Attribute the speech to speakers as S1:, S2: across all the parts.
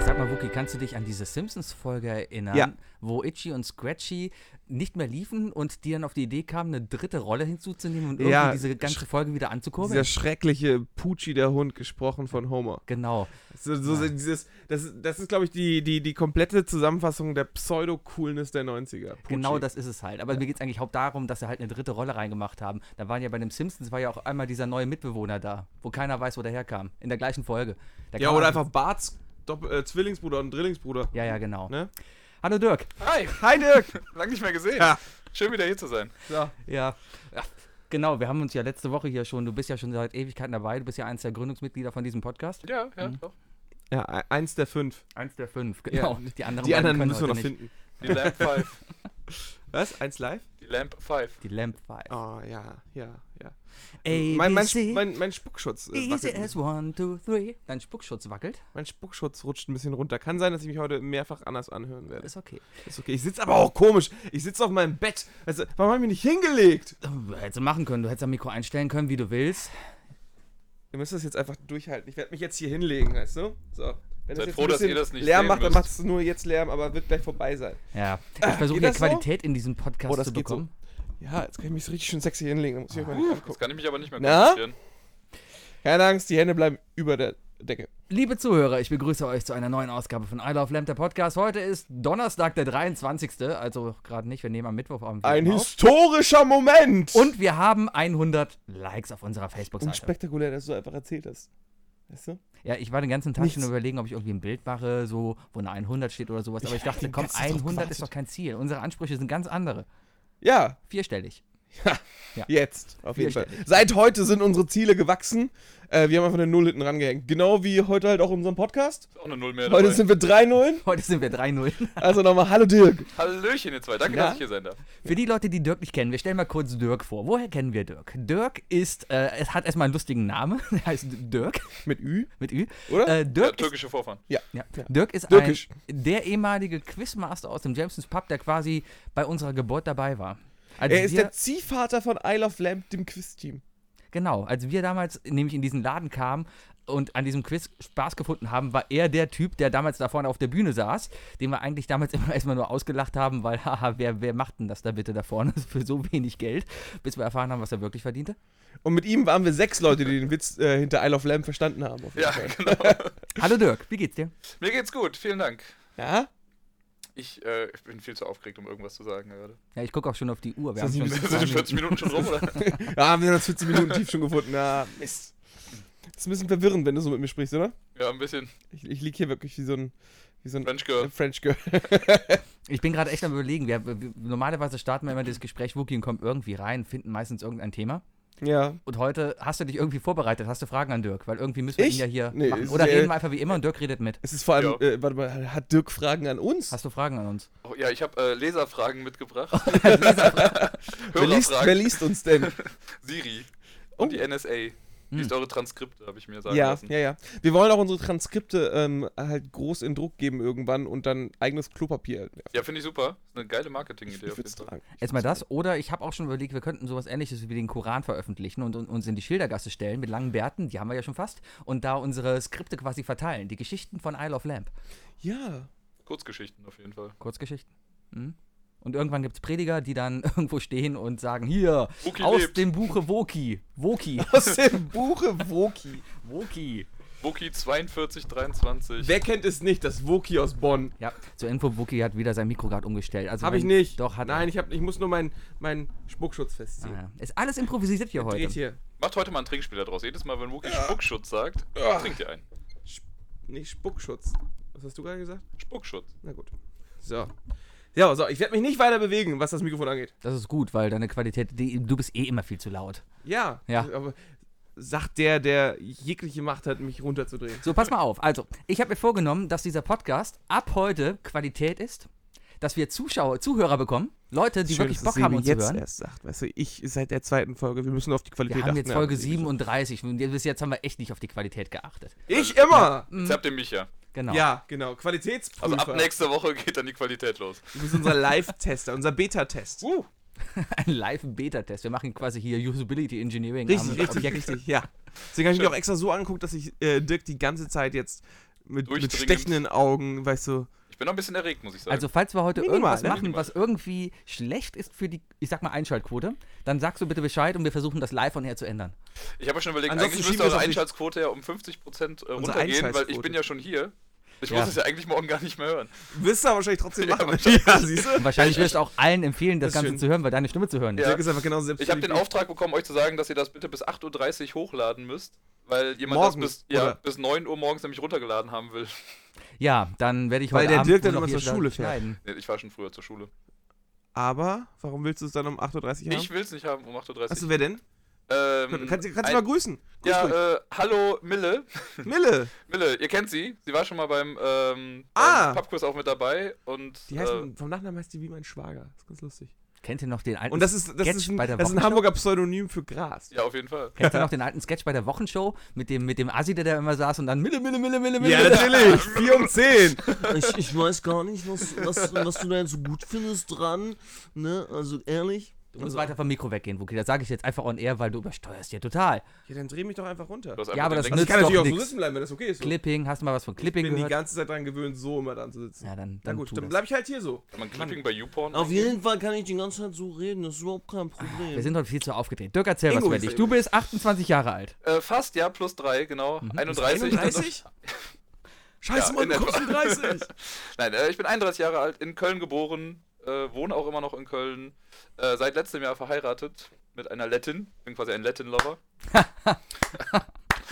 S1: Sag mal, Wookie, kannst du dich an diese Simpsons-Folge erinnern,
S2: Ja.
S1: wo Itchy und Scratchy nicht mehr liefen und die dann auf die Idee kamen, eine dritte Rolle hinzuzunehmen und irgendwie
S2: Ja,
S1: diese ganze Folge wieder anzukurbeln?
S2: Dieser schreckliche Pucci, der Hund, gesprochen von Homer.
S1: genau.
S2: So, so, so dieses, das, ist- das ist, glaube ich, die, die, die komplette Zusammenfassung der Pseudo-Coolness der 90er. Pucci.
S1: Genau das ist es halt. Aber mir geht es eigentlich haupt darum, dass sie halt eine dritte Rolle reingemacht haben. Da waren ja bei dem Simpsons war ja auch einmal dieser neue Mitbewohner da, wo keiner weiß, wo der herkam. In der gleichen Folge. Da
S2: Ja,
S1: kam
S2: oder
S1: man-
S2: einfach Barts Dopp äh, Zwillingsbruder und Drillingsbruder.
S1: Ja, ja, genau.
S2: Ne?
S1: Hallo Dirk.
S3: Hi,
S2: Hi, Dirk!
S3: lang nicht mehr gesehen.
S2: Ja.
S3: Schön wieder hier zu sein.
S2: So.
S1: Ja. Ach, Genau, wir haben uns ja letzte Woche hier schon, du bist ja schon seit Ewigkeiten dabei, du bist ja eins der Gründungsmitglieder von diesem Podcast.
S3: Ja, ja,
S2: Hm.
S3: doch.
S2: Ja, e- eins der fünf.
S1: Eins der fünf,
S2: genau.
S1: genau. Die anderen,
S2: Die
S1: beiden
S2: anderen
S1: können
S2: müssen wir noch
S1: heute nicht.
S2: finden.
S3: Die Lamp 5.
S2: Was? Eins live?
S3: Die Lamp 5.
S1: Die Lamp 5.
S2: Oh, ja, ja, ja.
S1: ABC,
S2: Mein, mein, Sp- mein, mein Spuckschutz äh,
S1: easy
S2: wackelt. ein
S1: as
S2: bisschen.
S1: E, one, two, three. Dein Spuckschutz wackelt.
S2: Mein Spuckschutz rutscht ein bisschen runter. Kann sein, dass ich mich heute mehrfach anders anhören werde.
S1: Ist okay.
S2: Ist okay. Ich sitze aber auch komisch. Ich sitze auf meinem Bett. Also, warum habe ich mich nicht hingelegt?
S1: Oh, Hättest du machen können, du hättest am Mikro einstellen können, wie du willst.
S2: Ihr müsst das jetzt einfach durchhalten. Ich werde mich jetzt hier hinlegen, weißt du? So. Wenn
S3: Seid
S2: jetzt
S3: froh,
S2: ein
S3: dass ihr
S2: bisschen
S3: das nicht
S2: Lärm
S3: sehen
S2: macht, dann
S3: müsst.
S2: macht es nur jetzt Lärm, aber wird gleich vorbei sein.
S1: Ja, ich versuche
S2: Äh, geht
S1: ja
S2: das so?
S1: Qualität in diesem Podcast
S2: Boah, das
S1: zu
S2: geht so.
S1: bekommen.
S2: Ja, jetzt kann ich mich so richtig schön sexy hinlegen. Dann muss ich euch mal nicht
S3: Jetzt
S2: angucken.
S3: kann ich mich aber nicht mehr
S2: Na?
S3: konzentrieren.
S2: Keine Angst, die Hände bleiben über der Decke.
S1: Liebe Zuhörer, ich begrüße euch zu einer neuen Ausgabe von I Love Lamp, der Podcast. Heute ist Donnerstag, der 23. Also gerade nicht, wir nehmen am Mittwoch am
S2: Ein
S3: genau.
S1: auf.
S2: historischer Moment!
S1: Und wir haben 100 Likes auf unserer Facebook-Seite.
S2: unspektakulär, dass du einfach erzählt hast. Weißt du?
S1: Ja, ich war den ganzen Tag schon
S2: Nichts.
S1: überlegen, ob ich irgendwie ein Bild mache, so, wo eine 100 steht oder sowas. Aber ich dachte,
S2: den
S1: komm,
S2: ganzen Tag
S1: 100
S2: gewartet.
S1: ist doch kein Ziel. Unsere Ansprüche sind ganz andere.
S2: Ja,
S1: Vierstellig.
S2: jetzt. Auf jeden Fall.
S1: Vierstellig.
S2: Seit heute sind unsere Ziele gewachsen. Äh, wir haben einfach eine Null hinten rangehängt. Genau wie heute halt auch unseren Podcast.
S3: Ist auch eine Null mehr dabei.
S2: Heute sind wir drei Nullen.
S1: Heute sind wir 3-0.
S2: Also nochmal, hallo Dirk.
S3: Hallöchen, ihr zwei. Danke,
S2: Na?
S3: dass ich hier sein darf.
S1: Für die Leute, die Dirk nicht kennen, wir stellen mal kurz Dirk vor. Woher kennen wir Dirk? Dirk ist, äh, es hat erstmal einen lustigen Namen. Er heißt Dirk
S2: Mit Ü,
S1: mit Ü. Äh,
S2: oder?
S3: Der
S1: Dirk, ist,
S3: türkische Vorfahren.
S1: ja,
S2: Ja.
S1: Dirk ist ein,
S2: Dirkisch.
S1: der ehemalige Quizmaster aus dem Jamesons Pub, der quasi bei unserer Geburt dabei war. Als
S3: Also
S2: er ist
S1: wir-
S2: der Ziehvater von Isle of Lamp, dem Quiz-Team.
S1: Genau, als wir damals nämlich in diesen Laden kamen und an diesem Quiz Spaß gefunden haben, war er der Typ, der damals da vorne auf der Bühne saß, den wir eigentlich damals immer erstmal nur ausgelacht haben, weil, haha, wer, wer macht denn das da bitte da vorne für so wenig Geld, bis wir erfahren haben, was er wirklich verdiente.
S2: Und mit ihm waren wir sechs Leute, die den Witz äh, hinter Isle of Lamp verstanden haben. Auf jeden
S3: Ja,
S2: Fall.
S3: genau.
S1: Hallo Dirk, wie geht's dir?
S3: Mir geht's gut. Vielen Dank.
S2: ja?
S3: Ich, äh, ich bin viel zu aufgeregt, um irgendwas zu sagen gerade.
S1: Ja, ich gucke auch schon auf die Uhr. Wir
S2: Das
S1: haben schon
S2: ist
S3: Sind die 40
S1: 20
S3: Minuten schon rum, oder?
S2: Ja, haben Ah, wir das 40 Minuten tief schon gefunden. Ja, Mist. Das ist ein bisschen verwirrend, wenn du so mit mir sprichst, oder?
S3: Ja, ein bisschen.
S2: Ich, ich lieg hier wirklich wie so ein, wie so ein
S3: French Girl.
S2: French Girl.
S1: ich bin gerade echt am überlegen. Wir, wir, normalerweise starten wir immer das Gespräch, Wookie und kommen irgendwie rein, finden meistens irgendein Thema.
S2: ja.
S1: Und heute hast du dich irgendwie vorbereitet, hast du Fragen an Dirk, weil irgendwie müssen wir
S2: Ich?
S1: ihn ja hier
S2: Nee,
S1: machen.
S2: ist
S1: Oder
S2: der-
S1: reden wir einfach wie immer und Dirk redet mit.
S2: Es ist vor allem,
S3: Ja.
S2: äh, warte mal, hat Dirk Fragen an uns?
S1: Hast du Fragen an uns?
S3: Oh, ja, ich habe äh, Leserfragen mitgebracht.
S2: wer, liest, wer
S3: Hörerfragen.
S2: liest uns denn?
S3: Siri.
S2: Oh. Hm.
S3: Und die NSA. Liest eure Transkripte, habe ich mir sagen
S2: ja,
S3: lassen.
S2: ja, ja. Wir wollen auch unsere Transkripte ähm, halt groß in Druck geben irgendwann und dann eigenes Klopapier. halt.
S3: Ja, finde ich super. Ist eine geile
S2: ich
S3: Marketingidee
S2: ich
S3: auf jeden
S2: würd's
S3: Fall.
S2: tragen.
S1: Erstmal das, oder ich habe auch schon überlegt, wir könnten sowas ähnliches wie den Koran veröffentlichen und, und uns in die Schildergasse stellen mit langen Bärten, die haben wir ja schon fast, und da unsere Skripte quasi verteilen. Die Geschichten von Isle of Lamp.
S2: Ja.
S3: Kurzgeschichten auf jeden Fall.
S1: Kurzgeschichten. Mhm. Und irgendwann gibt es Prediger, die dann irgendwo stehen und sagen, hier,
S3: Woki
S1: aus
S3: lebt.
S1: dem Buche Woki. Woki.
S2: Aus dem Buche Woki.
S1: Woki.
S3: Wookie 4223.
S2: Wer kennt es nicht, das Woki aus Bonn?
S1: Ja, zur Info, Woki hat wieder sein Mikro gerade umgestellt. Also
S2: Hab
S1: wenn-
S2: ich nicht.
S1: Doch, hat
S2: Nein, ich, hab, ich muss nur meinen meinen Spuckschutz
S1: er.
S2: festziehen.
S1: Ah, ja. Ist alles improvisiert hier
S2: Dreht
S1: heute.
S2: hier.
S3: Macht heute mal ein Trinkspiel daraus. Jedes Mal, wenn Wookie Spuckschutz sagt, trinkt ihr einen.
S2: Nicht Spuckschutz. Was hast du gerade gesagt?
S3: Spuckschutz.
S2: Na gut. So. Ja, so, ich werde mich nicht weiter bewegen, was das Mikrofon angeht.
S1: Das ist gut, weil deine Qualität, die, du bist eh immer viel zu laut.
S2: Ja.
S1: Ja.
S2: Aber sagt der, der jegliche Macht hat, mich runterzudrehen.
S1: So, pass mal auf. Also, ich habe mir vorgenommen, dass dieser Podcast ab heute Qualität ist, dass wir Zuschauer, Zuhörer bekommen, Leute, die wirklich Bock haben, uns zu
S2: jetzt
S1: hören.
S2: erst sagt. Weißt du, ich seit der zweiten Folge, wir müssen auf die Qualität
S1: Wir haben jetzt
S2: achten,
S1: Folge
S2: ja.
S1: 37 und bis jetzt haben wir echt nicht auf die Qualität geachtet.
S2: Ich immer!
S3: Jetzt habt ihr mich ja.
S1: Genau.
S2: Ja, genau. Qualitätsprüfer.
S3: Also ab nächster Woche geht dann die Qualität los.
S2: Du bist unser Live-Tester, unser Beta-Test.
S3: Uh,
S1: Ein Live-Beta-Test. Wir machen quasi hier Usability Engineering
S2: Richtig,
S1: am
S2: richtig,
S1: Objekt.
S2: richtig, ja. Deswegen habe ich mich auch extra so angeguckt, dass ich äh, Dirk die ganze Zeit jetzt mit, mit
S3: Durchdringend.
S2: stechenden Augen, weißt du.
S3: Ich bin noch ein bisschen erregt, muss ich sagen.
S1: Also, falls wir heute
S2: Minimal,
S1: irgendwas
S2: ne?
S1: machen,
S3: Minimal.
S1: was irgendwie schlecht ist für die, ich sag mal, Einschaltquote, dann sagst du bitte Bescheid und wir versuchen das live on air zu ändern.
S3: ich habe schon überlegt,
S2: Ansonsten
S3: eigentlich
S2: schieben
S3: müsste
S2: wir es
S3: eure
S2: auf dich.
S3: Einschaltquote ja um 50% äh, runtergehen, weil ich
S2: Einschaltquote.
S3: bin ja schon hier. Ich
S1: Ja.
S3: muss es ja eigentlich morgen gar nicht mehr hören.
S2: Wirst du aber wahrscheinlich trotzdem
S3: Ja,
S2: machen.
S3: wahrscheinlich.
S2: siehst du?
S1: Und wahrscheinlich wirst du auch allen empfehlen, das,
S2: Das ist
S1: Ganze
S2: schön.
S1: zu hören, weil deine Stimme zu hören ist.
S3: Ja.
S2: Dirk ist einfach genau genauso selbst.
S3: Ich habe den Auftrag bekommen, euch zu sagen, dass ihr das bitte bis 8.30 Uhr hochladen müsst, weil jemand
S2: Morgen,
S3: das bis, ja,
S2: oder?
S3: bis 9 Uhr morgens nämlich runtergeladen haben will.
S1: Ja, dann werde ich
S2: Weil
S1: heute
S2: der
S1: Abend
S2: Dirk dann
S1: nur noch
S2: immer zur
S1: hier
S2: Schule fährt.
S1: schneiden.
S3: Nee, ich war schon früher zur Schule.
S2: Aber warum willst du es dann um 8.30 Uhr haben?
S3: Ich will es nicht haben um 8.30 Uhr.
S2: Achso, wer denn?
S3: ähm,
S2: kannst kannst
S3: ein-
S2: du mal grüßen? Grüß ruhig.
S3: Ja, äh, hallo Mille.
S2: Mille.
S3: Mille, ihr kennt sie. Sie war schon mal beim, ähm,
S2: Ah.
S3: beim Pappkurs auch mit dabei. Und
S2: Die heißt,
S3: äh,
S2: vom Nachnamen heißt die wie mein Schwager. Das ist ganz lustig.
S1: Kennt ihr noch den alten
S2: Und das ist, das
S1: Sketch
S2: ist, ein,
S1: bei der
S2: das ist ein
S1: Wochenshow?
S2: Hamburger Pseudonym für Gras.
S3: ja, auf jeden Fall.
S1: Kennt ihr noch den alten Sketch bei der Wochenshow mit dem, mit dem Assi, der da immer saß und dann Mille, Mille, Mille, Mille, Mille?
S2: natürlich. 4 um 10.
S4: Ich, ich weiß gar nicht, was, was, was du da jetzt so gut findest dran. Ne? Also ehrlich.
S1: Du musst weiter vom Mikro weggehen, Wookie. Das sage ich jetzt einfach on air, weil du übersteuerst ja total.
S2: Ja, dann dreh mich doch einfach runter.
S3: Du hast
S1: Ja,
S3: einfach
S1: aber
S3: den
S1: das
S3: längsten-
S2: Also ich
S1: nützt
S2: kann natürlich
S1: doch
S2: auch so
S1: nix.
S2: sitzen bleiben, wenn das okay ist. So.
S1: Clipping, hast du mal was von
S2: Ich
S1: Clipping
S2: bin die
S1: gehört?
S2: ganze Zeit dran gewöhnt, so immer dran zu sitzen.
S1: ja, dann,
S2: Na
S1: dann
S2: gut,
S1: tu
S2: dann
S1: das.
S2: bleib ich halt hier so.
S3: Kann man Clipping bei YouPorn?
S4: Auf
S3: eingeben?
S4: jeden Fall kann ich die ganze Zeit so reden, das ist überhaupt kein Problem.
S1: Wir sind heute viel zu aufgedreht. Dirk, erzähl was
S2: Ingo
S1: über
S2: ist
S1: dich.
S2: der
S1: Du bist 28 Jahre alt.
S3: Äh, fast, ja, plus 3, genau.
S2: Mhm.
S3: 31. dann-
S2: 31? Scheiße,
S3: Ja,
S2: Mann,
S3: in
S2: du
S3: etwa.
S2: kommst um 30.
S3: Nein, äh, ich bin 31 Jahre alt, in Köln geboren, äh, wohne auch immer noch in Köln, äh, seit letztem Jahr verheiratet mit einer Lettin, bin quasi ein Lettin-Lover.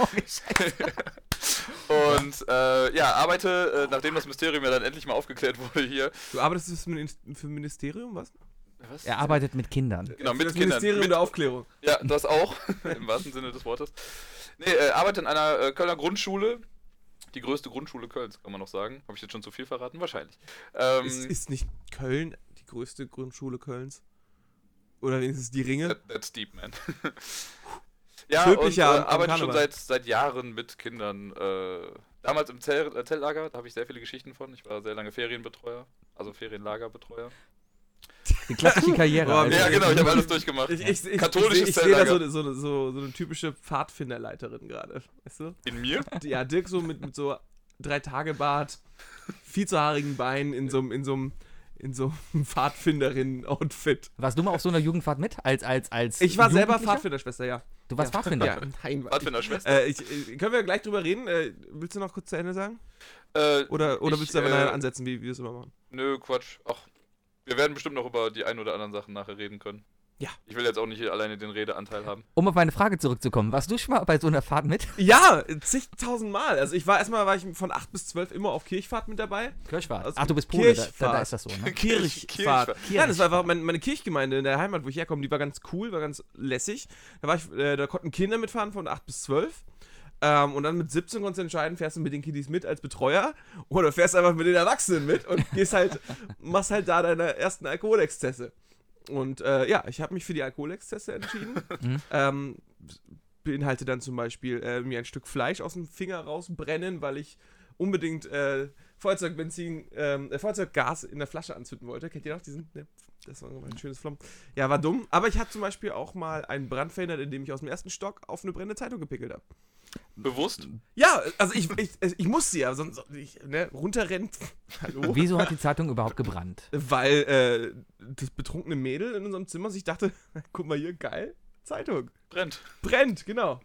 S3: Und äh, ja, arbeite, äh, nachdem das Mysterium ja dann endlich mal aufgeklärt wurde hier.
S2: Du arbeitest fürs Min- für Ministerium, was?
S3: Was?
S1: Er arbeitet mit Kindern.
S3: Genau,
S2: für
S3: mit
S2: das
S3: Kindern.
S2: Ministerium
S3: Mit-
S2: der Aufklärung.
S3: Ja, das auch, im wahrsten Sinne des Wortes. Nee, äh, arbeite in einer äh, Kölner Grundschule. Die größte Grundschule Kölns, kann man noch sagen. Habe ich jetzt schon zu viel verraten? Wahrscheinlich. Ähm,
S2: Ist, ist nicht Köln die größte Grundschule Kölns? Oder wenigstens die Ringe?
S3: That, that's deep, man. ja,
S2: Tödlicher
S3: und, äh,
S2: am- am
S3: arbeite schon
S2: Karneval.
S3: seit, seit Jahren mit Kindern. Äh, damals im Zell, äh, Zelllager, da habe ich sehr viele Geschichten von. Ich war sehr lange Ferienbetreuer, also Ferienlagerbetreuer.
S1: Die klassische Karriere.
S2: Boah,
S1: also.
S3: Ja,
S2: ja,
S3: genau, ich
S2: ja.
S3: habe alles durchgemacht.
S2: Äh, Ich, ich, ich,
S3: Katholisches
S2: ich, ich, sehe da so,
S3: Zelllager.
S2: eine- so, eine- so, so eine typische Pfadfinderleiterin gerade. Weißt du?
S3: In mir?
S2: Ja, Dirk so mit, mit so drei Tage Bart, viel zu haarigen Beinen in so einem in so einem- in so einem Pfadfinderin-Outfit.
S1: Warst du mal auf so einer Jugendfahrt mit? Als, als, als
S2: Ich war selber
S1: Jugendlicher?
S2: Pfadfinderschwester, ja.
S1: Du warst Pfadfinder.
S2: Ja, nein, war
S3: Was für
S2: ich.
S3: eine Schwester?
S2: Äh, ich, äh, können wir gleich drüber reden? Äh, willst du noch kurz zu Ende sagen?
S3: Äh,
S2: Oder, oder
S3: Ich,
S2: willst du aber
S3: äh,
S2: nachher ansetzen, wie wie wir es immer machen?
S3: nö, Quatsch. Ach, wir werden bestimmt noch über die ein oder anderen Sachen nachher reden können.
S2: Ja.
S3: Ich will jetzt auch nicht hier alleine den Redeanteil haben.
S1: Um auf meine Frage zurückzukommen, warst du schon mal bei so einer Fahrt mit?
S2: Ja, zigtausend Mal. Also ich war erstmal war ich von 8 bis 12 immer auf Kirchfahrt mit dabei.
S1: Kirchfahrt.
S2: Also
S1: Ach, du bist Pole, da, da, da
S2: Kirchfahrt.
S1: ist das so, ne?
S3: Kirch-
S2: Kirchfahrt.
S3: Kirchfahrt.
S2: Nein, das war einfach meine, meine Kirchgemeinde in der Heimat, wo ich herkomme, die war ganz cool, war ganz lässig. Da, war ich, äh, da konnten Kinder mitfahren von 8 bis 12. Ähm, und dann mit 17 konntest du entscheiden, fährst du mit den Kiddies mit als Betreuer oder fährst einfach mit den Erwachsenen mit und gehst halt, machst halt da deine ersten Alkoholexzesse. Und äh, ja, ich habe mich für die Alkoholexzesse entschieden. ähm, beinhaltet dann zum Beispiel äh, mir ein Stück Fleisch aus dem Finger rausbrennen, weil ich unbedingt äh, Feuerzeugbenzin, ähm, äh, Feuerzeuggas in der Flasche anzünden wollte. Kennt ihr noch diesen? Ne, das war immer ein schönes Flom. Ja, war dumm. Aber ich hatte zum Beispiel auch mal einen Brand verhindert, indem ich aus dem ersten Stock auf eine brennende Zeitung gepickelt habe.
S3: Bewusst?
S2: Ja, also ich, ich, ich, ich musste ja, sonst ich, ne, runterrennen. pff, Hallo?
S1: Wieso hat die Zeitung überhaupt gebrannt?
S2: Weil äh, das betrunkene Mädel in unserem Zimmer sich dachte, guck mal hier, geil, Zeitung.
S3: Brennt.
S2: Brennt, genau.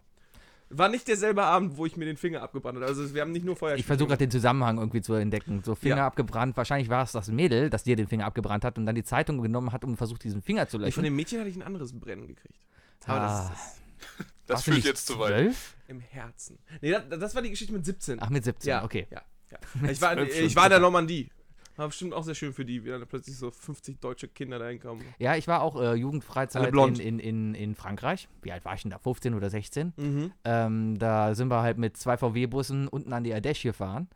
S2: War nicht derselbe Abend, wo ich mir den Finger abgebrannt habe. Also wir haben nicht nur Feuer.
S1: Ich versuche gerade den Zusammenhang irgendwie zu entdecken. So Finger
S2: Ja.
S1: abgebrannt. Wahrscheinlich war es das Mädel, das dir den Finger abgebrannt hat und dann die Zeitung genommen hat, um versucht, diesen Finger zu
S2: Nee, Von
S1: löschen.
S2: dem Mädchen hatte ich ein anderes Brennen gekriegt. Aber
S1: Ah,
S2: das ist
S3: Das
S1: warst du
S3: führt
S1: nicht
S3: jetzt zu weit.
S1: 12?
S2: im Herzen. Nee, das, das war die Geschichte mit 17.
S1: Ach, mit 17,
S2: ja,
S1: okay.
S2: Ja, ja. Ich, war, in-
S1: Mit 12,
S2: ich war in der Normandie. War bestimmt auch sehr schön für die, wie dann plötzlich so 50 deutsche Kinder da hinkamen.
S1: Ja, ich war auch äh,
S2: Alle
S1: Jugendfreizeit in,
S2: blond.
S1: in, in, in Frankreich. Wie alt war ich denn da? 15 oder 16?
S3: Mhm.
S1: Ähm, da sind wir halt mit zwei VW-Bussen unten an die Ardèche gefahren.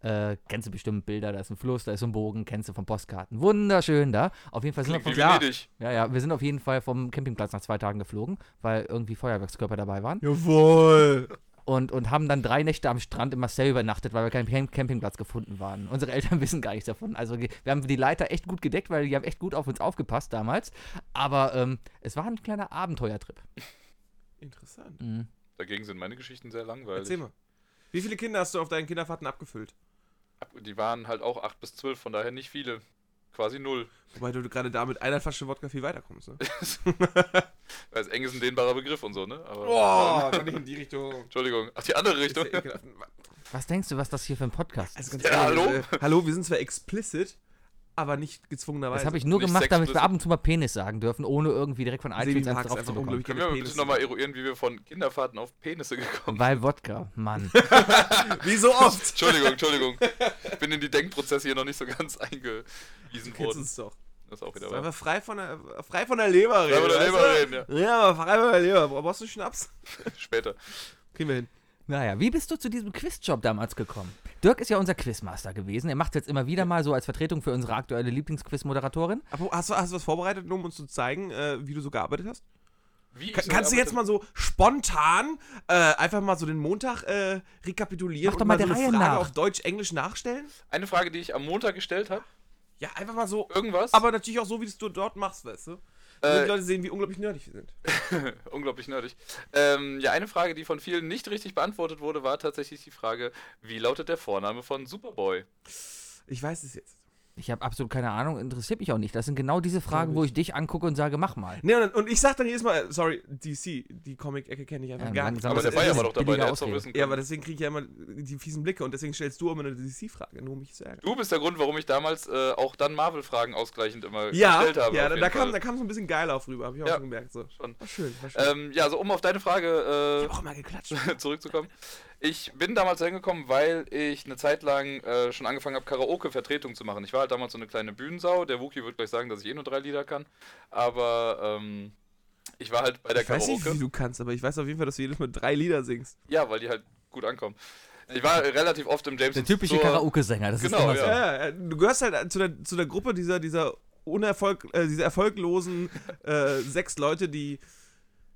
S1: Äh, kennst du bestimmt Bilder, da ist ein Fluss, da ist ein Bogen, kennst du von Postkarten. Wunderschön da. Auf jeden Fall sind wir
S3: Klingt
S1: vom,
S3: wie Venedig.
S1: ja, ja, wir sind auf jeden Fall vom Campingplatz nach zwei Tagen geflogen, weil irgendwie Feuerwerkskörper dabei waren.
S2: Jawohl.
S1: Und, und haben dann drei Nächte am Strand in Marseille übernachtet, weil wir keinen Camp Campingplatz gefunden waren. Unsere Eltern wissen gar nichts davon. Also ge- wir haben die Leiter echt gut gedeckt, weil die haben echt gut auf uns aufgepasst damals. Aber ähm, es war ein kleiner Abenteuertrip.
S2: Interessant.
S1: Mhm.
S3: Dagegen sind meine Geschichten sehr langweilig.
S2: Erzähl mal. Wie viele Kinder hast du auf deinen Kinderfahrten abgefüllt?
S3: Ab- Die waren halt auch 8 bis 12, von daher nicht viele. Quasi null.
S2: Wobei du gerade da mit einer Flasche Wodka viel weiterkommst, ne?
S3: Weil eng Also ist ein dehnbarer Begriff und so, ne? Aber,
S2: Boah, doch nicht in die Richtung.
S3: Entschuldigung. Ach, die andere
S2: Ist ja
S3: Richtung.
S2: ekelhaft.
S1: Was denkst du, was das hier für ein Podcast ist?
S2: Also ganz
S3: Ja,
S2: ehrlich,
S3: hallo?
S2: Äh, hallo, wir sind zwar explicit, aber also nicht gezwungenerweise.
S1: Das habe ich nur
S3: Nicht
S1: gemacht, damit wir
S3: sexplizit.
S1: ab und zu mal Penis sagen dürfen, ohne irgendwie direkt von iTunes
S2: Sebi
S1: eins
S2: mag's
S1: drauf zu
S2: einfach
S1: bekommen.
S2: unglaublich
S3: Können wir mal
S2: gerne
S3: bitte nochmal eruieren, wie wir von Kinderfahrten auf Penisse gekommen
S1: Weil Wodka, Mann.
S2: Penis. Wie so oft.
S3: Entschuldigung, Entschuldigung. Ich bin in die Denkprozesse hier noch nicht so ganz eingewiesen
S2: Kennst
S3: worden.
S2: uns doch.
S3: Das ist auch wieder
S2: Das ist
S3: wahr.
S2: einfach frei von der, frei von der Leber reden.
S3: Darüber
S2: weißt
S3: reden
S2: du?
S3: wir reden,
S2: Ja, aber frei von der Leber. Bra- Brauchst du einen Schnaps?
S3: ja. Später.
S2: Kriegen wir hin.
S1: Naja, wie bist du zu diesem Quizjob damals gekommen? Dirk ist ja unser Quizmaster gewesen. Er macht es jetzt immer wieder mal so als Vertretung für unsere aktuelle Lieblingsquizmoderatorin.
S2: Aber hast du, hast du was vorbereitet, nur um uns zu zeigen, äh, wie du so gearbeitet hast?
S3: Wie
S2: Ka-
S3: ich so
S2: kannst du jetzt
S3: gearbeitet-
S2: mal so spontan äh, einfach mal so den Montag äh, rekapitulieren
S1: Mach doch mal
S2: so
S1: der Reihe
S2: Frage
S1: nach.
S2: auf Deutsch, Englisch nachstellen?
S3: Eine Frage, die ich am Montag gestellt habe.
S2: Ja, einfach mal so. Äh,
S3: Irgendwas.
S2: Aber natürlich auch so, wie du es du dort machst, weißt du? Damit die Leute sehen, wie unglaublich nerdig wir sind.
S3: Unglaublich nerdig. Ähm, ja, eine Frage, die von vielen nicht richtig beantwortet wurde, war tatsächlich die Frage, wie lautet der Vorname von Superboy?
S2: Ich weiß es jetzt.
S1: Ich habe absolut keine Ahnung, interessiert mich auch nicht. Das sind genau diese Fragen, wo ich dich angucke und sage, mach mal.
S2: Nee, und, dann- und ich sag dann jedes Mal, äh, sorry, DC, die Comic-Ecke kenne ich einfach
S1: Ja,
S2: gar
S1: langsam-
S2: nicht.
S3: Aber der
S1: das
S3: Bayer
S1: ist
S3: war doch dabei,
S1: billige
S3: der hätte es doch
S1: Ausrede.
S3: wissen können.
S2: Ja, aber deswegen kriege ich ja immer die fiesen Blicke und deswegen stellst du immer eine DC-Frage, nur um mich zu ärgern.
S3: du bist der Grund, warum ich damals äh, auch dann Marvel-Fragen ausgleichend immer
S2: Ja,
S3: gestellt habe.
S2: ja
S3: auf
S2: da,
S3: jeden
S2: da, kam, da
S3: Fall.
S2: kam so ein bisschen geil auf rüber, habe ich auch
S3: Ja.
S2: schon gemerkt. So.
S3: Schon.
S2: War schön, war schön.
S3: Ähm, ja, also um auf deine Frage
S2: ich hab auch mal geklatscht.
S3: äh, zurückzukommen. Ich bin damals hingekommen, weil ich eine Zeit lang äh, schon angefangen habe, Karaoke-Vertretung zu machen. Ich war halt damals so eine kleine Bühnensau. Der Wookie wird gleich sagen, dass ich eh nur drei Lieder kann. Aber ähm, ich war halt bei der
S2: ich weiß
S3: Karaoke.
S2: nicht, wie du kannst, aber ich weiß auf jeden Fall, dass du jedes Mal drei Lieder singst.
S3: Ja, weil die halt gut ankommen. Ich war relativ oft im James.
S1: Der typische Karaoke-Sänger, das
S3: Genau,
S1: ist immer
S3: ja.
S1: so.
S2: Ja, ja, du gehörst halt zu der, zu der Gruppe dieser, dieser, unerfolg, äh, dieser erfolglosen äh, sechs Leute, die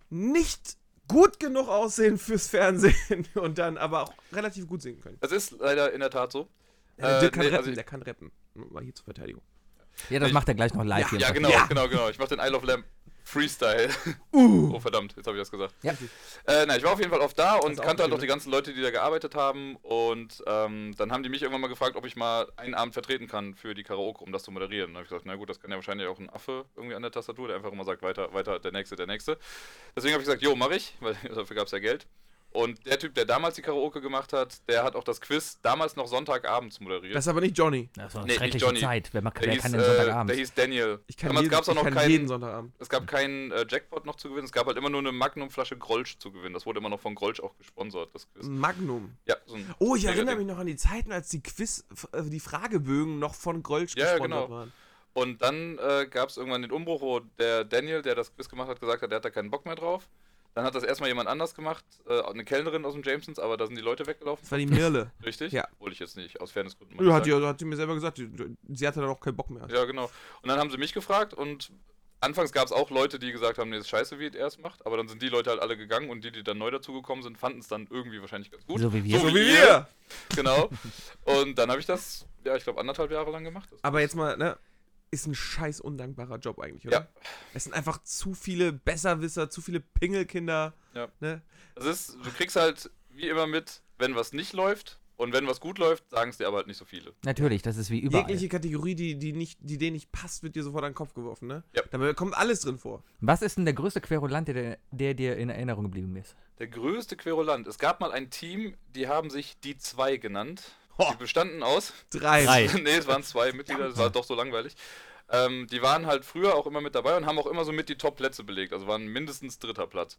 S2: nicht gut genug aussehen fürs Fernsehen und dann aber auch relativ gut singen können.
S3: Das ist leider in der Tat so.
S2: Der
S3: Äh,
S2: Dirk kann
S3: nee,
S2: rappen,
S3: also-
S2: der kann rappen. Mal hier zur Verteidigung.
S1: Ja, das macht er gleich noch live hier. im
S3: Ja,
S1: Podcast.
S3: genau,
S2: Ja.
S3: genau, genau. Ich mach den Isle of Lamp Freestyle.
S2: Uh.
S3: Oh, verdammt, jetzt habe ich das gesagt.
S1: Ja.
S3: Äh, na, ich war auf jeden Fall oft da und
S2: Hast du auch
S3: kannte halt auch
S2: gegeben,
S3: die ganzen Leute, die da gearbeitet haben. Und ähm, dann haben die mich irgendwann mal gefragt, ob ich mal einen Abend vertreten kann für die Karaoke, um das zu moderieren. Dann habe ich gesagt, na gut, das kann ja wahrscheinlich auch ein Affe irgendwie an der Tastatur, der einfach immer sagt, weiter, weiter, der nächste, der nächste. Deswegen habe ich gesagt, jo, mache ich, weil dafür gab es ja Geld. Und der Typ, der damals die Karaoke gemacht hat, der hat auch das Quiz damals noch Sonntagabends moderiert.
S2: Das ist aber nicht Johnny.
S1: Das war eine
S3: Nee, nicht
S1: schreckliche
S3: Johnny.
S1: Zeit. Wer, mag,
S3: der,
S1: wer
S3: hieß,
S1: kann
S3: äh,
S1: denn Sonntagabend?
S3: der hieß Daniel.
S2: Ich kann,
S3: damals
S2: jeden,
S3: gab es auch
S2: ich
S3: noch
S2: kann
S3: keinen.
S2: jeden Sonntagabend.
S3: Es gab keinen äh, Jackpot noch zu gewinnen, es gab halt immer nur eine Magnum-Flasche Grolsch zu gewinnen. Das wurde immer noch von Grolsch auch gesponsert, das Quiz.
S2: Magnum.
S3: Ja, so ein
S2: Mhm. Oh, ich
S3: mega
S2: erinnere
S3: Ding.
S2: mich noch an die Zeiten, als die Quiz, äh, die Fragebögen noch von Grolsch
S3: Ja, ja,
S2: gesponsert
S3: genau.
S2: waren.
S3: Und dann äh, gab es irgendwann den Umbruch, wo der Daniel, der das Quiz gemacht hat, gesagt hat, der hat da keinen Bock mehr drauf. Dann hat das erstmal jemand anders gemacht, äh, eine Kellnerin aus dem Jamesons, aber da sind die Leute weggelaufen.
S2: Das war die Mirle.
S3: Richtig?
S2: Ja.
S3: Wollte ich jetzt nicht, aus Fairnessgründen. mal
S2: ja, hat,
S3: sagen.
S2: die, hat die mir selber gesagt, die, die- sie hatte dann auch keinen Bock mehr.
S3: ja, genau. Und dann haben sie mich gefragt und anfangs gab es auch Leute, die gesagt haben, nee, ist scheiße, wie er es macht. Aber dann sind die Leute halt alle gegangen und die, die dann neu dazugekommen sind, fanden es dann irgendwie wahrscheinlich ganz gut.
S1: So wie wir.
S2: So
S3: So
S2: wie
S3: wie
S2: wir!
S3: Genau. Und dann habe ich das, ja, ich glaube, anderthalb Jahre lang gemacht. Das-
S2: Aber jetzt mal, ne? Ist ein scheiß undankbarer Job eigentlich, oder?
S3: Ja.
S2: Es sind einfach zu viele Besserwisser, zu viele Pingelkinder.
S3: Ja.
S2: Ne?
S3: Das ist, du kriegst halt wie immer mit, wenn was nicht läuft und wenn was gut läuft, sagen es dir aber halt nicht so viele.
S1: Natürlich, das ist wie überall.
S2: Jegliche Kategorie, die, die, nicht, die denen nicht passt, wird dir sofort an den Kopf geworfen, ne?
S3: Ja.
S2: Dabei kommt alles drin vor.
S1: Was ist denn der größte Querulant, der, der dir in Erinnerung geblieben ist?
S3: Der größte Querulant. Es gab mal ein Team, die haben sich die zwei genannt.
S2: Ho.
S3: Die bestanden aus.
S2: Drei.
S1: Drei.
S3: nee, es waren zwei Mitglieder, das war doch so langweilig. Ähm, die waren halt früher auch immer mit dabei und haben auch immer so mit die Top-Plätze belegt. Also waren mindestens dritter Platz.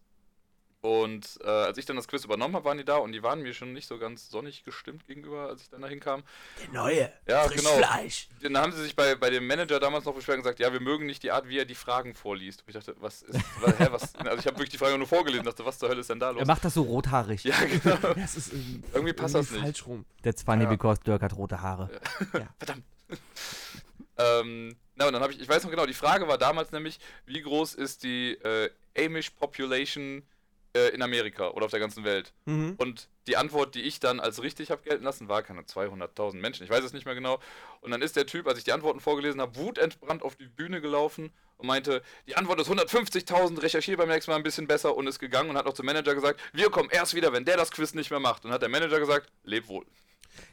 S3: Und äh, als ich dann das Quiz übernommen habe, waren die da und die waren mir schon nicht so ganz sonnig gestimmt gegenüber, als ich dann dahin kam.
S4: Der neue.
S3: Ja,
S4: frisch
S3: genau.
S4: Fleisch.
S3: Dann haben sie sich bei, bei dem Manager damals noch beschwert und gesagt, ja, wir mögen nicht die Art, wie er die Fragen vorliest. Und ich dachte, was ist, was, hä, was? Also ich habe wirklich die Frage nur vorgelesen, dachte, was zur Hölle ist denn da los?
S1: Er macht das so rothaarig.
S3: ja, genau.
S2: Das ist irgendwie,
S3: Irgendwie passt das nicht.
S2: falsch rum.
S1: That's funny
S3: Ja.
S1: because Dirk hat rote Haare.
S3: Ähm, na, und dann habe ich, ich weiß noch genau, die Frage war damals nämlich, wie groß ist die äh, Amish Population äh, in Amerika oder auf der ganzen Welt.
S2: Mhm.
S3: Und die Antwort, die ich dann als richtig habe gelten lassen, war keine 200.000 Menschen, ich weiß es nicht mehr genau. Und dann ist der Typ, als ich die Antworten vorgelesen habe, wutentbrannt auf die Bühne gelaufen und meinte, die Antwort ist 150.000, recherchiere beim nächsten Mal ein bisschen besser und ist gegangen und hat auch zum Manager gesagt, wir kommen erst wieder, wenn der das Quiz nicht mehr macht. Und hat der Manager gesagt, leb wohl.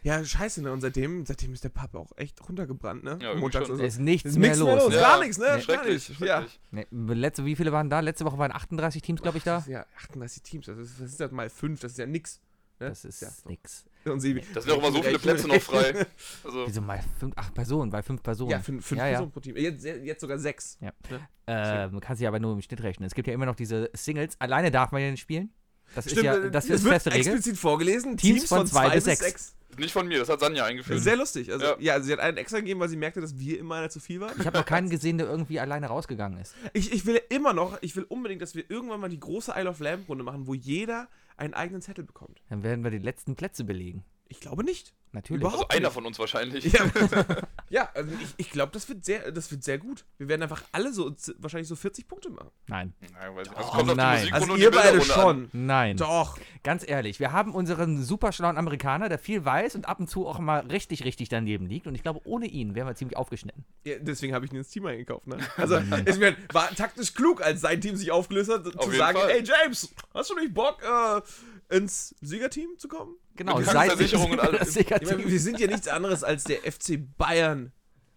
S2: Ja, scheiße, ne? Und seitdem, seitdem ist der Pub auch echt runtergebrannt, ne?
S3: Ja, irgendwie
S2: Montags
S3: schon.
S2: ist
S1: Da
S2: es-
S1: ist nichts
S2: ist
S1: mehr
S2: nichts
S1: los.
S2: mehr los.
S1: Ne?
S2: Gar nichts, ne?
S1: Nee.
S2: Gar
S3: Schrecklich,
S2: nichts. Ja.
S3: schrecklich.
S1: Nee, Ne, letzte, wie viele waren da? Letzte Woche waren 38 Teams, glaube ich, da.
S2: Das ist ja 38 Teams, also das ist, das ist ja mal 5, das ist ja nix. Ne?
S1: Das ist
S2: ja.
S1: nix.
S2: Und sie,
S3: Da sind auch immer so viele Plätze noch frei. Also,
S1: Wieso mal fünf, acht Personen, bei fünf Personen.
S2: Ja, 5
S1: Ja, ja.
S2: Personen pro Team. Jetzt, jetzt sogar 6.
S1: Äh, man kann sich aber nur im Schnitt rechnen. Es gibt ja immer noch diese Singles. Alleine darf man ja nicht spielen. Das ist ja das ist feste Regel.
S2: äh, explizit vorgelesen.
S1: Teams von zwei
S2: zwei
S1: bis sechs.
S2: sechs.
S3: nicht von mir, das hat Sanja eingeführt.
S2: Sehr lustig. Also, ja.
S3: Ja.
S2: also sie hat einen extra gegeben, weil sie merkte, dass wir immer einer zu viel waren.
S1: Ich habe noch keinen gesehen, der irgendwie alleine rausgegangen ist.
S2: Ich, ich will immer noch, ich will unbedingt, dass wir irgendwann mal die große Isle of Lamp Runde machen, wo jeder einen eigenen Zettel bekommt.
S1: Dann werden wir die letzten Plätze belegen.
S2: Ich glaube nicht.
S1: Natürlich.
S2: Überhaupt
S3: also einer von uns wahrscheinlich.
S2: Ja, ja also ich, ich glaube, das, wird sehr- das wird sehr gut. Wir werden einfach alle so z- wahrscheinlich so 40 Punkte machen.
S1: Nein.
S3: Ja, weiß nicht.
S1: Oh,
S3: Also, kommt auf die
S1: nein.
S3: Musikrunde
S2: Also
S3: und die
S2: ihr beide
S3: Bilderrunde
S2: schon.
S3: an.
S1: Nein.
S2: Doch.
S1: Ganz ehrlich, wir haben unseren super schlauen Amerikaner, der viel weiß und ab und zu auch mal richtig, richtig daneben liegt. Und ich glaube, ohne ihn wären wir ziemlich aufgeschnitten.
S2: Ja, deswegen habe ich ihn ins Team eingekauft. Ne? Also ich mein, war taktisch klug, als sein Team sich aufgelöst hat, zu
S3: jeden
S2: sagen,
S3: Fall.
S2: ey James, hast du nicht Bock, äh, ins Siegerteam zu kommen?
S1: Genau,
S3: Mit Krankenversicherung und allem.
S1: Das
S2: Ich meine,
S1: Siegerteam.
S2: wir sind ja nichts anderes als der FC Bayern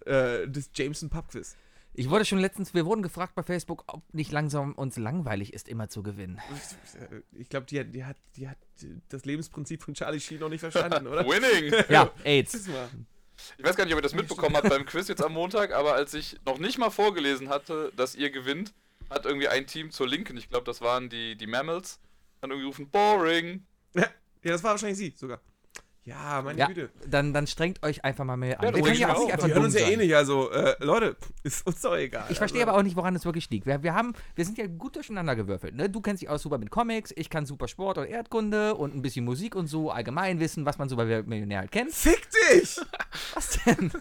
S2: äh, des Jameson Pubquiz.
S1: Ich wurde schon letztens, wir wurden gefragt bei Facebook, ob nicht langsam uns langweilig ist, immer zu gewinnen.
S2: Ich glaube, die, hat- die, hat, die hat das Lebensprinzip von Charlie Sheen noch nicht verstanden, oder?
S3: Winning!
S1: Ja, AIDS.
S2: Siehst du mal.
S3: Ich weiß gar nicht, ob ihr das mitbekommen habt beim Quiz jetzt am Montag, aber als ich noch nicht mal vorgelesen hatte, dass ihr gewinnt, hat irgendwie ein Team zur Linken, ich glaube, das waren die, die Mammals, dann irgendwie gerufen, boring.
S2: Ja, das war wahrscheinlich sie sogar. Ja, meine
S1: Ja,
S2: Güte.
S1: dann, dann strengt euch einfach mal mehr an.
S3: Ja,
S1: wir können
S3: ruhig
S1: ja auch
S3: mal
S1: nicht
S3: auf.
S1: einfach
S2: Wir hören
S1: dumm
S2: uns ja
S1: sein.
S2: eh nicht, also äh, Leute, pff, ist uns doch egal.
S1: Ich verstehe
S2: also.
S1: aber auch nicht, woran es wirklich liegt. Wir, wir, haben, wir sind ja gut durcheinander gewürfelt. Ne? Du kennst dich aus super mit Comics, ich kann super Sport und Erdkunde und ein bisschen Musik und so, Allgemeinwissen, was man so bei Wer wird Millionär halt kennt.
S2: Fick dich!
S1: Was denn?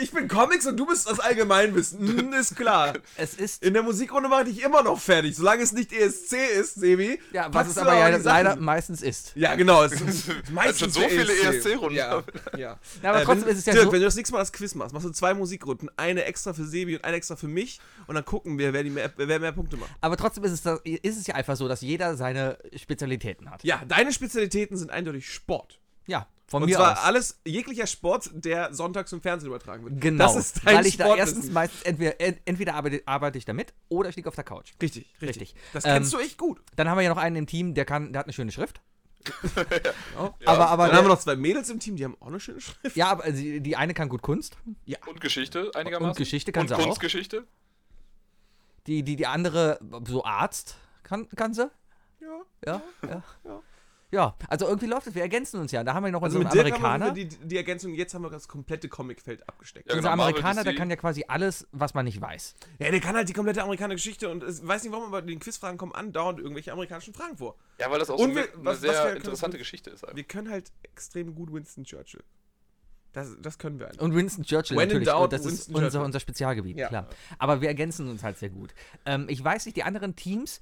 S2: Ich bin Comics und du bist das Allgemeinwissen. Hm, ist klar.
S1: Es ist,
S2: In der Musikrunde mache ich dich immer noch fertig. Solange es nicht ESC ist, Sebi.
S1: ja, was
S2: packst
S1: es
S2: du
S1: aber
S2: auch
S1: ja
S2: die Sachen.
S1: leider meistens ist.
S2: Ja, genau. Es ist meistens
S3: schon so
S2: der
S3: viele E
S2: ESC.
S3: ESC-Runden.
S2: E Ja, ja.
S1: Ja, aber
S2: Äh,
S1: trotzdem
S2: wenn,
S1: ist es ja
S2: Dirk,
S1: so-
S2: wenn du das nächste Mal das Quiz machst, machst du zwei Musikrunden. Eine extra für Sebi und eine extra für mich. Und dann gucken wir, wer, die mehr, wer mehr Punkte macht.
S1: Aber trotzdem ist es, da- ist es ja einfach so, dass jeder seine Spezialitäten hat.
S2: Ja, deine Spezialitäten sind eindeutig Sport.
S1: Ja, von
S2: Und
S1: mir
S2: zwar
S1: aus.
S2: alles, jeglicher Sport, der sonntags im Fernsehen übertragen wird.
S1: Genau,
S2: Das ist dein
S1: weil ich da
S2: Sportwissen.
S1: erstens meistens entweder, en- entweder arbeite, arbeite ich da mit oder ich liege auf der Couch.
S2: Richtig, richtig.
S1: Richtig.
S2: Das
S1: Ähm,
S2: kennst du echt gut.
S1: Dann haben wir ja noch einen im Team, der kann, der hat eine schöne Schrift.
S2: Ja.
S1: aber aber
S2: Dann haben wir
S1: der,
S2: noch zwei Mädels im Team, die haben auch eine schöne Schrift.
S1: ja, aber sie- die eine kann gut Kunst,
S3: Und Geschichte einigermaßen.
S1: Und Geschichte kann
S3: Und
S1: sie auch.
S3: Kunstgeschichte.
S1: die die, die andere so Arzt kann, kann sie.
S2: Ja.
S1: Ja, ja. Ja, also irgendwie läuft es. Wir ergänzen uns ja. Da haben wir noch
S2: Also
S1: unseren
S2: mit Dirk haben
S1: Amerikaner.
S2: wir die, die Ergänzung, jetzt haben wir das komplette Comicfeld abgesteckt. Also,
S3: Ja,
S1: Unser
S3: genau, Marvel,
S1: Amerikaner, der
S3: DC.
S1: kann ja quasi alles, was man nicht weiß.
S2: Ja, der kann halt die komplette amerikanische Geschichte und es weiß nicht warum, aber den Quizfragen kommen andauernd irgendwelche amerikanischen Fragen vor.
S3: Ja, weil das auch
S2: Und
S3: so
S2: wir-
S3: eine, eine
S2: was- was wir
S3: sehr
S2: können-
S3: interessante Geschichte ist. Einfach.
S2: Wir können halt extrem gut Winston Churchill. Das, das können wir einfach.
S1: Und Winston Churchill
S2: When in
S1: natürlich.
S2: doubt,
S1: und das ist
S2: Winston
S1: unser,
S2: Churchill.
S1: unser Spezialgebiet,
S2: Ja.
S1: klar. Aber wir ergänzen uns halt sehr gut. Ähm, ich weiß nicht, die anderen Teams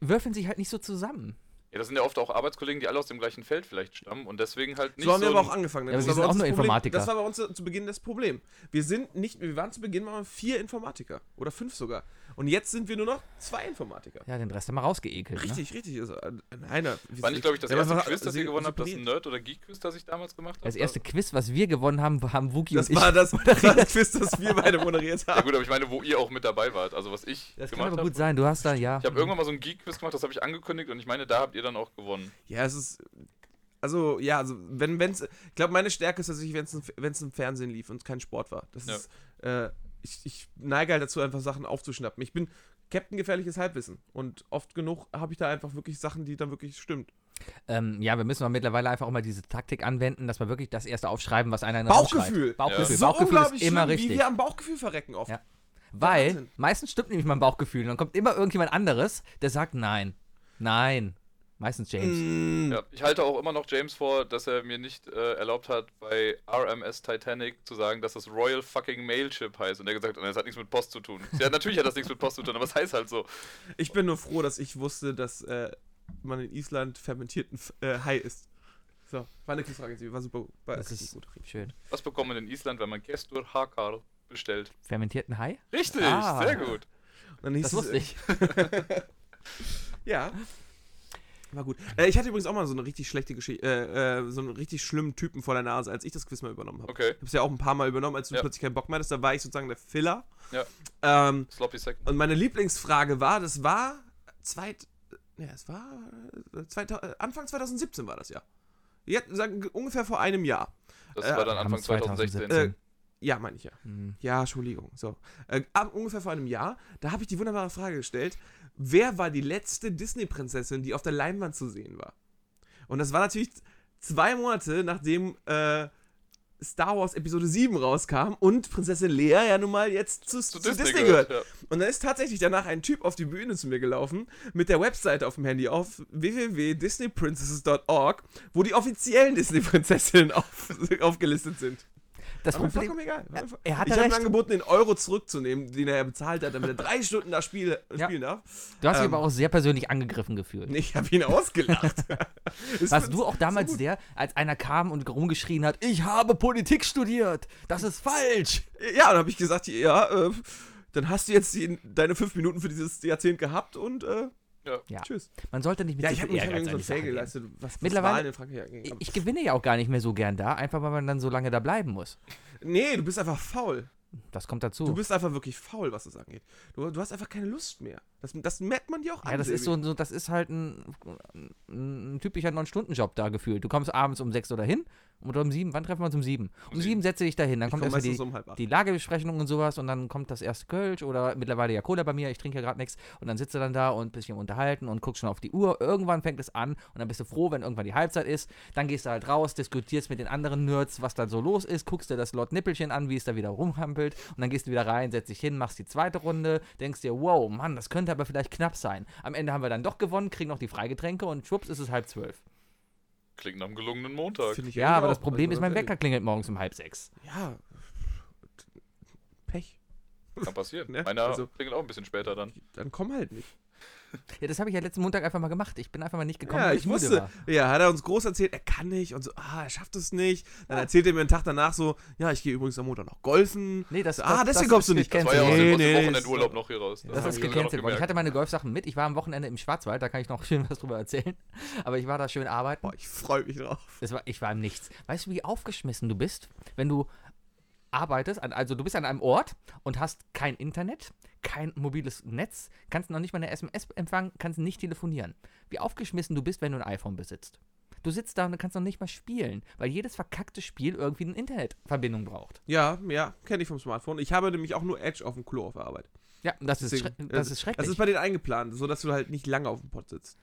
S1: würfeln sich halt nicht so zusammen.
S3: Ja, das sind ja oft auch Arbeitskollegen, die alle aus dem gleichen Feld vielleicht stammen und deswegen halt nicht
S2: So haben wir
S3: so
S2: aber
S3: ein-
S2: auch angefangen. ne?
S1: Ja, aber
S2: Das
S1: sie
S2: war
S1: sind
S2: bei
S1: auch
S2: uns
S1: nur
S2: das Problem.
S1: Informatiker.
S2: Das war bei uns zu zu Beginn das Problem. Wir sind nicht, wir waren zu Beginn waren wir vier Informatiker oder fünf sogar. Und jetzt sind wir nur noch zwei Informatiker.
S1: Ja, ne? den Rest haben wir rausgeekelt. Ne?
S2: Richtig, richtig. Also, äh, einer.
S3: War nicht, glaube ich, das
S2: Ja,
S3: erste
S2: aber-
S3: Quiz, das
S2: sie-
S3: ihr gewonnen
S2: sie
S3: habt, das
S2: pariert.
S3: Nerd- oder Geek-Quiz, das ich damals gemacht habe?
S1: Das erste Quiz, was wir gewonnen haben, haben Wookie
S2: Das
S1: und ich.
S2: war das, das Quiz, das wir beide moderiert
S3: Ja
S2: haben.
S3: gut, aber ich meine, wo ihr auch mit dabei wart. Also was ich
S1: das kann
S3: gemacht
S1: aber
S3: habe.
S1: gut sein. Du hast da, ja.
S3: Ich habe irgendwann mal so ein Geek-Quiz gemacht, das habe ich angekündigt und ich meine, da habt ihr dann auch gewonnen.
S2: Ja, es ist. Also, ja, also, wenn, wenn's. Ich glaube, meine Stärke ist tatsächlich, wenn es wenn's im Fernsehen lief und es kein Sport war. Das
S3: Ja.
S2: ist. Äh, ich, ich neige halt dazu, einfach Sachen aufzuschnappen. Ich bin Captain gefährliches Halbwissen. Und oft genug habe ich da einfach wirklich Sachen, die dann wirklich stimmt.
S1: Ähm, ja, wir müssen aber mittlerweile einfach auch mal diese Taktik anwenden, dass wir wirklich das erste aufschreiben, was einer in den Raum
S2: Bauchgefühl.
S1: schreit. Bauchgefühl.
S3: Ja.
S2: So
S1: Bauchgefühl ist
S2: unglaublich
S1: immer
S2: schlimm, wie
S1: richtig.
S2: wir am Bauchgefühl verrecken oft.
S1: Ja. Weil
S2: Wahnsinn.
S1: meistens stimmt nämlich mein Bauchgefühl. Und dann kommt immer irgendjemand anderes, der sagt nein. Nein. Meistens James.
S2: Mm,
S3: Ja, ich halte auch immer noch James vor, dass er mir nicht äh, erlaubt hat, bei RMS Titanic zu sagen, dass das Royal fucking Mailship heißt. Und er gesagt hat, das hat nichts mit Post zu tun. Ja, natürlich hat das nichts mit Post zu tun, aber es heißt halt so.
S2: Ich bin nur froh, dass ich wusste, dass äh, man in Island fermentierten F- äh, Hai isst. So, war eine Quizfrage, sie war super. War
S1: Das
S2: richtig
S1: ist schön.
S3: Was bekommt man in Island, wenn man Kestur Hakar bestellt?
S1: Fermentierten Hai?
S3: Richtig,
S1: Ah.
S3: sehr gut.
S2: Und dann hieß
S1: Das
S2: es, äh,
S1: wusste ich.
S2: Ja. War gut. Äh, ich hatte übrigens auch mal so eine richtig schlechte Geschichte, äh, äh, so einen richtig schlimmen Typen vor der Nase, als ich das Quiz mal übernommen habe.
S3: Okay,
S2: Ich hab's ja auch ein paar Mal übernommen, als du
S3: Ja.
S2: plötzlich keinen Bock mehr hattest, da war ich sozusagen der Filler.
S3: Ja.
S2: Ähm,
S3: sloppy second.
S2: und meine Lieblingsfrage war, das war zweit, ja, es war äh, 2000, Anfang 2017 war das ja. Jetzt, sagen, ungefähr vor einem Jahr.
S3: Das
S2: Äh,
S3: war dann
S1: haben
S3: Anfang Äh,
S1: es
S3: 2016.
S1: 2017.
S2: Ja, meine ich ja.
S1: Hm.
S2: Ja, Entschuldigung. So. Äh, ab, ungefähr vor einem Jahr, da habe ich die wunderbare Frage gestellt: Wer war die letzte Disney-Prinzessin, die auf der Leinwand zu sehen war? Und das war natürlich zwei Monate, nachdem äh, Star Wars Episode 7 rauskam und Prinzessin Lea ja nun mal jetzt zu, zu, Disney, gehört. Und dann ist tatsächlich danach ein Typ auf die Bühne zu mir gelaufen, mit der Webseite auf dem Handy auf www.disneyprincesses.org, wo die offiziellen Disney-Prinzessinnen auf, aufgelistet sind.
S1: Das
S2: War mir
S1: Problem.
S2: vollkommen egal. War
S1: Ja,
S2: einfach-
S1: er hat
S2: ich
S1: ja
S2: habe ihm
S1: recht.
S2: angeboten, den Euro zurückzunehmen, den er ja bezahlt hat, damit er drei Stunden da spiele,
S1: Ja.
S2: spielen darf.
S1: Du hast dich
S2: Ähm,
S1: aber auch sehr persönlich angegriffen gefühlt.
S2: Nee, ich habe ihn ausgelacht. Es
S1: Warst
S2: wird-
S1: du auch damals der, als einer kam und rumgeschrien hat, ich habe Politik studiert, das ist falsch.
S2: Ja, und habe ich gesagt, ja, äh, dann hast du jetzt die, deine fünf Minuten für dieses Jahrzehnt gehabt und äh,
S3: Ja.
S1: Ja.
S2: tschüss.
S1: Man sollte nicht mit
S2: Ja,
S1: so
S2: ich
S1: viel
S2: habe mich
S1: Ehrgeiz
S2: irgendwie so
S1: an
S2: ein
S1: die Sache
S2: Fail
S1: gehen.
S2: geleistet, was, was
S1: Mittlerweile-
S2: Wahlen in Frankreich angeht.
S1: Ich-
S2: Aber-
S1: Ich gewinne ja auch gar nicht mehr so gern da, einfach weil man dann so lange da bleiben muss.
S2: Nee, du bist einfach faul.
S1: Das kommt dazu.
S2: Du bist einfach wirklich faul, was das angeht. Du, du hast einfach keine Lust mehr. Das, das merkt man dir auch
S1: ja, das ist
S2: Silvi.
S1: so, so, das ist halt ein, ein typischer Neun-Stunden-Job da gefühlt. Du kommst abends um sechs oder hin und um sieben, wann treffen wir uns um sieben? Um sieben setze ich da hin, dann
S2: Ich
S1: kommt
S2: komm
S1: erstmal
S2: meistens
S1: die,
S2: um halb acht.
S1: die Lagebesprechung und sowas und dann kommt das erste Kölsch oder mittlerweile ja Cola bei mir, ich trinke ja gerade nichts und dann sitze dann da und ein bisschen unterhalten und guck schon auf die Uhr. Irgendwann fängt es an und dann bist du froh, wenn irgendwann die Halbzeit ist. Dann gehst du halt raus, diskutierst mit den anderen Nerds, was da so los ist, guckst dir das Lord Nippelchen an, wie es da wieder rumhampelt und dann gehst du wieder rein, setzt dich hin, machst die zweite Runde, denkst dir, wow, Mann, das könnte aber vielleicht knapp sein. Am Ende haben wir dann doch gewonnen, kriegen noch die Freigetränke und schwupps ist es halb zwölf.
S3: Klingt nach einem gelungenen Montag.
S2: Find ich
S1: Ja,
S2: irgendwie
S1: aber das
S2: auch.
S1: Problem
S2: Also
S1: ist, mein
S2: ganz ehrlich.
S1: Wecker klingelt morgens um halb sechs.
S2: Ja. Pech.
S3: Kann passieren.
S2: Ja,
S3: Meiner
S2: also-
S3: klingelt auch ein bisschen später dann.
S2: Dann komm halt nicht.
S1: Ja, das habe ich ja letzten Montag einfach mal gemacht. Ich bin einfach mal nicht gekommen,
S2: ja,
S1: weil
S2: ich
S1: müde
S2: wusste.
S1: war.
S2: Ja, hat er uns groß erzählt, er kann nicht und so, ah, er schafft es nicht. Dann erzählt er mir einen Tag danach so, ja, ich gehe übrigens am Montag noch golfen.
S1: Nee, das,
S2: ah,
S1: das,
S2: deswegen
S1: das
S2: kommst du
S1: ist
S2: nicht.
S3: Das war ja aus
S1: gecancelt.
S2: Nee,
S3: dem, aus
S2: nee,
S3: dem
S2: ist-
S3: Wochenendurlaub noch hier raus. ne?
S1: Das
S2: Ja,
S1: ist
S2: hab ich mir
S1: gecancelt worden. Ich hatte
S3: hatte
S1: meine Golfsachen mit. Ich war am Wochenende im Schwarzwald, da kann ich noch schön was drüber erzählen. Aber ich war da schön arbeiten.
S2: Boah, ich freue mich drauf.
S1: Es war, ich war im Nichts. Weißt du, wie aufgeschmissen du bist, wenn du arbeitest? an- Also du bist an einem Ort und hast kein Internet, kein mobiles Netz, kannst noch nicht mal eine SMS empfangen, kannst nicht telefonieren. Wie aufgeschmissen du bist, wenn du ein iPhone besitzt. Du sitzt da und kannst noch nicht mal spielen, weil jedes verkackte Spiel irgendwie eine Internetverbindung braucht.
S2: Ja, ja, kenne ich vom Smartphone. Ich habe nämlich auch nur Edge auf dem Klo auf der Arbeit.
S1: Ja, das, ist,
S2: Deswegen,
S1: schre das ist schrecklich.
S2: Das ist bei denen eingeplant, sodass du halt nicht lange auf dem Pott sitzt.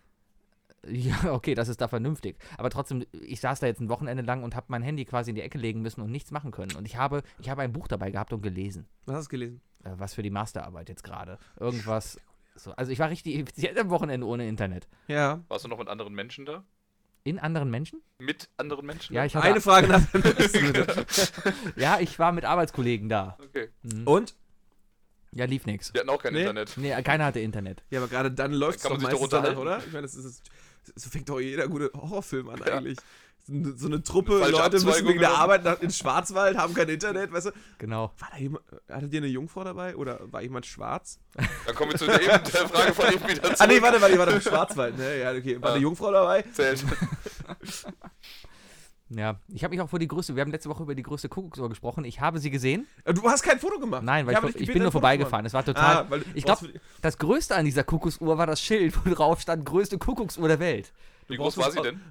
S1: Ja, okay, das ist da vernünftig. Aber trotzdem, ich saß da jetzt ein Wochenende lang und habe mein Handy quasi in die Ecke legen müssen und nichts machen können. Und ich habe, ich habe ein Buch dabei gehabt und gelesen.
S2: Was hast du gelesen?
S1: Äh, was für die Masterarbeit jetzt gerade. Irgendwas. So. Also ich war richtig effizient am Wochenende ohne Internet.
S2: Ja.
S3: Warst du noch mit anderen Menschen da?
S1: In anderen Menschen?
S3: Mit anderen Menschen?
S1: Ja, ich, hatte,
S2: Eine Frage nach der nächsten, bitte.
S1: ja, ich war mit Arbeitskollegen da.
S3: Okay.
S2: Und?
S1: Ja, lief nix.
S3: Die hatten auch kein
S2: Nee.
S3: Internet.
S1: Nee, keiner hatte Internet.
S2: Ja, aber gerade dann läuft es
S3: Kann
S2: doch
S3: man sich doch
S2: meistens danach,
S3: unterhalten.
S2: oder? Ich meine, das ist, so fängt doch jeder gute Horrorfilm an eigentlich. So so eine Truppe
S3: Falsche
S2: Leute müssen
S3: Abzweigung genau.
S2: wegen der
S3: genommen.
S2: Arbeit nach, in Schwarzwald, haben kein Internet, weißt du?
S1: Genau.
S2: War da jemand, hattet ihr eine Jungfrau dabei oder war jemand schwarz?
S3: Dann kommen wir zu der, eben, der Frage von eben wieder
S2: Ah
S3: zurück.
S2: nee, warte, warte, warte, im Schwarzwald, ne? Ja, okay. War eine
S3: Ah.
S2: Jungfrau dabei?
S3: Zählt.
S1: Ja. Ich habe mich auch vor die Größe, wir haben letzte Woche über die Größe Kuckucksuhr gesprochen. Ich habe sie gesehen.
S2: Äh, Du hast kein Foto gemacht.
S1: Nein, weil
S2: habe
S1: ich,
S2: dich
S1: ich
S2: gebeten,
S1: bin
S2: ein
S1: nur
S2: Foto
S1: vorbeigefahren. Es war
S2: zu
S1: total.
S2: machen. Ah, weil
S1: ich
S2: brauchst
S1: glaube,
S2: du-
S1: das Größte an dieser Kuckucksuhr war das Schild, wo drauf stand, größte Kuckucksuhr der Welt.
S3: Wie
S2: brauchst
S3: groß war sie denn?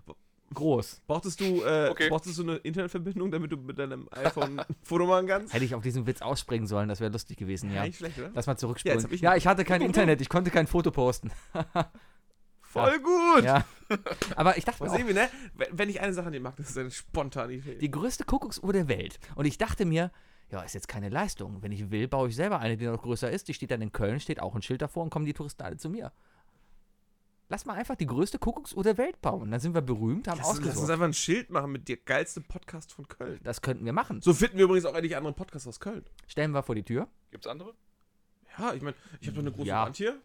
S1: Groß.
S2: Brauchtest du, äh,
S3: Okay.
S2: brauchtest du eine Internetverbindung, damit du mit deinem iPhone ein Foto machen kannst?
S1: Hätte ich auf diesen Witz ausspringen sollen, das wäre lustig gewesen, ja.
S2: Nicht schlecht, oder?
S1: Lass mal zurückspulen.
S2: Ja, jetzt
S1: Ja,
S2: hab ich-
S1: ich, hatte kein Internet, ich konnte kein Foto posten.
S2: Voll gut!
S1: Ja. Aber ich dachte
S2: Und
S1: mir auch,
S2: sehen wir, ne? Wenn wenn ich eine Sache an dir mag, das ist eine Spontanität.
S1: die größte Kuckucksuhr der Welt. Und ich dachte mir, ja, ist jetzt keine Leistung. Wenn ich will, baue ich selber eine, die noch größer ist. Die steht dann in Köln, steht auch ein Schild davor und kommen die Touristen alle zu mir. Lass mal einfach die größte Kuckucksuhr der Welt bauen. Dann sind wir berühmt, haben
S2: Lass, lass uns
S1: ausgesorgt.
S2: einfach ein Schild machen mit dir geilste Podcast von Köln.
S1: Das könnten wir machen.
S2: So finden wir übrigens auch endlich andere Podcasts aus Köln.
S1: Stellen wir vor die Tür.
S3: Gibt's andere?
S2: Ja, ich meine, ich habe doch eine große
S1: Ja.
S2: Wand hier.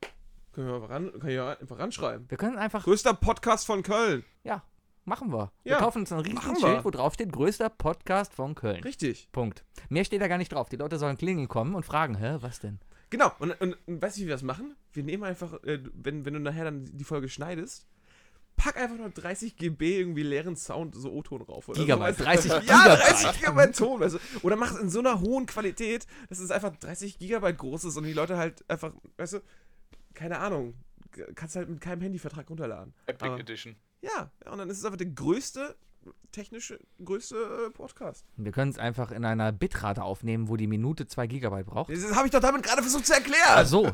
S2: Können wir mal ran, kann ich ja einfach ranschreiben.
S1: Wir können einfach,
S2: Größter Podcast von Köln.
S1: ja, machen wir. Wir
S2: Ja,
S1: kaufen uns ein riesiges
S2: machen
S1: Schild,
S2: wir.
S1: wo drauf steht, größter Podcast von Köln.
S2: Richtig.
S1: Punkt. Mehr steht da gar nicht drauf. Die Leute sollen klingeln kommen und fragen, hä, was denn?
S2: Genau. Und, und, und weißt du, wie wir das machen? Wir nehmen einfach, äh, wenn, wenn du nachher dann die Folge schneidest, pack einfach noch 30 GB irgendwie leeren Sound, so O-Ton rauf. Oder
S1: Gigabyte,
S2: sowas.
S1: 30
S2: Ja,
S1: Gigabyte.
S2: 30 Gigabyte Ton. Also, oder mach es in so einer hohen Qualität, dass es einfach 30 Gigabyte groß ist und die Leute halt einfach, weißt du, keine Ahnung, g- kannst halt mit keinem Handyvertrag runterladen.
S3: Epic
S1: Ah.
S2: Aber-
S3: Edition.
S2: Ja, ja, und dann ist es einfach der größte, technische, größte äh, Podcast.
S1: Wir können es einfach in einer Bitrate aufnehmen, wo die Minute 2 Gigabyte braucht.
S2: Das habe ich doch damit gerade versucht zu erklären.
S1: Ach so.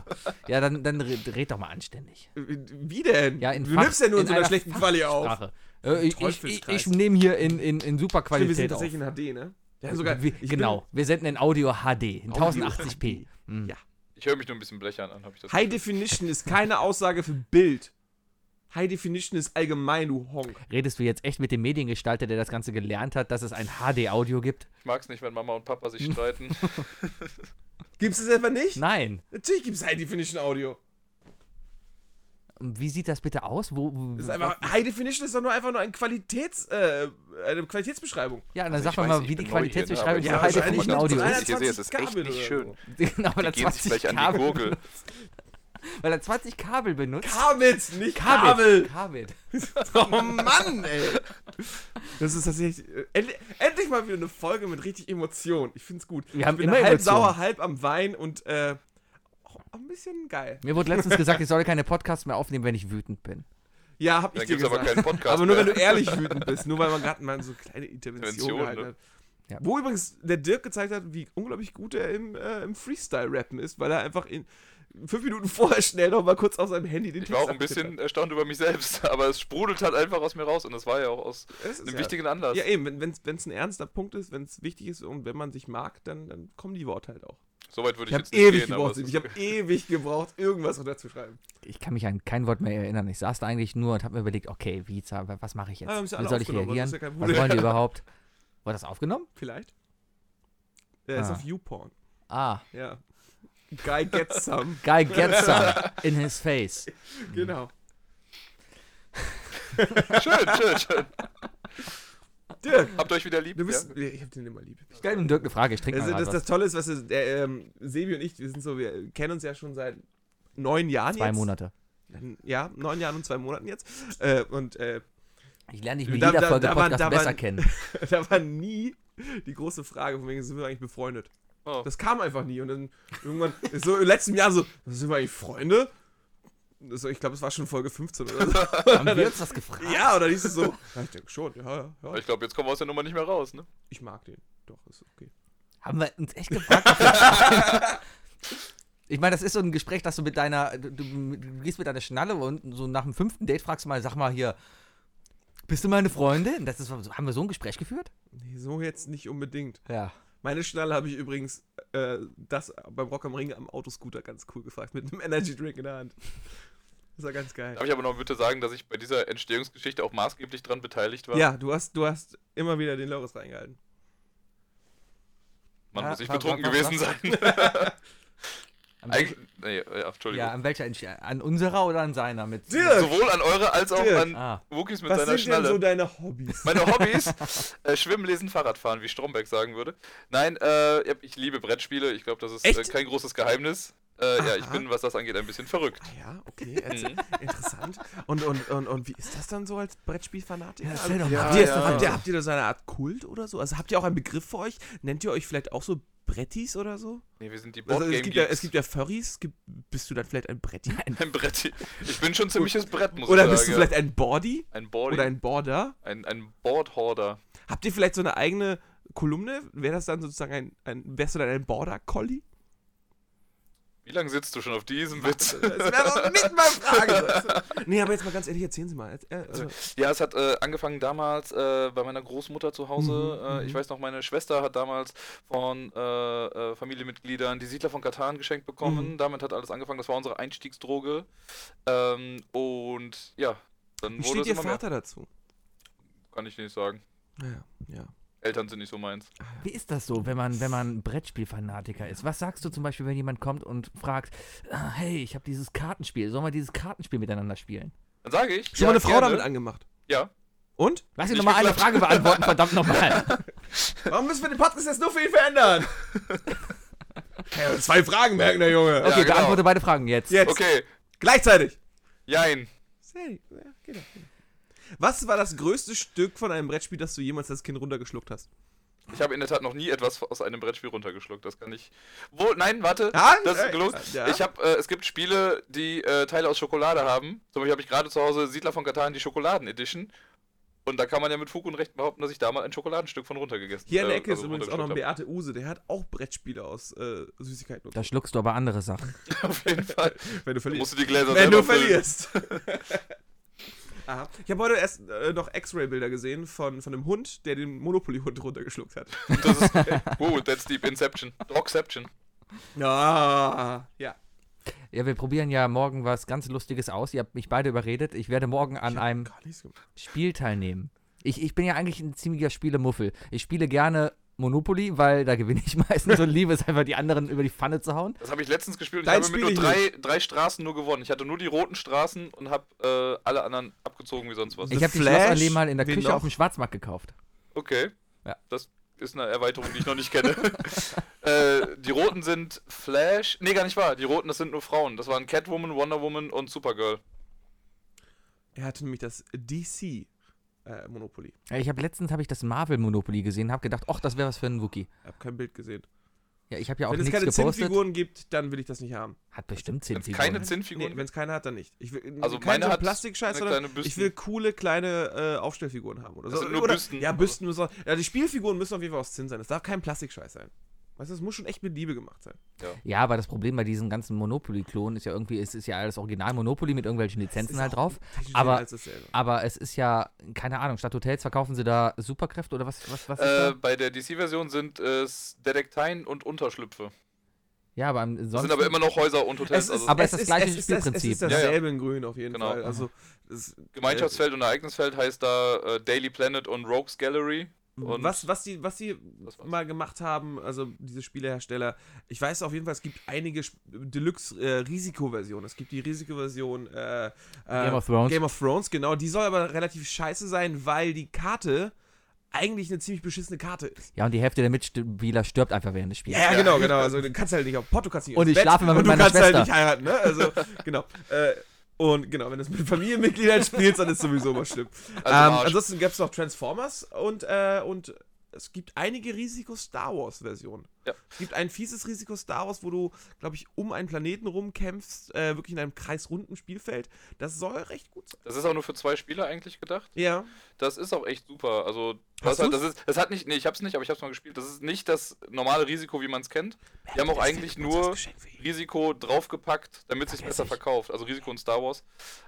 S1: Ja, dann, dann re- red doch mal anständig.
S2: Also, Wie denn?
S1: Ja, in
S2: du
S1: Fach-
S2: nimmst ja nur in so einer
S1: einer
S2: schlechten Quali auf.
S1: Fachsprache. Äh, ich ich, ich,
S2: Teufelskreis.
S1: ich nehme hier in, in, in super
S2: Stimmt, wir sind
S1: Qualität auf.
S2: tatsächlich in HD, ne? Ja, sogar.
S1: Wie-
S2: ich bin-
S1: genau, wir senden in Audio HD, in 1080p. Mhm.
S2: Ja.
S3: Ich höre mich nur ein bisschen blechern an, habe ich das.
S2: High Definition ist keine Aussage für Bild. High Definition ist allgemein, du Honk.
S1: Redest du jetzt echt mit dem Mediengestalter, der das Ganze gelernt hat, dass es ein HD-Audio gibt?
S3: Ich mag's nicht, wenn Mama und Papa sich streiten.
S2: Gibt's es einfach nicht?
S1: Nein.
S2: Natürlich gibt's High Definition Audio.
S1: Wie sieht das bitte aus? Wo, wo,
S2: Das ist einfach, High Definition ist doch nur einfach nur ein Qualitäts, äh, eine Qualitätsbeschreibung.
S1: ja, dann
S3: Also
S1: sag
S3: ich
S1: mal,
S3: weiß,
S1: mal,
S3: ich
S1: wie die
S3: bin neu hier,
S1: Qualitätsbeschreibung
S3: ne,
S1: von
S3: aber
S1: High
S3: ich- wahrscheinlich
S1: Definition
S3: noch
S1: Audio
S3: drei-
S1: ist.
S3: ich hier sehe, es ist echt
S2: 320
S3: nicht
S2: Kabel
S3: schön.
S2: oder so.
S1: Genau, weil
S3: Die
S1: er
S3: gehen sich
S1: 20
S3: gleich an die
S1: Kabel,
S3: Gurgel.
S1: weil er 20 Kabel benutzt.
S2: Kabels, nicht
S1: Kabel.
S2: Kabel.
S1: Kabel.
S2: Oh Mann, ey. Das ist tatsächlich. äh, Endlich, endlich mal wieder eine Folge mit richtig Emotionen. Ich find's gut.
S1: Wir haben
S2: ich bin
S1: immer
S2: halb
S1: Emotionen.
S2: sauer, halb am Wein und äh, auch ein bisschen geil.
S1: Mir wurde letztens gesagt, ich soll keine Podcasts mehr aufnehmen, wenn ich wütend bin.
S2: Ja, hab ich
S3: Dann
S2: dir
S3: gibt's
S2: gesagt.
S3: aber keinen Podcast.
S2: Aber nur wenn
S3: mehr.
S2: du ehrlich wütend bist, nur weil man gerade mal so kleine Intervention
S3: Intervention,
S2: gehalten
S3: ne?
S2: hat.
S1: Ja.
S2: Wo übrigens der Dirk gezeigt hat, wie unglaublich gut er im, äh, im Freestyle-Rappen ist, weil er einfach in fünf Minuten vorher schnell noch mal kurz auf seinem Handy den
S3: Ich war auch ein
S2: abgetippt
S3: bisschen erstaunt über mich selbst, aber es sprudelt halt einfach aus mir raus und das war ja auch aus
S2: hat. Das ist
S3: einem
S2: ja-
S3: wichtigen Anlass.
S2: Ja, eben, wenn es ein ernster Punkt ist, wenn es wichtig ist und wenn man sich mag, dann, dann kommen die Worte halt auch.
S3: Soweit würde
S2: Ich
S3: ich,
S2: habe
S3: jetzt nicht
S2: ewig
S3: gehen, aber
S2: gebraucht,
S3: es ist
S2: ich habe ewig gebraucht, irgendwas runterzuschreiben.
S1: Ich kann mich an kein Wort mehr erinnern. Ich saß da eigentlich nur und habe mir überlegt, okay, wie, za- was mache ich jetzt?
S2: Ah, wir haben's ja
S1: wie
S2: alle
S1: soll ich
S2: aufgenommen,
S1: reagieren?
S2: das ist ja
S1: was
S2: kein Problem.
S1: wollen die überhaupt? Wurde das aufgenommen?
S2: Vielleicht? Er ist
S1: Ah.
S2: auf YouPorn.
S1: Ah,
S2: Ja. Guy gets some.
S1: Guy gets some in his face.
S2: genau.
S3: schön, schön, schön.
S2: Dirk,
S3: Habt ihr euch wieder lieb?
S2: du bist.
S3: ja?
S2: Ich hab den immer lieb.
S1: Ich stelle dem Dirk eine Frage, ich trinke
S2: Also,
S1: mal
S2: das,
S1: das,
S2: das Tolle ist, was du, der, ähm, Sebi und ich, wir sind so, wir kennen uns ja schon seit neun Jahren
S1: Zwei
S2: jetzt.
S1: Monate.
S2: Ja, neun Jahren und zwei Monaten jetzt. Äh, und äh,
S1: Ich lerne dich mit
S2: Da-
S1: jeder
S2: da-
S1: Folge
S2: da waren-
S1: Podcast
S2: da
S1: besser
S2: waren-
S1: kennen.
S2: da war nie die große Frage, von wegen sind wir eigentlich befreundet.
S3: Oh.
S2: Das kam einfach nie. Und dann irgendwann, so im letzten Jahr so, sind wir eigentlich Freunde? So, ich glaube, es war schon Folge 15 oder so.
S1: Haben wir uns das gefragt?
S2: ja, oder hieß es so? Ja, ich denke schon, ja, ja, ja.
S3: Ich glaube, jetzt kommen wir aus der Nummer nicht mehr raus, ne?
S2: Ich mag den. Doch, ist okay.
S1: Haben wir uns echt gefragt? ob wir- Ich meine, das ist so ein Gespräch, dass du mit deiner, du, du, du gehst mit deiner Schnalle und so nach dem fünften Date fragst du mal, sag mal hier, bist du meine Freundin? Das ist, haben wir so ein Gespräch geführt?
S2: Nee, so jetzt nicht unbedingt.
S1: Ja.
S2: Meine Schnalle habe ich übrigens äh, das beim Rock am Ring am Autoscooter ganz cool gefragt, mit einem Energy Drink in der Hand. Das war ganz geil.
S3: Darf ich aber noch bitte sagen, dass ich bei dieser Entstehungsgeschichte auch maßgeblich dran beteiligt war?
S2: Ja, du hast, du hast immer wieder den Loris reingehalten.
S3: Man
S1: Ja,
S3: muss nicht
S1: war-
S3: betrunken
S1: war- war-
S3: gewesen sein.
S1: An, welch,
S3: Eigentlich, nee, ja, Entschuldigung.
S1: ja, an welcher? Entsch- An unserer oder an seiner? Mit,
S3: Sowohl an eure als auch
S2: Dirk.
S3: an
S1: Ah.
S3: Wookies mit
S2: was
S3: seiner
S2: sind
S3: Schnalle.
S2: denn so deine Hobbys?
S3: Meine Hobbys: äh, Schwimmen, Lesen, Fahrradfahren, wie Stromberg sagen würde. Nein, äh, ja, ich liebe Brettspiele. Ich glaube, das ist äh,
S2: Echt?
S3: kein großes Geheimnis. Äh, ja, ich
S2: Aha.
S3: bin, was das angeht, ein bisschen verrückt.
S2: Ah ja, okay, erzähl. interessant. Und, und, und, und wie ist das dann so als Brettspielfanatiker?
S1: Ja,
S2: Also,
S1: erzähl doch mal.
S2: habt, ihr,
S3: Ja, Ah, ja.
S2: habt, ihr, habt ihr da so eine Art Kult oder so? Also habt ihr auch einen Begriff für euch? Nennt ihr euch vielleicht auch so Brettis oder so?
S3: Nee, wir sind die
S2: Also,
S3: Boardgame
S2: es, gibt ja, es gibt ja Furries. Gibt, bist du dann vielleicht ein Bretti?
S3: ein Brett. Ich bin schon ziemliches Brett, muss
S2: Oder
S3: ich sagen.
S2: bist du vielleicht ein Body?
S3: ein Boarding,
S2: Oder ein Border?
S3: ein, ein Boardhoarder?
S2: Habt ihr vielleicht so eine eigene Kolumne? Wäre das dann sozusagen ein, ein wärst du dann ein Border Collie?
S3: Wie lange sitzt du schon auf diesem Witz?
S2: Das wäre doch nicht mal Frage. nee, aber jetzt mal ganz ehrlich, erzählen Sie mal. Äh, Also,
S3: Ja, es hat äh, angefangen damals äh, bei meiner Großmutter zu
S2: Mhm,
S3: Hause. äh, ich weiß noch, meine Schwester hat damals von äh, äh, Familienmitgliedern die Siedler von Katan geschenkt
S2: Mhm.
S3: bekommen. Damit hat alles angefangen. Das war unsere Einstiegsdroge. Ähm, und ja, dann
S2: wie
S3: wurde
S2: steht
S3: es
S2: Ihr
S3: immer mehr.
S2: Vater dazu?
S3: Kann ich nicht sagen.
S2: Ja, ja.
S3: Eltern sind nicht so meins.
S1: Wie ist das so, wenn man, wenn man Brettspielfanatiker ist? Was sagst du zum Beispiel, wenn jemand kommt und fragt, "Ah, hey, ich habe dieses Kartenspiel, sollen wir dieses Kartenspiel miteinander spielen?
S3: Dann sage ich.
S2: Schon mal eine Frau
S3: gerne.
S2: damit angemacht.
S3: Ja.
S2: Und?
S1: Lass ihn
S3: Nicht
S1: nochmal eine
S3: geklappt.
S1: Frage beantworten, verdammt nochmal.
S2: Warum müssen wir den Podcast jetzt nur für ihn verändern? Hey, zwei Fragen merken, der Junge.
S1: Okay,
S3: Ja, genau.
S1: beantworte beide Fragen jetzt.
S2: Jetzt.
S3: Okay.
S2: Gleichzeitig.
S3: Jein.
S2: Sehr- ja, geht doch, geht doch. Was war das größte Stück von einem Brettspiel, das du jemals als Kind runtergeschluckt hast?
S3: Ich habe in der Tat noch nie etwas aus einem Brettspiel runtergeschluckt. Das kann ich. Wo? Nein, warte.
S2: Ja,
S3: das
S2: äh,
S3: ist gelost.
S2: ja.
S3: Ich habe. Äh, es gibt Spiele, die äh, Teile aus Schokolade haben. Zum Beispiel habe ich gerade zu Hause Siedler von Katan die Schokoladen Edition. Und da kann man ja mit Fug und Recht behaupten, dass ich da mal ein Schokoladenstück von runtergegessen
S2: Hier in der
S3: äh,
S2: Ecke
S3: also
S2: ist übrigens auch noch ein
S3: runtergeschluckt
S2: Beate Use, der hat auch Brettspiele aus äh, Süßigkeiten und
S1: Da schluckst du aber andere Sachen.
S3: habe. Auf jeden Fall.
S2: Wenn du
S3: Da
S2: verlierst.
S3: musst du die Gläser
S2: Wenn du
S3: Also selber füllen.
S2: verlierst. Aha. Ich habe heute erst äh, noch X-Ray-Bilder gesehen von, von einem Hund, der den Monopoly-Hund runtergeschluckt hat.
S3: Und Das ist. Wow, that's deep Inception. Dogception.
S2: Ah, ja.
S1: Ja, wir probieren ja morgen was ganz Lustiges aus. Ihr habt mich beide überredet. Ich werde morgen an einem
S2: Gar nichts gemacht.
S1: Spiel teilnehmen. Ich, ich bin ja eigentlich ein ziemlicher Spielemuffel. Ich spiele gerne Monopoly, weil da gewinne ich meistens und liebe es einfach, die anderen über die Pfanne zu hauen.
S3: Das habe ich letztens gespielt und
S2: Dein
S3: ich habe
S2: Spiel
S3: mit nur
S2: ich
S3: drei, drei Straßen nur gewonnen. Ich hatte nur die roten Straßen und habe äh, alle anderen abgezogen wie sonst was.
S1: Ich
S2: The
S1: habe die
S2: Flash,
S1: Schlossallee mal in der
S2: wen
S1: Küche
S2: noch?
S1: auf dem Schwarzmarkt gekauft.
S3: Okay.
S1: Ja.
S3: Das ist eine Erweiterung, die ich noch nicht kenne. äh, die roten sind Flash. Nee, gar nicht wahr. Die roten, das sind nur Frauen. Das waren Catwoman, Wonder Woman und Supergirl.
S2: Er hatte nämlich das DC äh, Monopoly.
S1: Ja, Ich habe letztens habe ich das Marvel Monopoly gesehen, habe gedacht, ach, das wäre was für ein Wookie.
S2: Ich habe kein Bild gesehen.
S1: Ja, ich habe ja auch
S2: Wenn es
S1: nichts
S2: keine
S1: gepostet.
S2: Zinnfiguren gibt, dann will ich das nicht haben.
S1: Hat bestimmt zehn
S3: Wenn es Also keine
S1: Figuren.
S3: Zinnfiguren
S2: Nee, wenn es keine hat, dann nicht. Ich will,
S3: Also
S2: keine
S3: meine
S2: so
S3: hat
S2: Plastikscheiß,
S3: eine
S2: sondern
S3: kleine Büsten.
S2: ich will coole kleine äh, Aufstellfiguren haben. Oder
S3: Das
S2: so.
S3: sind nur
S2: oder,
S3: Büsten.
S2: Ja, Büsten müssen auch, ja, die Spielfiguren müssen auf jeden Fall aus Zinn sein. Es darf kein Plastikscheiß sein. Weißt du, es muss schon echt mit Liebe gemacht sein.
S1: Ja, aber das Problem bei diesen ganzen Monopoly-Klonen ist ja irgendwie, es ist ja alles Original Monopoly mit irgendwelchen Lizenzen halt drauf.
S2: Technisch
S1: Aber-
S2: alles dasselbe.
S1: Aber es ist ja, keine Ahnung, statt Hotels verkaufen sie da Superkräfte oder was? was, was ist
S3: Äh,
S2: Ähm,
S1: da?
S3: bei der DC-Version sind es Detekteien und Unterschlüpfe.
S1: Ja, aber ansonsten.
S3: Das sind aber immer noch Häuser und Hotels.
S2: Es
S3: also
S1: aber es ist das gleiche
S2: das-
S1: Spielprinzip.
S2: Es ist
S1: Ja,
S3: ja.
S2: dasselbe in Grün auf jeden
S3: Genau.
S2: Fall. Also, das,
S3: Gemeinschaftsfeld und Ereignisfeld heißt da äh, Daily Planet und Rogues Gallery. Und
S2: was, was die, was die
S3: Das war's.
S2: mal gemacht haben, also diese Spielehersteller, ich weiß auf jeden Fall, es gibt einige Sp- Deluxe-Risikoversionen. es gibt die Risikoversion äh, äh,
S1: Game of Thrones.
S2: Game of Thrones, genau. Die soll aber relativ scheiße sein, weil die Karte eigentlich eine ziemlich beschissene Karte ist.
S1: ja, und die Hälfte der Mitspieler stirbt einfach während des Spiels.
S2: Ja, ja, genau, genau. Also du kannst halt nicht auf Pott, du kannst nicht
S1: Und
S2: ins
S1: ich
S2: Bett
S1: schlafe immer mit
S2: und
S1: meiner
S2: du kannst
S1: Schwester.
S2: halt nicht heiraten, ne? Also, genau. Äh, und genau, wenn du es mit Familienmitgliedern spielst, dann ist sowieso mal schlimm.
S3: Also
S2: ähm,
S3: Arsch.
S2: ansonsten gab es noch Transformers und, äh, und es gibt einige Risiko-Star Wars-Versionen.
S3: Ja.
S2: Es gibt ein fieses Risiko-Star Wars, wo du, glaube ich, um einen Planeten rumkämpfst, äh, wirklich in einem kreisrunden Spielfeld. Das soll recht gut sein.
S3: das ist auch nur für zwei Spieler eigentlich gedacht.
S2: Ja.
S3: Das ist auch echt super. Also,
S2: Hast
S3: das, hat, das,
S2: du's?
S3: ist, das hat nicht, nee, ich hab's nicht, aber ich hab's mal gespielt. Das ist nicht das normale Risiko, wie man's kennt. Die haben auch eigentlich nur Risiko draufgepackt, damit sich's besser verkauft. Also Risiko und Star Wars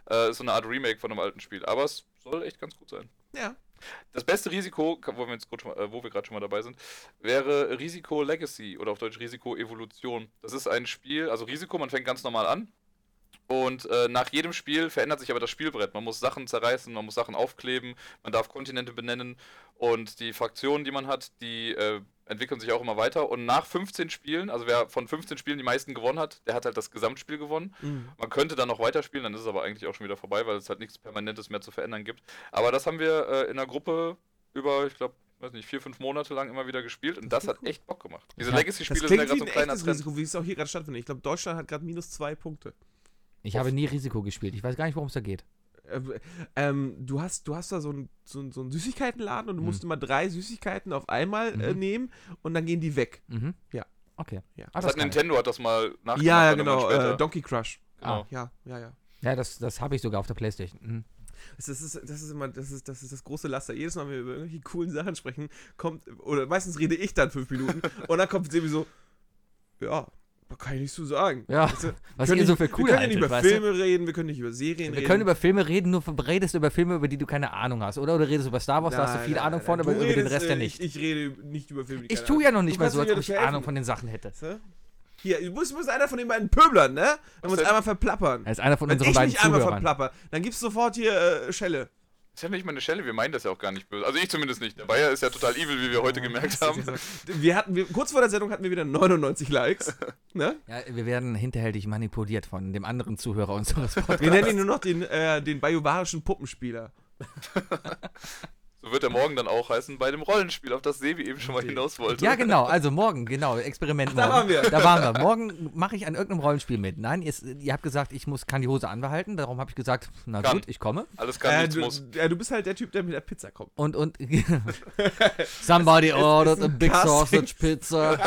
S3: äh, ist so eine Art Remake von einem alten Spiel. Aber es soll echt ganz gut sein.
S2: Ja.
S3: Das beste Risiko, ka- wo wir, jetzt gut schon mal- äh, wo wir gerade schon mal dabei sind, wäre Risiko Legacy oder auf Deutsch Risiko Evolution. Das ist ein Spiel, also Risiko, man fängt ganz normal an. Und äh, nach jedem Spiel verändert sich aber das Spielbrett. Man muss Sachen zerreißen, man muss Sachen aufkleben, man darf Kontinente benennen und die Fraktionen, die man hat, die äh, entwickeln sich auch immer weiter. Und nach 15 Spielen, also wer von 15 Spielen die meisten gewonnen hat, der hat halt das Gesamtspiel gewonnen.
S2: Mhm.
S3: Man könnte dann noch weiterspielen, dann ist es aber eigentlich auch schon wieder vorbei, weil es halt nichts Permanentes mehr zu verändern gibt. Aber das haben wir äh, in der Gruppe über, ich glaube, weiß nicht, vier, fünf Monate lang immer wieder gespielt und das,
S2: klingt
S3: hat echt Bock gemacht. Diese
S1: Ja,
S2: Das
S3: Legacy-Spiele sind ja
S2: klingt
S3: gerade
S2: wie
S3: so
S2: ein
S3: ein kleiner
S2: echtes
S3: Trend.
S2: Risiko, wie es auch hier gerade stattfindet. Ich glaube, Deutschland hat gerade minus zwei Punkte.
S1: Ich habe nie Risiko gespielt. Ich weiß gar nicht, worum es da geht.
S2: Ähm, Ähm, du, hast, du hast da so einen so einen- so einen Süßigkeitenladen und du
S1: Mhm.
S2: musst immer drei Süßigkeiten auf einmal äh,
S1: Mhm.
S2: nehmen und dann gehen die weg.
S1: Mhm.
S2: Ja.
S1: Okay.
S2: Ja.
S1: Ah,
S3: Das
S1: das kann
S3: hat
S1: ich.
S3: Nintendo hat das mal nachgemacht.
S2: Ja, ja,
S3: dann irgendwann
S2: genau.
S3: später.
S2: Äh, Donkey Crush.
S3: Genau.
S2: Ja, ja, ja.
S1: ja, das, das habe ich sogar auf der Playstation. Mhm.
S2: Das ist, das ist- das ist immer, das ist, das ist das große Laster. Jedes Mal, wenn wir über irgendwelche coolen Sachen sprechen, kommt, oder meistens rede ich dann fünf Minuten und dann kommt Sebi so, ja, Kann ich nicht so sagen.
S1: Ja,
S2: Weißt du,
S1: was
S2: können
S1: ihr so
S2: nicht-
S1: für cool
S2: Wir können ja
S1: haltet,
S2: nicht über
S1: weißt du?
S2: Filme reden, wir können nicht über Serien
S1: Wir
S2: reden.
S1: können über Filme reden, nur redest du über Filme, über die du keine Ahnung hast, oder? Oder redest du über Star Wars, da hast du
S2: Nein,
S1: viel
S2: nein,
S1: Ahnung
S2: nein,
S1: von,
S2: nein.
S1: aber
S2: Du
S1: über den
S2: redest,
S1: Rest ja
S2: äh,
S1: nicht.
S2: Ich, ich rede nicht über Filme, die
S1: Ich
S2: keine
S1: tue ja noch nicht
S2: Du
S1: mal
S2: kannst
S1: so, als
S2: mir
S1: ob ich
S2: doch helfen.
S1: Ahnung von den Sachen hätte.
S2: Ahnung haben. Hier, du musst, du musst einer von den beiden pöblern, ne? Du musst
S3: denn?
S2: einmal verplappern.
S1: Er ist einer von
S2: Wenn
S1: unseren
S2: ich
S1: beiden
S2: mich einmal
S1: Zuhörern.
S2: verplapper, dann gibt's sofort hier äh, Schelle.
S3: Das ist ja nicht mal eine Schelle, wir meinen das ja auch gar nicht böse. Also ich zumindest nicht. Der Bayer ist ja total evil, wie wir heute gemerkt haben.
S2: Ähm, Wir hatten, wir, kurz vor der Sendung hatten wir wieder 99 Likes. Ne?
S1: Ja, wir werden hinterhältig manipuliert von dem anderen Zuhörer unseres Podcasts.
S2: Wir nennen ihn nur noch den, äh, den bajuwarischen Puppenspieler.
S3: So wird er morgen dann auch heißen, bei dem Rollenspiel, auf das Sebi eben schon mal hinaus wollte.
S1: Ja, genau, also morgen, genau, Experiment
S2: da
S1: morgen.
S2: waren wir.
S1: Da waren wir. Morgen mache ich an irgendeinem Rollenspiel mit. Nein, ihr, ihr habt gesagt, ich muss, kann die Hose anbehalten, darum habe ich gesagt, na
S3: Kann.
S1: gut, ich komme.
S3: Alles kann,
S2: Äh,
S3: nichts
S2: du,
S3: muss.
S2: ja, du bist halt der Typ, der mit der Pizza kommt.
S1: Und, und, somebody ordered a
S2: ein
S1: big
S2: Casting.
S1: sausage pizza.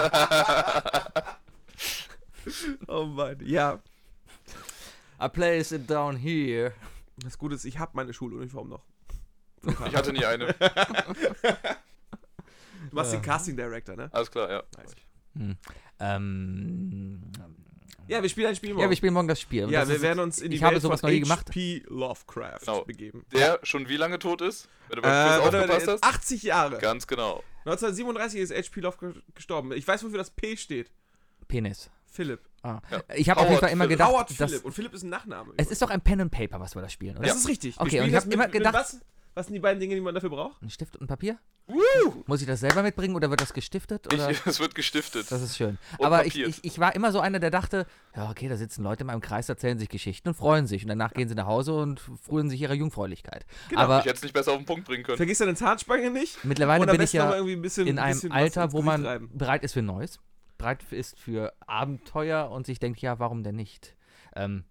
S2: Oh Mann, ja.
S1: I place it down here.
S2: Das Gute ist, ich habe meine Schuluniform noch.
S3: Ich hatte nie eine.
S2: Du machst den Casting Director, ne?
S3: Alles klar, ja.
S1: Ähm,
S2: Ja, wir spielen ein Spiel morgen.
S1: ja, wir spielen morgen das Spiel. Und
S2: Ja,
S1: das
S2: wir
S1: ist-
S2: werden uns in die
S1: ich habe
S2: Welt
S1: sowas
S2: von
S1: noch nie gemacht.
S2: H.P. Lovecraft
S3: Genau.
S2: begeben.
S3: Der schon wie lange tot ist? Wenn du
S2: Äh,
S3: beim Quiz
S2: warte,
S3: aufgepasst
S2: warte,
S3: hast?
S2: 80 Jahre.
S3: Ganz genau.
S2: 1937 ist H.P. Lovecraft gestorben. Ich weiß, wofür das P steht.
S1: Penis.
S2: Philipp.
S1: Ah. Ich habe auf jeden
S3: Howard
S1: Fall immer
S3: Philipp.
S1: gedacht,
S2: Howard
S1: dass,
S2: Philipp. Und Philipp ist ein Nachname.
S1: es ist doch ein Pen and Paper, was wir da spielen, oder?
S2: das ist richtig. Wir
S1: Okay,
S2: spielen
S1: und ich
S2: das
S1: hab
S2: mit-
S1: immer
S2: mit
S1: gedacht-
S2: Was, was sind die beiden Dinge, die man dafür braucht?
S1: Ein Stift und ein Papier?
S2: Woo!
S1: Muss ich das selber mitbringen oder wird das gestiftet? Oder?
S3: Ich, es wird gestiftet.
S1: das ist schön.
S3: Und
S1: Aber ich,
S3: Papier.
S1: ich, ich war immer so einer, der dachte, ja, okay, da sitzen Leute in meinem Kreis, erzählen sich Geschichten und freuen sich. Und danach gehen sie nach Hause und freuen sich ihrer Jungfräulichkeit.
S2: Genau,
S1: Aber
S3: ich hätte es nicht besser auf den Punkt bringen können.
S2: Vergiss deine Zahnspange nicht.
S1: mittlerweile
S2: und am
S1: bin ich
S2: besten noch mal
S1: ja
S2: irgendwie ein bisschen,
S1: in einem
S2: bisschen was
S1: Alter,
S2: ins
S1: wo
S2: Gesicht
S1: man
S2: reiben.
S1: bereit ist für Neues, bereit ist für Abenteuer und sich denkt, ja, warum denn nicht? Ähm,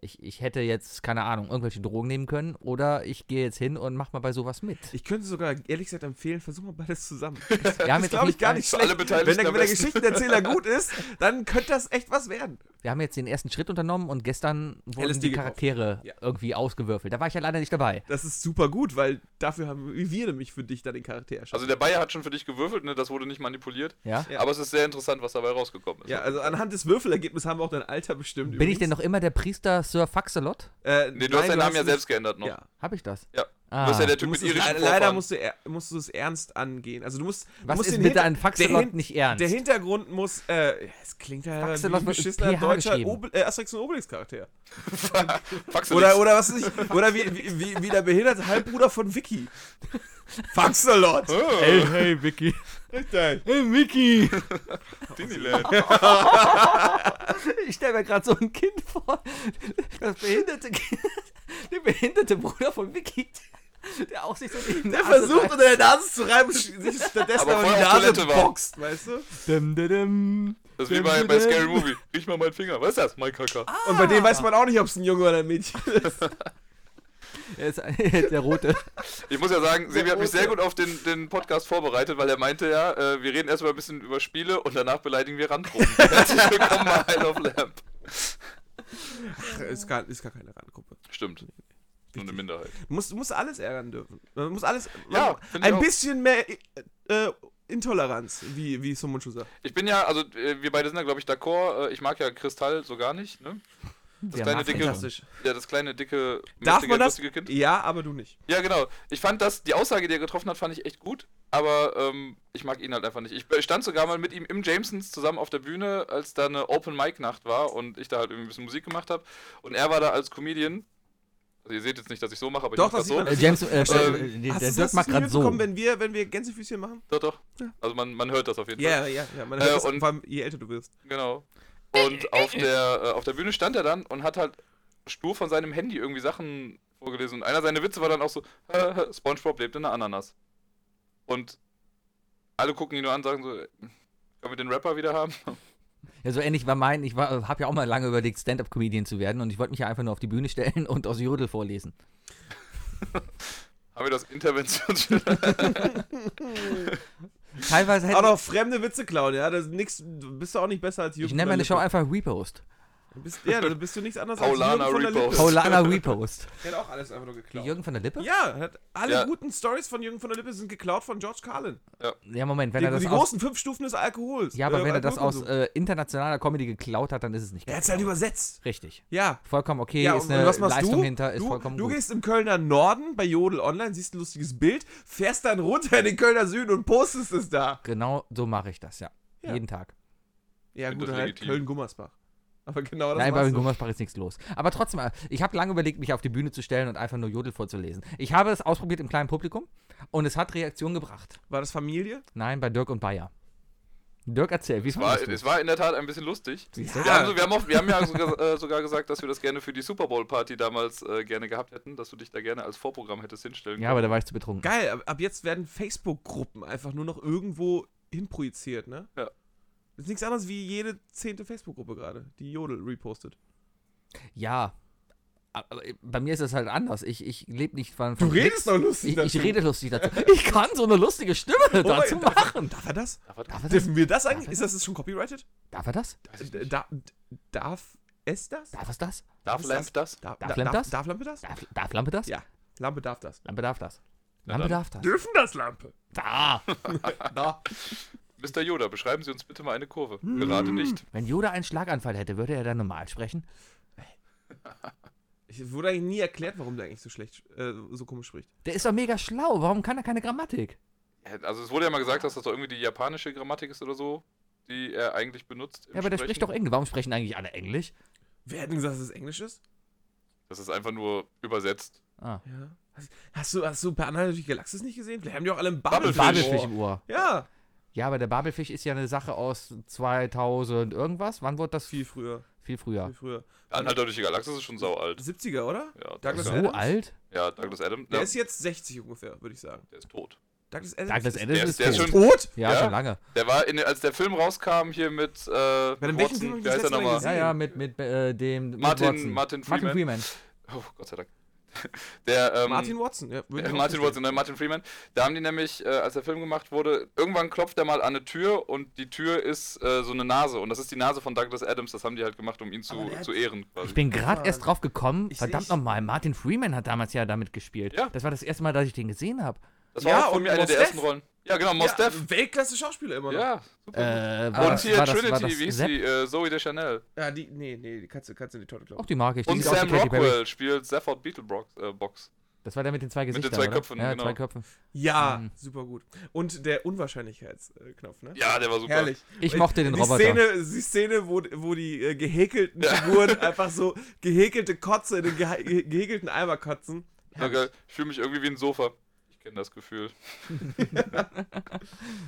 S1: ich, ich hätte jetzt, keine Ahnung, irgendwelche Drogen nehmen können oder ich gehe jetzt hin und mach mal bei sowas mit.
S2: Ich könnte sogar ehrlich gesagt empfehlen, versuch mal beides zusammen.
S1: Wir haben,
S2: Das
S1: jetzt
S2: glaube
S1: auf
S2: ich
S1: jeden
S2: gar
S1: Fall,
S2: nicht
S3: Für
S2: schlecht.
S3: alle Beteiligten
S2: wenn der,
S3: am
S2: wenn der
S3: besten.
S2: Geschichtenerzähler gut ist, dann könnte das echt was werden.
S1: wir haben jetzt den ersten Schritt unternommen und gestern wurden
S2: LSD
S1: die
S2: gekauft.
S1: Charaktere
S2: Ja.
S1: irgendwie ausgewürfelt. Da war ich ja leider nicht dabei.
S2: Das ist super gut, weil dafür haben wir nämlich für dich da den Charakter erschaffen.
S3: Also der Bayer hat schon für dich gewürfelt, ne? das wurde nicht manipuliert.
S1: Ja?
S2: Ja.
S3: Aber es ist sehr interessant, was dabei rausgekommen ist.
S2: ja, also anhand des Würfelergebnisses haben wir auch dein Alter bestimmt.
S1: Bin ich denn noch immer der Priester Sir Faxelot?
S2: Äh,
S3: nee, du hast deinen Namen ja
S2: nicht-
S3: selbst geändert noch.
S2: Ja.
S1: Hab ich das?
S3: Ja.
S1: Ah.
S3: Du bist ja der
S2: Du
S3: Typ mit
S2: musst es,
S3: irischen
S2: leider leider
S3: Vorfahren.
S2: musst du, er- musst du es ernst angehen. Also du musst. Du
S1: Was
S2: musst
S1: ist
S2: den
S1: bitte
S2: Hinter-
S1: ein
S2: der
S1: Faxelot
S2: Hin-
S1: nicht ernst?
S2: Der Hintergrund muss. Äh, es klingt ja wie
S1: Faxelot
S2: ein
S1: wird mit
S2: beschissener
S1: PH
S2: deutscher
S1: geschrieben.
S2: Obel, äh, Asterix und Obelix Charakter.
S3: Faxe
S2: Oder,
S3: nichts.
S2: oder was weiß ich. Oder wie, wie, wie, wie der behinderte Halbbruder von Vicky. Faxelot.
S3: Oh.
S1: hey, hey, Vicky. Hey, Vicky.
S3: Disneyland.
S1: Ich stelle mir gerade so ein Kind vor. Das behinderte Kind. Der behinderte Bruder von Vicky. Der auch sich so in die
S2: Der
S1: Nase
S2: versucht
S1: reibt.
S2: unter der Nase zu reiben, sch- sich stattdessen
S3: Aber
S2: aber die
S3: vorher auf
S2: Nase
S3: Toilette war.
S2: boxt, weißt du?
S1: Dum, dum, dum.
S3: Das ist wie bei, bei Scary Movie. Riech mal meinen Finger. Was ist das? Mein Kacker.
S2: Und bei dem weiß man auch nicht, ob es ein Junge oder ein Mädchen ist.
S1: Er ist der Rote.
S3: Ich muss ja sagen, Sebi hat mich
S2: Rote.
S3: sehr gut auf den, den Podcast vorbereitet, weil er meinte ja, äh, wir reden erstmal ein bisschen über Spiele und danach beleidigen wir Randgruppen. Herzlich willkommen bei Isle of Lamp.
S2: ist, gar, ist gar keine Randgruppe.
S3: Stimmt. Nur eine Minderheit.
S2: Du musst, du musst alles ärgern dürfen. Man muss alles.
S3: Ja,
S2: man-
S3: find ich
S2: ein
S3: auch.
S2: bisschen mehr äh, äh, Intoleranz, wie, wie es so Mundschuh sagt.
S3: Ich bin ja, also äh, wir beide sind da, glaube ich, d'accord. Äh, Ich mag ja Kristall so gar nicht, ne? Das
S1: Der
S3: kleine
S1: mag
S3: dicke,
S2: Fantastisch.
S3: ja, das kleine dicke,
S2: Darf
S3: mächtige,
S2: man das?
S3: lustige Kind.
S2: Ja, aber du nicht.
S3: Ja, genau. Ich fand das, die Aussage, die er getroffen hat, fand ich echt gut, aber ähm, ich mag ihn halt einfach nicht. Ich stand sogar mal mit ihm im Jamesons zusammen auf der Bühne, als da eine Open-Mic-Nacht war und ich da halt irgendwie ein bisschen Musik gemacht habe. Und er war da als Comedian. Also ihr seht jetzt nicht, dass ich so mache, aber
S2: Doch,
S3: ich mach
S2: das sieht man.
S1: Äh, James, äh,
S3: Hast du-
S1: äh, der, der Dirk macht gerade so.
S2: mitbekommen, wenn wir, wenn wir Gänsefüßchen machen?
S3: Doch, doch.
S2: Ja.
S3: Also man, man hört das auf jeden Fall.
S2: Ja, ja, ja. Man
S3: Äh,
S2: hört das,
S3: und-
S2: vor allem, je älter du wirst.
S3: Genau. Und auf der, äh, auf der Bühne stand er dann und hat halt stur von seinem Handy irgendwie Sachen vorgelesen. Und einer seiner Witze war dann auch so, "Haha, Spongebob lebt in einer Ananas. Und alle gucken ihn nur an und sagen so, "Äh, können wir den Rapper wieder haben?
S1: Ja, so ähnlich war mein, ich habe ja auch mal lange überlegt, Stand-Up-Comedian zu werden und ich wollte mich ja einfach nur auf die Bühne stellen und aus Jodel vorlesen.
S3: Haben wir das Interventionsschild?
S1: Teilweise
S2: Aber
S1: hätte
S2: auch fremde Witze klauen, ja. Das ist nix, du bist doch auch nicht besser als
S1: ich,
S2: Jürgen.
S1: ich nenne meine
S2: Lippe.
S1: Show einfach Repost.
S2: Du bist, ja, du bist du nichts anderes
S3: Paulana
S2: Jürgen von der
S3: Repost.
S2: Lippe.
S1: Paulana Repost.
S2: Der hat auch alles einfach nur geklaut.
S1: Jürgen von der Lippe? Ja,
S2: ja, er hat alle
S3: Ja.
S2: guten Stories von Jürgen von der Lippe sind geklaut von George Carlin.
S1: Moment, wenn
S2: Die,
S1: er das
S2: die
S1: aus,
S2: großen fünf Stufen des Alkohols.
S1: ja, aber
S2: Äh,
S1: wenn er das aus
S2: Alkoholkonsum.
S1: äh, internationaler Comedy geklaut hat, dann ist es nicht
S2: Er
S1: geklaut.
S2: hat's halt übersetzt.
S1: Richtig.
S2: Ja.
S1: Vollkommen okay,
S2: Ja,
S1: ist
S2: und
S1: eine
S2: was machst
S1: Leistung
S2: du?
S1: hinter, ist
S2: du,
S1: vollkommen
S2: du
S1: gut.
S2: gehst im Kölner Norden bei Jodel Online, siehst ein lustiges Bild, fährst dann runter in den Kölner Süden und postest es da.
S1: Genau so mache ich das, ja.
S2: Ja.
S1: Jeden Tag.
S2: Ja,
S3: Find
S2: gut,
S3: das
S2: halt
S3: legitim.
S2: Köln-Gummersbach. Aber genau das
S1: Nein, bei
S2: machst du.
S1: Gummersbach ist nichts los. Aber trotzdem, äh, ich habe lange überlegt, mich auf die Bühne zu stellen und einfach nur Jodel vorzulesen. Ich habe es ausprobiert im kleinen Publikum und es hat Reaktion gebracht.
S2: War das Familie?
S1: Nein, bei Dirk und Bayer. Dirk, erzähl, wie
S3: War,
S1: fandest du
S3: es war in der Tat ein bisschen lustig.
S1: Siehst
S2: du?
S3: Wir, haben so, wir, haben auch, wir haben ja sogar, äh, sogar gesagt, dass wir das gerne für die Super Bowl Party damals äh, gerne gehabt hätten, dass du dich da gerne als Vorprogramm hättest hinstellen
S1: Ja, aber da war ich zu betrunken.
S2: Geil, ab, ab jetzt werden Facebook-Gruppen einfach nur noch irgendwo hinprojiziert, ne?
S3: Ja.
S2: Ist nichts anderes wie jede zehnte Facebook-Gruppe gerade, die Jodel repostet.
S1: Ja. Aber bei mir ist das halt anders. Ich, ich lebe nicht von.
S2: Du
S1: von
S2: redest doch lustig
S1: ich,
S2: dazu.
S1: ich rede lustig dazu. Ich kann so eine lustige Stimme
S3: Oh,
S1: dazu
S2: mein-
S1: machen.
S2: Darf er das?
S3: Aber da
S1: Darf er das?
S2: Dürfen wir das
S1: Darf
S2: eigentlich?
S1: er
S2: Ist das, ist schon copyrighted?
S1: Darf er das?
S2: D- Da, d- darf es das?
S1: Darf es das?
S3: darf
S2: ist
S3: Lamp das?
S2: Darf,
S1: Darf Lampe das?
S2: Darf Lampe das?
S1: Darf, darf Lampe das?
S2: Ja, Lampe darf das.
S1: Lampe darf das.
S3: Na
S1: Lampe
S3: dann.
S1: darf das.
S2: Dürfen das Lampe?
S1: Da!
S2: Da.
S3: Mr. Yoda, beschreiben Sie uns bitte mal eine Kurve.
S2: Hm.
S3: Gerade nicht.
S1: Wenn Yoda einen Schlaganfall hätte, würde er dann normal sprechen?
S2: Ich wurde eigentlich nie erklärt, warum der eigentlich so schlecht, äh, so komisch spricht.
S1: Der ist doch mega schlau. Warum kann er keine Grammatik?
S3: Ja, Also es wurde ja mal gesagt, dass das doch irgendwie die japanische Grammatik ist oder so, die er eigentlich benutzt. im
S1: Ja, aber der
S3: Sprechen.
S1: spricht doch Englisch. Warum sprechen eigentlich alle Englisch?
S2: Wer hat denn gesagt, dass es Englisch ist?
S3: Das ist einfach nur übersetzt.
S1: Ah.
S2: Ja. Hast- Hast du, hast du per Anhalter durch die Galaxis nicht gesehen? Vielleicht haben die auch alle einen
S3: Babelfisch.
S2: Babelfisch.
S1: Babelfisch im Ohr.
S2: Ja,
S1: Ja, aber der Babelfisch ist ja eine Sache aus 2000 irgendwas. Wann wurde das?
S2: viel früher.
S1: Viel früher.
S2: Viel früher.
S3: Anhalter durch die Galaxis ist schon saualt.
S2: 70er, oder?
S3: Ja,
S2: Douglas
S1: So
S3: Douglas,
S2: Adams?
S1: alt?
S3: ja, Douglas Adams.
S2: Der
S3: ja,
S2: ist jetzt 60 ungefähr, würde ich sagen.
S3: der ist tot.
S2: Douglas Adams.
S1: Douglas
S2: ist-
S1: Adams
S3: der ist-
S1: ist
S3: der ist
S1: tot.
S3: schon-
S2: Tot?
S1: Ja,
S3: Ja?
S1: schon lange.
S3: Der war, in, als der Film rauskam, hier mit, äh,
S2: welchem Film
S3: Watson,
S2: hab ich
S3: wer
S2: das
S3: heißt der
S2: letzte Mal
S3: nochmal?
S2: gesehen?
S1: Ja, ja, mit, mit äh, dem. mit
S3: Martin-
S1: Watson.
S3: Martin
S1: Martin Freeman.
S3: Oh, Gott sei Dank. Der, ähm,
S2: Martin Watson. Ja, würde
S3: äh,
S2: ich auch
S3: Martin
S2: verstehen.
S3: Watson, ne, Martin Freeman. Da haben die nämlich, äh, als der Film gemacht wurde, irgendwann klopft er mal an eine Tür und die Tür ist äh, so eine Nase. Und das ist die Nase von Douglas Adams. Das haben die halt gemacht, um ihn zu,
S2: Aber der
S3: zu
S2: hat-
S3: ehren. Quasi.
S1: Ich bin gerade
S2: Mann.
S1: erst drauf gekommen.
S2: Ich-
S1: Verdammt
S2: ich-
S1: nochmal, Martin Freeman hat damals ja damit gespielt.
S3: Ja.
S1: Das war das erste Mal, dass ich den gesehen habe.
S3: das war
S2: Ja,
S3: auch von
S2: und
S3: mir eine
S2: Mos
S3: der ersten
S2: Def.
S3: Rollen. Ja, genau, Mos
S2: ja,
S3: Def.
S2: Weltklasse-Schauspieler immer noch.
S3: Ja, super.
S1: Äh, war
S3: und
S1: das,
S3: hier
S1: war das,
S3: Trinity,
S1: war das
S3: wie hieß
S1: Sepp?
S3: die? Äh, Zoe de Chanel.
S2: Ja, die, nee, nee, die Katze, Katze in die Tonne
S1: Auch
S2: glauben.
S1: die mag ich. Die
S3: Und
S1: sieht aus wie
S3: Sam
S1: Katy Perry.
S3: Rockwell spielt Safford Beetlebox. Äh, Box.
S1: Das war der mit den zwei
S3: den
S1: Gesichtern.
S3: zwei
S1: oder?
S3: Köpfen,
S1: ja,
S3: genau.
S1: zwei Köpfen.
S2: Ja,
S1: Mhm.
S2: super gut. Und der Unwahrscheinlichkeitsknopf, ne?
S3: Ja, der war super.
S2: Herrlich.
S1: Ich mochte den
S2: die
S1: Roboter.
S2: Szene, die Szene, wo, wo die äh, gehäkelten Figuren einfach so gehäkelte Kotze in den gehe- ge gehäkelten Eimer kotzen.
S3: Ja, geil. Ich fühle mich irgendwie wie ein Sofa. Ich kenne das Gefühl.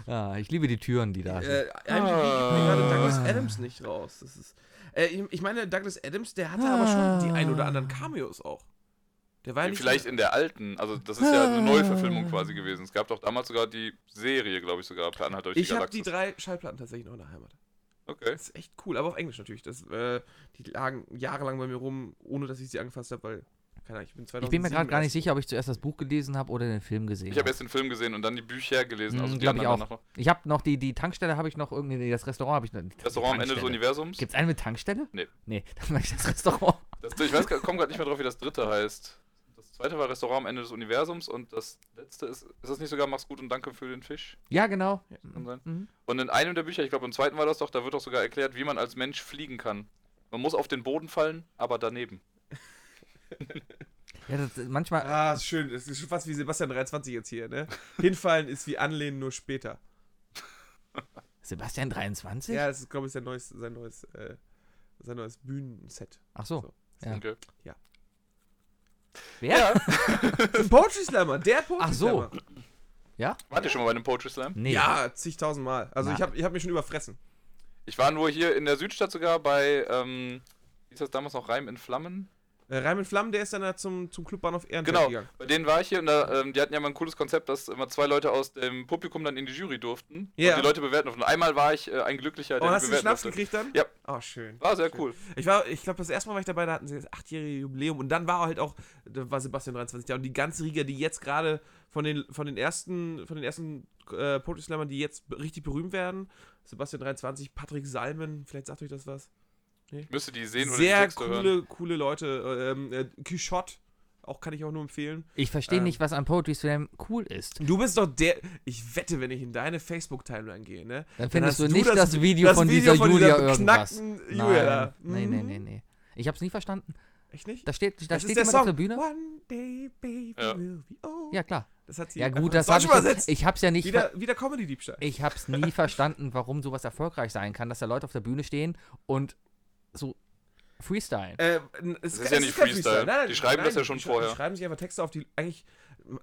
S1: Ah, ich liebe die Türen, die da sind.
S2: Äh, IMDb gibt mir gerade Douglas Adams nicht raus. Das ist, äh, ich, ich meine, Douglas Adams, der hatte aber schon die ein oder anderen
S1: Ah.
S2: Cameos auch. Der war ja
S3: Ja,
S2: nicht
S3: Vielleicht in der alten, also das ist ja eine Neuverfilmung quasi gewesen. Es gab doch damals sogar die Serie, glaube ich sogar, per Anhalt durch die
S2: Ich habe die
S3: Galaxis.
S2: drei Schallplatten tatsächlich noch in der Heimat.
S3: okay.
S2: Das ist echt cool, aber auf Englisch natürlich. Das, äh, die lagen jahrelang bei mir rum, ohne dass ich sie angefasst habe, weil, keine Ahnung, ich bin 2000.
S1: ich bin mir gerade gar nicht sicher, ob ich zuerst das Buch gelesen habe oder den Film gesehen
S3: Ich habe
S1: habe.
S3: erst den Film gesehen und dann die Bücher gelesen.
S1: Hm,
S3: Also die
S1: glaub ich
S3: anderen
S1: auch.
S3: danach noch.
S1: Ich habe noch die, die Tankstelle, habe ich noch irgendwie. Nee, das Restaurant habe ich noch. die
S3: Restaurant am Ende des
S1: Tankstelle.
S3: Universums.
S1: Gibt's eine mit Tankstelle?
S3: Nee.
S1: Nee, dann mache ich das Restaurant.
S3: Das, ich weiß, komm gerade nicht mehr drauf, wie das dritte heißt. Das zweite war Restaurant am Ende des Universums und das letzte ist, ist das nicht sogar Mach's gut und danke für den Fisch?
S1: Ja, genau.
S3: Kann sein.
S1: Mhm.
S3: Und in einem der Bücher, ich glaube im zweiten war das doch, da wird doch sogar erklärt, wie man als Mensch fliegen kann. Man muss auf den Boden fallen, aber daneben.
S1: Ja, das, äh, manchmal.
S2: Ah, ist schön. Das ist schon fast wie Sebastian 23 jetzt hier, ne? Hinfallen ist wie Anlehnen nur später.
S1: Sebastian 23?
S2: Ja, das ist, glaube ich, sein neues, sein neues, äh, sein neues Bühnenset.
S1: Ach so.
S2: So.
S1: Ja.
S3: Okay.
S1: Wer?
S2: Ein Poetry Slammer, der Poetry
S1: Ach so.
S2: Slammer.
S3: Wart ihr schon mal bei einem Poetry Slam?
S1: Nee.
S2: Ja, zigtausend Mal. Also
S1: Na.
S2: ich habe ich hab mich schon überfressen.
S3: Ich war nur hier in der Südstadt sogar bei, ähm, wie hieß das damals noch, Reim in Flammen?
S2: Äh, Raimund Flamm, der ist dann zum, zum Clubbahnhof Ehrenfeld
S3: Genau,
S2: gegangen.
S3: bei denen war ich hier und da, ähm, die hatten ja mal ein cooles Konzept, dass immer zwei Leute aus dem Publikum dann in die Jury durften
S2: Ja.
S3: und die Leute bewerten durften. Einmal war ich äh, ein Glücklicher,
S2: Oh,
S3: der
S2: hast du den
S3: bewerten
S2: Schnaps
S3: durfte.
S2: gekriegt dann?
S3: Ja.
S2: Oh, schön.
S3: War sehr cool.
S2: Ich war, ich glaube, das erste Mal war ich dabei, da hatten sie das achtjährige Jubiläum und dann war halt auch, da war Sebastian 23 da und die ganze Riga, die jetzt gerade von den, von den ersten, von den ersten äh, Poetry Slammern, die jetzt b- richtig berühmt werden, Sebastian 23, Patrick Salmen, vielleicht sagt euch das was.
S3: Müsste die sehen oder die
S2: Sehr
S3: Texte hören.
S2: coole, coole Leute. Ähm, äh, Quichotte, auch kann ich auch nur empfehlen.
S1: Ich verstehe
S2: Ähm.
S1: nicht, was an Poetry Slam cool ist.
S2: Du bist doch der. Ich wette, wenn ich in deine Facebook-Timeline gehe, ne?
S1: Dann findest
S2: hast
S1: du nicht das, Video
S2: das
S1: von
S2: Video
S1: dieser
S2: von
S1: Julia
S2: dieser
S1: irgendwas.
S2: beknackten
S1: Nein.
S2: Julia da.
S1: Nee, nee,
S2: Mhm.
S1: nee, nee. Ich hab's nie verstanden.
S2: Echt nicht?
S1: Da steht, da
S2: Das
S1: steht
S2: ist der
S1: jemand
S2: Song.
S1: auf der Bühne.
S2: One day, baby,
S3: Ja.
S2: will be old.
S1: Ja, klar.
S2: Das hat sie
S1: Ja,
S2: einfach
S1: gut,
S2: ins
S1: das hab
S2: Deutsche
S1: ich,
S2: übersetzt.
S1: jetzt- ich hab's ja nicht ver-
S2: Wieder, wieder Comedy-Diebstahl.
S1: Ich habe es nie verstanden, warum sowas erfolgreich sein kann, dass da Leute auf der Bühne stehen und so freestylen.
S2: Äh, es
S3: ist ja
S2: es
S3: nicht
S2: kein
S3: Freestyle. Die schreiben das ja schon
S2: die sch-
S3: vorher.
S2: Die schreiben sich einfach Texte auf, die eigentlich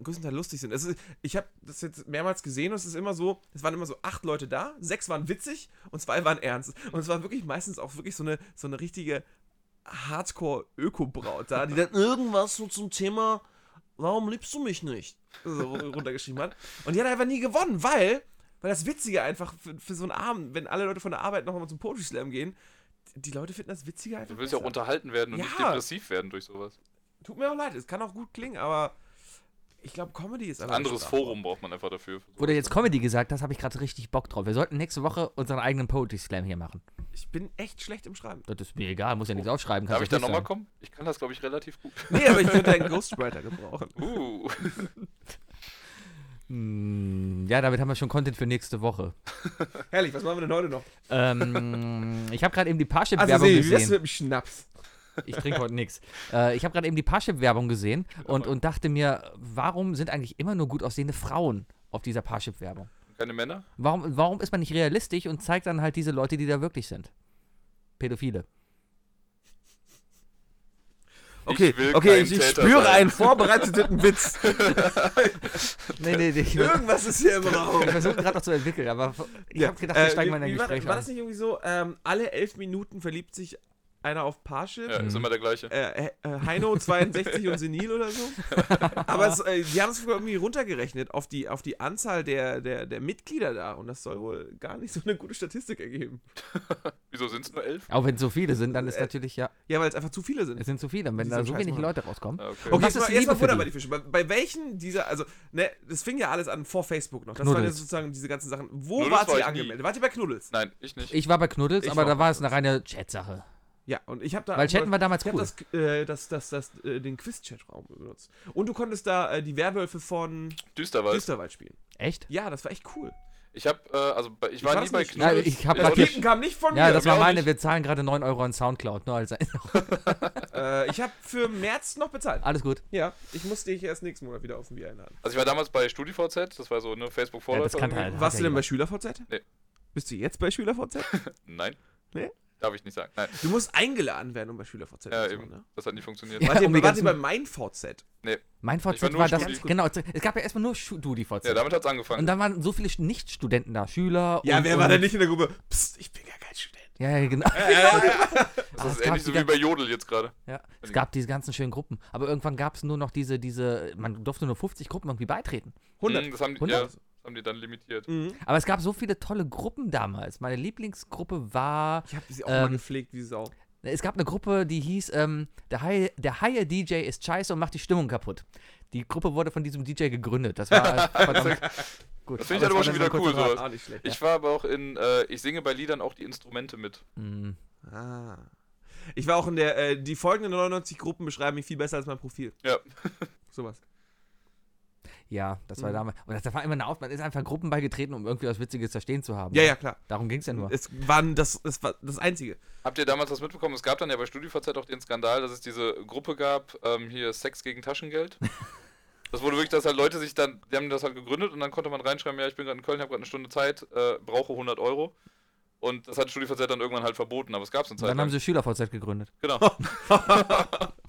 S2: größtenteils lustig sind. Es ist, ich habe das jetzt mehrmals gesehen und es ist immer so, es waren immer so acht Leute da, sechs waren witzig und zwei waren ernst. Und es war wirklich meistens auch wirklich so eine, so eine richtige Hardcore-Öko-Braut da, die dann
S4: Dann irgendwas so zum Thema, warum liebst du mich nicht?
S2: so runtergeschrieben hat. Und die hat einfach nie gewonnen, weil, weil das Witzige einfach für, für so einen Abend, wenn alle Leute von der Arbeit nochmal zum Poetry Slam gehen, die Leute finden das Witziger einfach.
S3: Du willst ja auch
S2: besser.
S3: unterhalten werden und nicht
S2: Ja.
S3: depressiv werden durch sowas.
S2: Tut mir auch leid, es kann auch gut klingen, aber ich glaube, Comedy ist einfach.
S3: Anderes Forum braucht man einfach dafür.
S1: Oder jetzt Comedy gesagt, das habe ich gerade richtig Bock drauf. Wir sollten nächste Woche unseren eigenen Poetry Slam hier machen.
S2: Ich bin echt schlecht im Schreiben.
S1: Das ist mir egal, muss ja nichts aufschreiben.
S3: Darf ich
S2: Also,
S3: da nochmal
S1: nochmal
S3: kommen? Ich kann das, glaube ich, relativ gut.
S2: Nee, aber ich könnte einen Ghostwriter gebrauchen.
S3: Uh.
S1: kommen? Hm, Ja, damit haben wir schon Content für nächste Woche.
S2: Herrlich, was machen wir denn heute noch?
S1: ähm, ich habe gerade eben die Parship-Werbung
S2: Also, Sebi, wie wär's
S1: gesehen.
S2: mit dem Schnaps?
S1: Ich trinke heute nichts. Äh, ich habe gerade eben die Parship-Werbung gesehen und, und dachte mir, warum sind eigentlich immer nur gut aussehende Frauen auf dieser Parship-Werbung?
S3: Keine Männer?
S1: Warum, warum ist man nicht realistisch und zeigt dann halt diese Leute, die da wirklich sind? Pädophile.
S2: Okay,
S3: will
S2: okay,
S3: kein
S2: ich, ich
S3: Täter
S2: spüre
S3: sein.
S2: einen vorbereiteten Witz.
S1: Nee, nee, nee. Ich, ich
S2: Irgendwas ist hier im Raum.
S1: versuche gerade noch zu entwickeln, aber ich
S2: Ja,
S1: habe gedacht, wir
S2: äh,
S1: steigen
S2: wie-
S1: mal in ein
S2: wie war,
S1: Gespräch
S2: War
S1: ein.
S2: das nicht irgendwie so, ähm, alle elf Minuten verliebt sich einer auf Parship?
S3: Ja, ist immer der gleiche.
S2: Äh, äh, Heino 62 und Senil oder so. Aber es, äh, die haben es sogar irgendwie runtergerechnet auf die, auf die Anzahl der, der, der Mitglieder da. Und das soll wohl gar nicht so eine gute Statistik ergeben.
S3: Wieso sind es nur elf?
S1: Auch wenn es so viele sind, dann ist
S2: Äh,
S1: natürlich, ja,
S2: Ja, weil es einfach zu viele sind.
S1: es sind so viele. Und wenn
S2: die
S1: da
S2: sind
S1: so
S2: scheiße,
S1: wenig
S2: Mann.
S1: Leute rauskommen.
S3: Ah, Okay.
S1: Und
S2: Okay,
S1: was
S2: jetzt
S1: ist
S2: mal, jetzt
S1: Liebe
S2: mal
S1: für
S2: Butter
S1: die?
S2: bei die Fische. Bei, bei welchen dieser, also, ne, das fing ja alles an vor Facebook noch. Das waren ja
S1: Knuddels.
S2: sozusagen diese ganzen Sachen. Wo
S3: Knuddels
S2: wart
S3: war
S2: ihr
S3: ich nie.
S2: angemeldet? Wart ihr bei Knuddels?
S3: Nein, ich nicht.
S1: Ich war bei Knuddels,
S2: Ich
S1: aber
S2: war
S1: da
S2: bei
S1: war es eine reine Chat-Sache.
S2: Ja, und ich habe da.
S1: Weil Chatten war damals
S2: ich hab
S1: cool.
S2: das, äh, das, das, das, äh, den Quiz-Chat-Raum benutzt. Und du konntest da äh, die Werwölfe von
S3: Düsterwald.
S2: Düsterwald spielen.
S1: Echt?
S2: Ja, das war echt cool.
S3: Ich hab, äh, also bei, ich
S2: war
S3: war nie
S2: das
S3: bei Also
S2: nicht?
S1: Ja,
S3: Knuddels.
S1: ich hab
S3: auch
S1: Papier-
S3: nicht.
S2: Raketen kamen nicht von
S1: Ja,
S2: mir.
S1: das
S3: mir
S1: war
S3: auch
S1: meine.
S3: nicht.
S1: Wir zahlen gerade 9 Euro an Soundcloud. ne? Also, Nur als
S2: Äh, ich habe für März noch bezahlt.
S1: Alles gut.
S2: Ja, ich musste dich erst nächsten Monat wieder auf den Bier einladen.
S3: Also ich war damals bei StudiVZ, das war so ne, eine
S1: Ja, das
S3: Facebook-Vorläufer.
S1: kann
S3: irgendwie.
S1: halt.
S2: Warst
S1: hat
S2: du
S1: ja
S2: denn bei
S1: jemand.
S2: SchülerVZ?
S3: Nee.
S2: Bist du jetzt bei SchülerVZ?
S3: Nein.
S2: Nee?
S3: Darf ich nicht sagen. Nein,
S2: Du musst eingeladen werden, um bei SchülerVZ zu
S3: Ja,
S2: sein,
S3: eben.
S2: ne?
S3: das hat nie funktioniert.
S1: Ja,
S2: Wart ihr,
S1: um die
S2: wart ihr
S1: ganzen-
S2: bei MeinVZ?
S1: Mein VZ
S3: Ich war
S1: war,
S3: nur
S1: das.
S3: Studi.
S1: Genau, es gab ja erstmal nur Schu- du, die VZ.
S3: Ja, damit hat's
S1: und
S3: angefangen.
S1: dann waren so viele Nicht-Studenten da, Schüler.
S2: Ja,
S1: und,
S2: wer
S1: und,
S2: war denn nicht in der Gruppe? Psst, ich bin ja kein Student.
S1: Ja, ja, genau. Ah,
S3: Das
S1: es
S3: ist
S1: gab
S3: ähnlich so
S1: die
S3: wie
S1: gan-
S3: bei Jodel jetzt gerade.
S1: Ja, es gab diese ganzen schönen Gruppen. Aber irgendwann gab es nur noch diese, diese, man durfte nur 50 Gruppen irgendwie beitreten.
S2: 100.
S3: Mhm, Das haben, die, ja,
S1: 100?
S3: das haben die dann limitiert.
S1: Hm.
S2: Mhm.
S1: Aber es gab so viele tolle Gruppen damals. Meine Lieblingsgruppe war,
S2: Ich habe sie auch mal
S1: Ähm,
S2: gepflegt wie Sau.
S1: es gab eine Gruppe, die hieß, ähm, der, Haie, der Haie DJ ist scheiße und macht die Stimmung kaputt. Die Gruppe wurde von diesem DJ gegründet. Das war halt verdammt gut.
S3: Das finde ich halt
S1: Aber
S3: aber
S1: es
S3: schon
S1: war
S3: wieder cool, sowas.
S2: Auch nicht schlecht.
S3: Ich war aber auch in, äh, ich singe bei Liedern auch die Instrumente mit.
S1: dann- Mm.
S2: Ah. Ich war auch in der, äh, die folgenden 99 Gruppen beschreiben mich viel besser als mein Profil.
S3: Ja.
S2: Sowas.
S1: Ja, das war
S2: Mhm.
S1: damals. Und das, da war immer eine Auf, man ist einfach Gruppen beigetreten, um irgendwie was Witziges verstehen zu haben.
S2: Ja, ja, klar.
S1: Darum ging es ja nur.
S2: Es waren das, das war das Einzige.
S3: Habt ihr damals das mitbekommen? Es gab dann ja bei StudiVZ auch den Skandal, dass es diese Gruppe gab, ähm, hier Sex gegen Taschengeld. Das wurde wirklich, dass halt Leute sich dann, die haben das halt gegründet und dann konnte man reinschreiben, ja, ich bin gerade in Köln, ich habe gerade eine Stunde Zeit, äh, brauche 100 Euro. Und das hat StudiVZ dann irgendwann halt verboten, aber es gab es eine Zeit
S1: Dann haben
S3: lang.
S1: sie Schüler-VZ gegründet.
S3: Genau.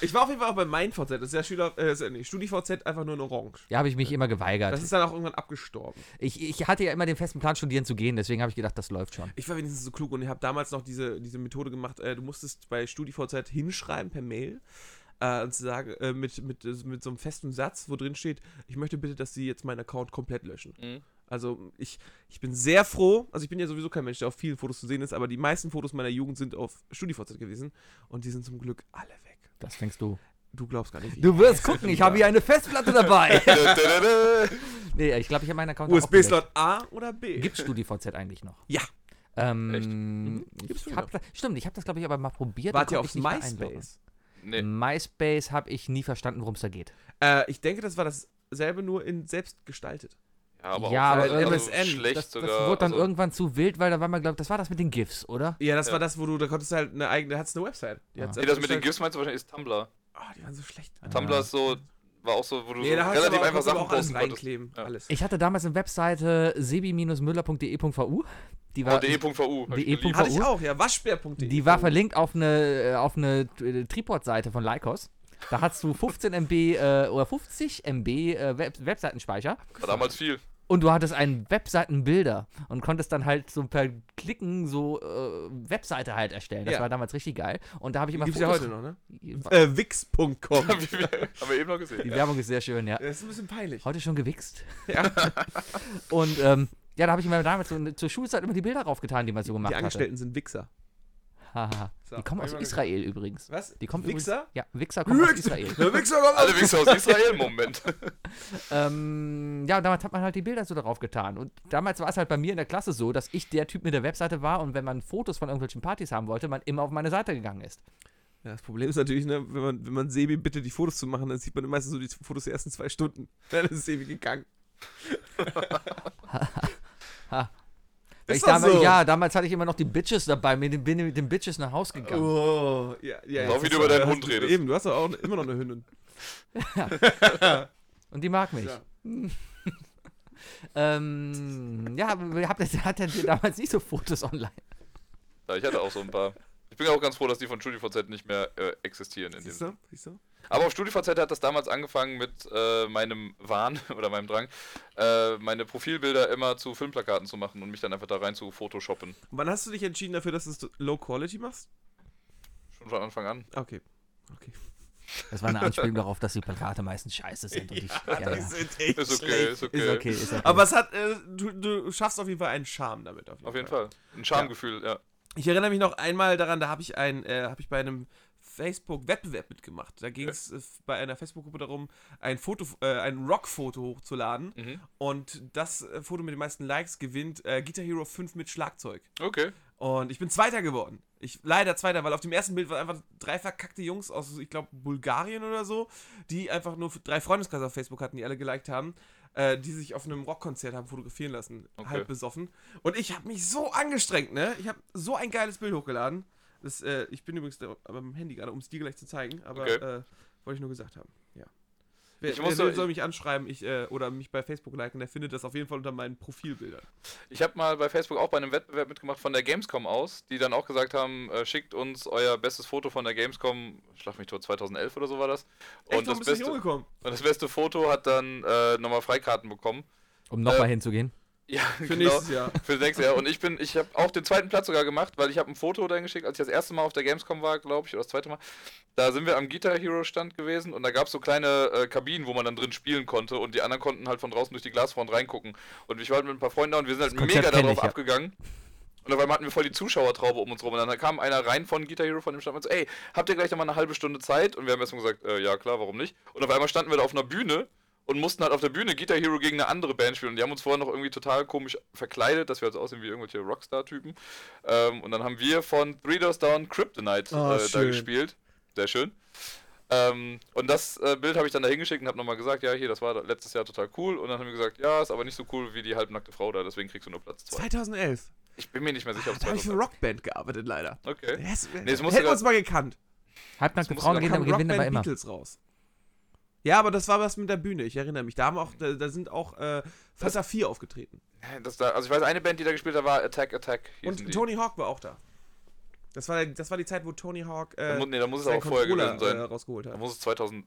S2: Ich war auf jeden Fall auch bei MeinVZ. Das ist ja Schüler, äh, ist ja- nee, StudiVZ einfach nur in Orange.
S1: Ja, habe ich mich immer geweigert.
S2: Das ist dann auch irgendwann abgestorben.
S1: Ich, ich hatte ja immer den festen Plan, studieren zu gehen, deswegen habe ich gedacht, das läuft schon.
S2: Ich war wenigstens so klug und ich habe damals noch diese, diese Methode gemacht. Äh, du musstest bei StudiVZ hinschreiben per Mail äh, und zu sagen, äh, mit, mit, mit so einem festen Satz, wo drin steht, ich möchte bitte, dass sie jetzt meinen Account komplett löschen.
S3: Mhm.
S2: Also ich, ich bin sehr froh, also ich bin ja sowieso kein Mensch, der auf vielen Fotos zu sehen ist, aber die meisten Fotos meiner Jugend sind auf StudiVZ gewesen und die sind zum Glück alle weg.
S1: Das fängst du.
S2: Du glaubst gar nicht, wie.
S1: Du wirst gucken, ich habe hier eine Festplatte dabei.
S3: Dadadada.
S1: nee, ich glaube, ich habe meinen Account auch
S2: USB-Slot A oder B?
S1: gelöscht. Gibt StudiVZ eigentlich noch?
S2: Ja.
S1: Ähm, ich
S2: Gibt's schon
S1: hab, da- stimmt, ich habe das, glaube ich, aber mal probiert.
S2: Wart
S1: und
S2: ihr
S1: konnte
S2: auf
S1: ich nicht mehr einloggen.
S2: MySpace?
S3: Nee.
S1: Hm. MySpace habe ich nie verstanden, worum es da geht.
S2: Äh, ich denke, das war dasselbe, nur in selbst gestaltet.
S3: Ja, aber
S1: Ja,
S3: auch
S1: aber
S3: also
S2: MSN,
S3: schlecht
S1: das,
S3: sogar.
S1: das wurde dann
S3: also,
S1: irgendwann zu wild, weil da war man, glaube das war das mit den GIFs, oder?
S2: Ja, das
S3: Ja.
S2: war das, wo du, da konntest du halt eine eigene, da hattest du eine Website. Die
S1: Ja.
S2: hat's
S3: nee, das mit den
S2: selbst
S3: GIFs meinst du wahrscheinlich ist Tumblr.
S2: gestaltet. Oh, die waren so schlecht.
S3: Tumblr ist so, war auch so, wo du
S2: Nee, da
S3: so
S2: hast du
S3: relativ
S2: aber, konntest
S3: einfach
S2: aber
S3: Sachen
S2: auch alles
S3: posten konntest.
S2: reinkleben.
S3: Ja.
S2: Alles.
S1: Ich hatte damals eine Webseite sebi-müller.de.vu. Die war,
S3: Oh, de.vu. hab ich
S1: de.vu.
S3: geliebt.
S2: Hatte ich auch, ja.
S3: E.
S2: Waschbär.de.
S1: die war verlinkt auf eine, äh, auf eine Tripod-Seite von Lycos. Da hast du 15 MB äh, oder 50 MB äh, Web Webseitenspeicher
S3: War damals viel.
S1: und du hattest einen Webseitenbilder und konntest dann halt so per Klicken so äh, Webseite halt erstellen. Das
S2: Ja.
S1: war damals richtig geil. Und da habe ich immer
S2: Gibt's ja heute noch, ne?
S1: noch.
S2: Äh, Wix.com.
S3: Haben wir haben wir eben noch gesehen.
S1: Die Werbung ist sehr schön, ja.
S2: Das ist ein bisschen peinlich.
S1: Heute schon gewichst.
S2: Ja.
S1: Und ähm, ja, da habe ich mir damals so, zur Schulzeit immer die Bilder raufgetan, die man so gemacht
S2: Die
S1: hat.
S2: Angestellten sind Wichser. So,
S1: die kommen
S2: hab
S1: aus
S2: ich mal
S1: Israel übrigens.
S2: Was?
S1: Die kommen
S2: Wichser?
S1: Übrigens, ja, Wichser kommen aus Israel.
S2: Der Wichser kommt
S3: Alle Wichser aus Israel im Moment.
S1: Ähm, ja, und damals hat man halt die Bilder so darauf getan. Und damals war es halt bei mir in der Klasse so, dass ich der Typ mit der Webseite war und wenn man Fotos von irgendwelchen Partys haben wollte, man immer auf meine Seite gegangen ist.
S2: Ja, das Problem ist natürlich, ne, wenn man, wenn man Sebi bittet, die Fotos zu machen, dann sieht man meistens so die Fotos der ersten zwei Stunden. Dann ist Sebi gegangen.
S1: Weil
S2: Ist
S1: ich
S2: das
S1: damals,
S2: so?
S1: Ja, damals hatte ich immer noch die Bitches dabei, mit den, bin mit den Bitches nach Haus gegangen.
S2: Oh, ja, ja. jetzt
S3: Auch Genau wie du
S2: hast
S3: über deinen
S2: hast
S3: Hund
S2: du-
S3: redest.
S2: Eben, du hast doch auch immer noch eine Hündin.
S3: Oh.
S1: Und die mag mich.
S2: Ja.
S1: ähm, ja, aber habt ihr, hattet ihr damals nicht so Fotos online?
S3: Ja, ich hatte auch so ein paar. Ich bin auch ganz froh, dass die von StudiVZ nicht mehr äh, existieren. In dem.
S2: Siehst du? Siehst du?
S3: Aber auf StudiVZ hat das damals angefangen mit äh, meinem Wahn oder meinem Drang, äh, meine Profilbilder immer zu Filmplakaten zu machen und mich dann einfach da rein zu Photoshoppen.
S2: Wann hast du dich entschieden dafür, dass du es Low Quality machst?
S3: Schon von Anfang an.
S2: Okay.
S1: Das war eine Anspielung darauf, dass die Plakate meistens scheiße sind. Und ich, ja, ja. Ist
S2: sind echt
S3: Ist okay, ist okay.
S1: okay, ist okay.
S2: Aber es hat, äh, du, du schaffst auf jeden Fall einen Charme damit. Auf jeden,
S3: Auf jeden Fall. Ein Schamgefühl, ja.
S2: Ich erinnere mich noch einmal daran, da habe ich ein, äh, habe ich bei einem Facebook-Wettbewerb mitgemacht. Da ging es äh, bei einer Facebook-Gruppe darum, ein Foto, äh, ein Rock-Foto hochzuladen.
S3: Mhm.
S2: Und das äh, Foto mit den meisten Likes gewinnt äh, Guitar Hero 5 mit Schlagzeug.
S3: Okay.
S2: Und ich bin Zweiter geworden. Ich leider Zweiter, weil auf dem ersten Bild waren einfach drei verkackte Jungs aus, ich glaube, Bulgarien oder so, die einfach nur drei Freundeskreise auf Facebook hatten, die alle geliked haben, äh, die sich auf einem Rockkonzert haben fotografieren lassen,
S3: Okay.
S2: halb besoffen. Und ich habe mich so angestrengt, ne? Ich habe so ein geiles Bild hochgeladen. Das, äh, ich bin übrigens da beim Handy gerade, um es dir gleich zu zeigen, aber
S3: Okay.
S2: äh, wollte ich nur gesagt haben. Ja. Wer,
S3: Ich
S2: wer
S3: muss
S2: will,
S3: so-
S2: soll mich anschreiben ich, äh, oder mich bei Facebook liken, der findet das auf jeden Fall unter meinen Profilbildern.
S3: Ich habe mal bei Facebook auch bei einem Wettbewerb mitgemacht von der Gamescom aus, die dann auch gesagt haben, äh, schickt uns euer bestes Foto von der Gamescom, schlag mich tot, 2011 oder so war das. Und,
S2: warum
S3: das
S2: bist du nicht
S3: beste, und
S2: rumgekommen?
S3: das beste Foto hat dann äh, nochmal Freikarten bekommen.
S1: um nochmal
S3: äh,
S1: hinzugehen.
S3: Ja,
S2: Für
S3: genau.
S2: nächstes Jahr.
S3: Für nächstes Jahr. Und ich bin, ich habe auch den zweiten Platz sogar gemacht, weil ich habe ein Foto dann geschickt, als ich das erste Mal auf der Gamescom war, glaube ich, oder das zweite Mal. Da sind wir am Guitar Hero Stand gewesen und da gab es so kleine äh, Kabinen, wo man dann drin spielen konnte und die anderen konnten halt von draußen durch die Glasfront reingucken. Und ich war halt mit ein paar Freunden da und wir sind halt
S1: Konzept
S3: mega
S1: kenn
S3: darauf
S1: ich, ja.
S3: abgegangen. Und auf einmal hatten wir voll die Zuschauertraube um uns rum. Und dann kam einer rein von Guitar Hero von dem Stand und so, ey, habt ihr gleich nochmal eine halbe Stunde Zeit? Und wir haben erstmal gesagt, äh, ja klar, warum nicht? Und auf einmal standen wir da auf einer Bühne und mussten halt auf der Bühne Guitar Hero gegen eine andere Band spielen. Und die haben uns vorher noch irgendwie total komisch verkleidet, dass wir halt so aussehen wie irgendwelche Rockstar-Typen. Ähm, und dann haben wir von Three Doors Down Kryptonite
S2: Oh,
S3: äh, da
S2: schön.
S3: gespielt. Sehr schön. Ähm, und das äh, Bild habe ich dann da hingeschickt und habe nochmal gesagt, ja, hier, das war letztes Jahr total cool. Und dann haben wir gesagt, ja, ist aber nicht so cool wie die halbnackte Frau da, deswegen kriegst du nur Platz 2.
S2: 2011.
S3: Ich bin mir nicht mehr sicher, ob es
S2: Ah, Da habe ich für
S3: 2000
S2: Rockband gearbeitet, leider.
S3: Okay.
S2: Das,
S3: Nee, es
S2: hätten wir
S3: muss sogar-
S2: uns mal gekannt.
S1: Halbnackte
S3: muss
S1: Frauen
S3: sogar
S1: gehen am
S2: Kam
S1: Gewinn
S2: Rockband
S1: aber immer.
S2: Beatles raus. Ja, aber das war was mit der Bühne, ich erinnere mich. Da haben auch, da, da sind auch äh, Fanta 4 aufgetreten.
S3: Das da, also ich weiß, eine Band, die da gespielt hat, war Attack Attack. hießen
S2: Und
S3: die.
S2: Tony Hawk war auch da. Das war, das war die Zeit, wo Tony Hawk
S3: Da
S2: äh,
S3: mu- nee, da muss es
S2: seinen
S3: aber vorher gewesen sein.
S2: äh, rausgeholt
S3: Da
S2: hat.
S3: muss es 2000.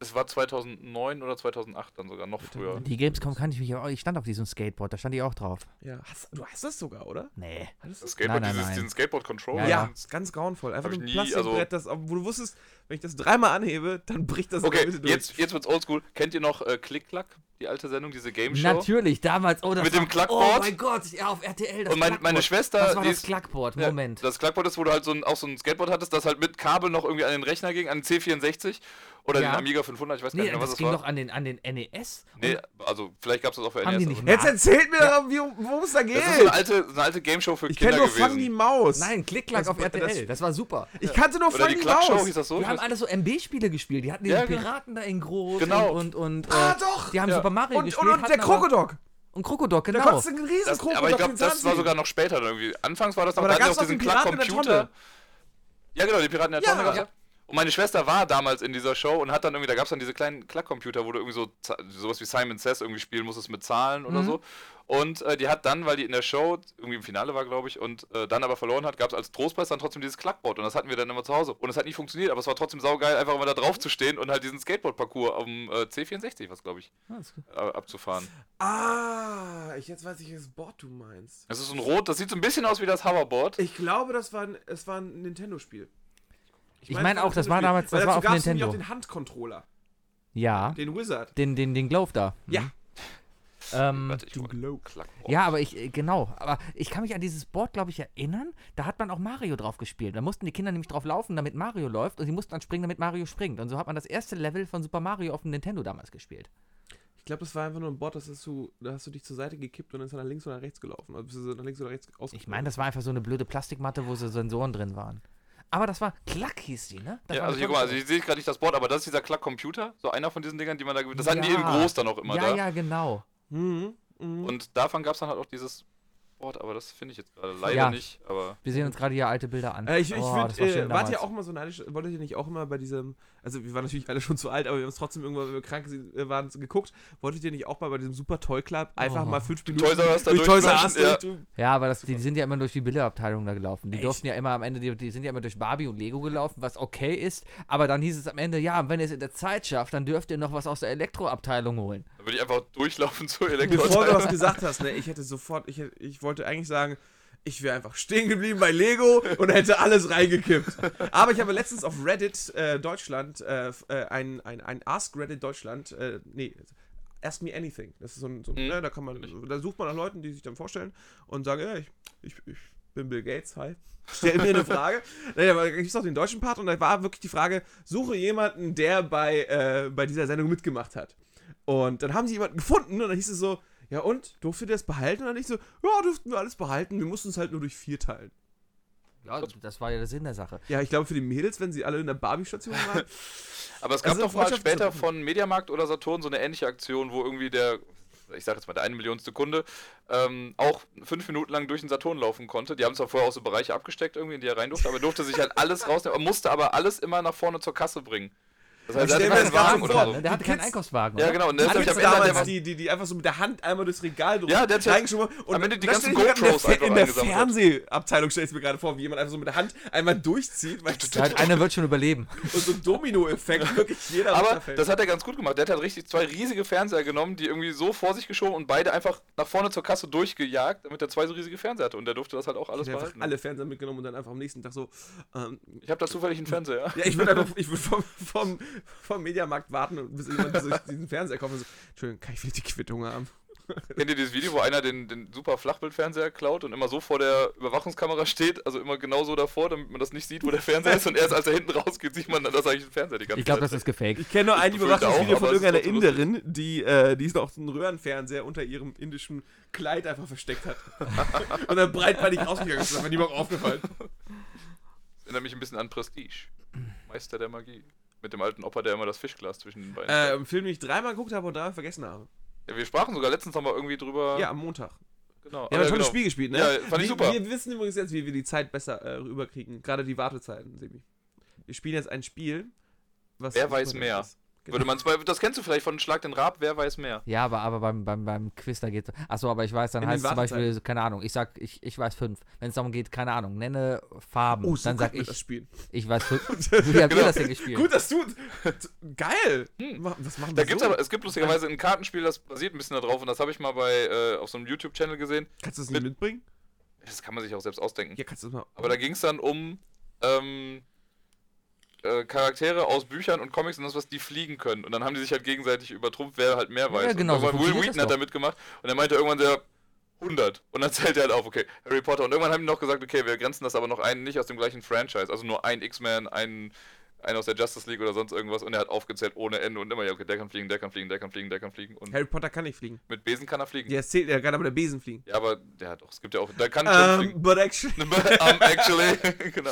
S3: Es war 2009 oder 2008 dann sogar, noch früher.
S1: Die Gamescom kann ich mich auch. Ich stand auf diesem Skateboard, da stand ich auch drauf.
S2: Ja. Hast, du hast das sogar, oder?
S1: Nee.
S2: Hattest du
S3: Das
S1: Nein,
S3: Skateboard,
S1: nein,
S3: dieses,
S1: nein.
S3: diesen Skateboard-Controller.
S1: Ja,
S2: Ja,
S1: ja.
S2: ist ganz grauenvoll. Einfach
S3: Hab
S2: nur
S3: ich
S2: ein
S3: nie, also-
S2: Plastikbrett, das, wo du wusstest, wenn ich das dreimal anhebe, dann bricht das in der
S3: Okay,
S2: Mitte durch.
S3: jetzt, jetzt wird's oldschool. Kennt ihr noch äh, Klick-Klack? Die die alte Sendung, diese Game Show?
S1: Natürlich, damals. Oh, das
S3: Mit
S1: war,
S3: dem Klackboard?
S1: Oh mein Gott, ja, auf RTL. Das
S3: Und mein, meine
S1: Klackboard.
S3: Schwester.
S1: Das war
S3: die
S1: das
S3: ist-
S1: Klackboard,
S3: ja,
S1: Moment.
S3: Äh, Das Klackboard ist, wo du halt so ein, auch so ein Skateboard hattest, das halt mit Kabel noch irgendwie an den Rechner ging, an den C64 oder
S1: Ja.
S3: den Amiga 500, ich weiß gar
S1: nee,
S3: nicht mehr,
S1: das
S3: was das
S1: ging
S3: war.
S1: doch an den, an den E NES. Und
S3: nee, also vielleicht gab es das auch für
S1: Haben
S3: NES.
S1: die
S3: aber-
S1: nicht
S2: Jetzt
S1: Na-
S2: erzählt mir doch, wie- worum es da geht.
S3: Das ist so eine alte, eine alte Game Show für
S2: ich
S3: Kinder
S2: kenne nur
S3: gewesen.
S2: Fang die Maus.
S1: Nein, Klick-Klack
S2: Das-
S1: auf
S2: das-
S1: RTL. Das, war super.
S2: Ich kannte nur
S3: oder
S2: Fang
S3: die
S2: die
S3: Klackshow hieß
S2: Maus.
S3: das so?
S1: Wir haben
S3: Ich weiß-
S1: alle so MB-Spiele gespielt. Die hatten
S3: Ja,
S1: den
S3: genau.
S1: Piraten da in groß
S3: Genau.
S1: und, und, und äh,
S2: Ah, doch.
S1: die haben
S3: Ja.
S1: Super Mario
S2: Und, und,
S1: gespielt.
S2: und der
S1: hatten aber-
S2: Krokodok.
S1: Und Krokodok,
S2: Da
S1: genau.
S2: konntest du einen riesen
S3: das,
S2: Krokodok
S3: aber ich glaube,
S2: auf den
S3: das
S2: Zahn
S3: war
S2: ziehen.
S3: sogar noch später dann irgendwie. Anfangs war das noch,
S2: Aber da
S3: hatten die
S2: gab's
S3: auch
S2: doch
S3: diesen
S2: den Piraten in der
S3: Klack-Computer.
S2: Tonne.
S3: Ja, genau, die Piraten in der
S2: Ja.
S3: Tonne gab's
S2: Ja.
S3: ja. Und meine Schwester war damals in dieser Show und hat dann irgendwie, da gab es dann diese kleinen Klack-Computer, wo du irgendwie so za- sowas wie Simon Says irgendwie spielen musstest mit Zahlen
S2: Mhm.
S3: oder so. Und äh, die hat dann, weil die in der Show irgendwie im Finale war, glaube ich, und äh, dann aber verloren hat, gab es als Trostpreis dann trotzdem dieses Klackboard und das hatten wir dann immer zu Hause. Und es hat nie funktioniert, aber es war trotzdem saugeil, einfach immer da drauf zu stehen und halt diesen Skateboard-Parcours am äh, C64, was glaube ich,
S1: Ah,
S3: äh, abzufahren.
S2: Ah, ich, jetzt weiß ich, welches Board du meinst.
S3: Es ist so ein Rot, das sieht so ein bisschen aus wie das Hoverboard.
S2: Ich glaube, das war ein, es war ein Nintendo-Spiel.
S1: Ich
S2: mein,
S1: meine auch, das war damals, das war auf
S2: gab's nämlich auch
S1: Nintendo.
S2: den Handcontroller,
S1: Ja,
S2: den Wizard.
S1: den, den, den Glove da. Mhm.
S2: Ja.
S1: Ähm,
S3: Warte, ich wollte- Klackboard.
S1: ja, aber ich, äh, genau. Aber ich kann mich an dieses Board, glaube ich, erinnern. Da hat man auch Mario drauf gespielt. Da mussten die Kinder nämlich drauf laufen, damit Mario läuft. Und sie mussten dann springen, damit Mario springt. Und so hat man das erste Level von Super Mario auf dem Nintendo damals gespielt.
S2: Ich glaube, das war einfach nur ein Board, das ist so, da hast du dich zur Seite gekippt und dann ist er nach links oder nach rechts gelaufen. Also bist du so nach links oder rechts
S1: Ich meine, das war einfach so eine blöde Plastikmatte, wo so Sensoren drin waren. Aber das war Klack hieß die, ne? Das
S3: Ja,
S1: war
S3: also
S1: eine
S3: hier, guck mal, also
S1: Produktion.
S3: ich sehe gerade nicht das Board, aber das ist dieser Klack-Computer, so einer von diesen Dingern, die man da gewinnt. Das hatten die
S1: Ja.
S3: in groß dann auch immer
S1: ja,
S3: da.
S1: ja, genau.
S2: Mhm. Mhm.
S3: Und davon gab es dann halt auch dieses Board, aber das finde ich jetzt gerade leider
S1: Ja.
S3: nicht. Aber
S1: Wir sehen uns gerade hier alte Bilder an.
S2: Äh, ich ich
S1: Oh, das
S2: würd,
S1: war
S2: äh,
S1: schön
S2: wart
S1: damals.
S2: ihr auch mal so neidisch, wolltet ihr nicht auch immer bei diesem, also wir waren natürlich alle schon zu alt, aber wir haben es trotzdem irgendwann, wenn wir krank sind, äh, waren, geguckt, wolltet ihr nicht auch mal bei diesem Super Toy Club einfach
S1: Oh.
S2: mal fünf Minuten
S3: Toys R Us da
S2: durch Toys R Us
S3: durchquatschen, ja.
S2: durch-
S1: Ja, aber das, die sind ja immer durch die Bilderabteilung da gelaufen. Die durften ja immer am Ende, die, die sind ja immer durch Barbie und Lego gelaufen, was okay ist. Aber dann hieß es am Ende, ja, wenn ihr es in der Zeit schafft, dann dürft ihr noch was aus der Elektroabteilung holen.
S3: da würde ich einfach durchlaufen zur
S2: Bevor du
S3: Elektro.
S2: was gesagt hast, ne, ich hätte sofort, ich, hätte- ich wollte eigentlich sagen, ich wäre einfach stehen geblieben bei Lego und hätte alles reingekippt. Aber ich habe letztens auf Reddit äh, Deutschland äh, f- äh, ein, ein, ein Ask Reddit Deutschland, äh, nee, Ask Me Anything. Das ist so ein, so ein
S3: Mhm.
S2: ne, da kann man, da sucht man nach Leuten, die sich dann vorstellen und sagen, ja, ich, ich, ich bin Bill Gates, hi. Stell mir eine Frage. Naja, aber da gibt es auch den deutschen Part und da war wirklich die Frage, suche jemanden, der bei, äh, bei dieser Sendung mitgemacht hat. Und dann haben sie jemanden gefunden und dann hieß es so, ja und, durftet ihr das behalten? Und dann ich so, ja, durften wir alles behalten, wir mussten es halt nur durch vier teilen.
S1: Ja, das war ja der Sinn der Sache.
S2: Ja, ich glaube für die Mädels, wenn sie alle in der Barbie-Station waren,
S3: aber es gab
S2: Also
S3: doch mal
S2: Freundschaft-
S3: später von Mediamarkt oder Saturn so eine ähnliche Aktion, wo irgendwie der, ich sag jetzt mal, der eine Millionste Kunde ähm, auch fünf Minuten lang durch den Saturn laufen konnte. Die haben zwar vorher auch so Bereiche abgesteckt, irgendwie, in die er rein durfte, aber durfte sich halt alles rausnehmen, musste aber alles immer nach vorne zur Kasse bringen. Das heißt, er
S2: stell
S3: hatte
S2: mir
S3: keinen
S2: das gerade
S3: Wagen
S2: so
S3: oder
S2: vor,
S3: so.
S1: Ne? Der
S2: Die
S1: hatte keinen
S2: Kids-
S1: Einkaufswagen.
S3: Ja,
S1: oder?
S3: genau. Und dann ist
S2: alle
S3: nämlich am
S2: Kids
S3: Ende der
S2: damals,
S3: Mann-
S2: die, die, die einfach so mit der Hand einmal durchs Regal durch.
S3: Ja, der hat ja-
S2: reingeschoben und
S3: am Ende die
S2: dann
S3: ganzen
S2: stell ich mir
S3: GoPros
S2: grad in der,
S3: einfach
S2: Fe- in der
S3: eingesammelt.
S2: Fernsehabteilung stelle ich mir gerade vor, wie jemand einfach so mit der Hand einmal durchzieht, weißt du,
S1: Ja, einer wird schon überleben.
S2: und so ein Domino-Effekt, wirklich jeder
S3: Aber
S2: runterfällt.
S3: das hat er ganz gut gemacht. Der hat halt richtig zwei riesige Fernseher genommen, die irgendwie so vor sich geschoben und beide einfach nach vorne zur Kasse durchgejagt, damit er zwei so riesige Fernseher hatte. Und der durfte das halt auch alles
S2: Ich hätte einfach
S3: behalten.
S2: alle Fernseher mitgenommen und dann einfach am nächsten Tag so. Ähm,
S3: Ich habe da zufällig einen Fernseher.
S2: ja, ich würde einfach ich würd vom, vom, vom Mediamarkt warten, und bis jemand so diesen Fernseher kauft und so. Entschuldigung, kann ich vielleicht die Quittung haben?
S3: Kennt ihr dieses Video, wo einer den, den super Flachbildfernseher klaut und immer so vor der Überwachungskamera steht, also immer genau so davor, damit man das nicht sieht, wo der Fernseher ist und erst als er hinten rausgeht, sieht man, dann, dass eigentlich ein Fernseher die ganze
S1: Ich glaube, das
S3: Zeit
S1: ist gefaked.
S2: Ich kenne nur ein
S3: Ich befürchte
S2: Überraschungsvideo
S3: auch,
S2: von
S3: aber es ist
S2: irgendeiner
S3: trotzdem
S2: Inderin, die, äh, die ist noch so einen Röhrenfernseher unter ihrem indischen Kleid einfach versteckt hat. und dann breitbeinig rausgegangen ist. Das ist mir niemand aufgefallen.
S3: Erinnert mich ein bisschen an Prestige. Meister der Magie. Mit dem alten Opa, der immer das Fischglas zwischen den Beinen.
S2: Äh, Im Film, den ich dreimal geguckt habe und dreimal vergessen habe.
S3: ja, wir sprachen sogar letztens nochmal irgendwie drüber.
S2: Ja, am Montag. Wir
S3: genau. Ah,
S2: haben ein
S3: genau.
S2: tolles Spiel gespielt, ne?
S3: Ja, fand ich
S2: wir,
S3: super.
S2: Wir wissen übrigens jetzt, wie wir die Zeit besser äh, rüberkriegen. Gerade die Wartezeiten, Sebi. Wir spielen jetzt ein Spiel, was.
S3: Wer
S2: was
S3: weiß
S2: man-
S3: mehr?
S2: ist. Genau.
S3: Würde man zwei, das kennst du vielleicht von Schlag den Raab, wer weiß mehr.
S1: Ja, aber, aber beim, beim, beim Quiz, da geht Achso, aber ich weiß, dann
S2: In den
S1: heißt es zum
S2: Wartezeiten.
S1: Beispiel, so, keine Ahnung, ich sag, ich, ich weiß fünf. Wenn es darum geht, keine Ahnung, nenne Farben.
S2: Oh, so
S1: dann
S2: dann
S1: sag
S2: wir das
S1: ich,
S2: Spiel.
S1: ich weiß fünf. Wie habt ihr das denn gespielt?
S2: Gut, dass du. Geil! Ma- Was machen wir
S3: Hm. Da gibt's
S2: so?
S3: aber, es gibt lustigerweise ein Kartenspiel, das basiert ein bisschen darauf und das habe ich mal bei äh, auf so einem YouTube-Channel gesehen.
S2: Kannst du das nicht mitbringen?
S3: Das kann man sich auch selbst ausdenken.
S2: Ja, kannst du das mal.
S3: Aber da ging es dann um ähm, äh, Charaktere aus Büchern und Comics und das was, die fliegen können. Und dann haben die sich halt gegenseitig übertrumpft, wer halt mehr weiß.
S1: genau,
S3: und
S1: so
S3: irgendwann- Will
S1: funktioniert das
S3: Wheaton hat
S1: doch.
S3: da mitgemacht und er meinte irgendwann sehr 100. Und dann zählt er halt auf, okay, Harry Potter. Und irgendwann haben die noch gesagt, okay, wir grenzen das aber noch einen nicht aus dem gleichen Franchise. Also nur ein X-Men, einen, einen aus der Justice League oder sonst irgendwas. Und er hat aufgezählt ohne Ende und immer, ja, okay, der kann fliegen, der kann fliegen, der kann fliegen, der kann fliegen. Und
S2: Harry Potter kann nicht fliegen.
S3: mit Besen kann er fliegen.
S2: Ja, es zählt, er kann aber der Besen fliegen.
S3: Ja, aber der hat auch, es gibt ja auch, da kann schon fliegen.
S2: Ähm, but actually.
S3: um, actually, genau.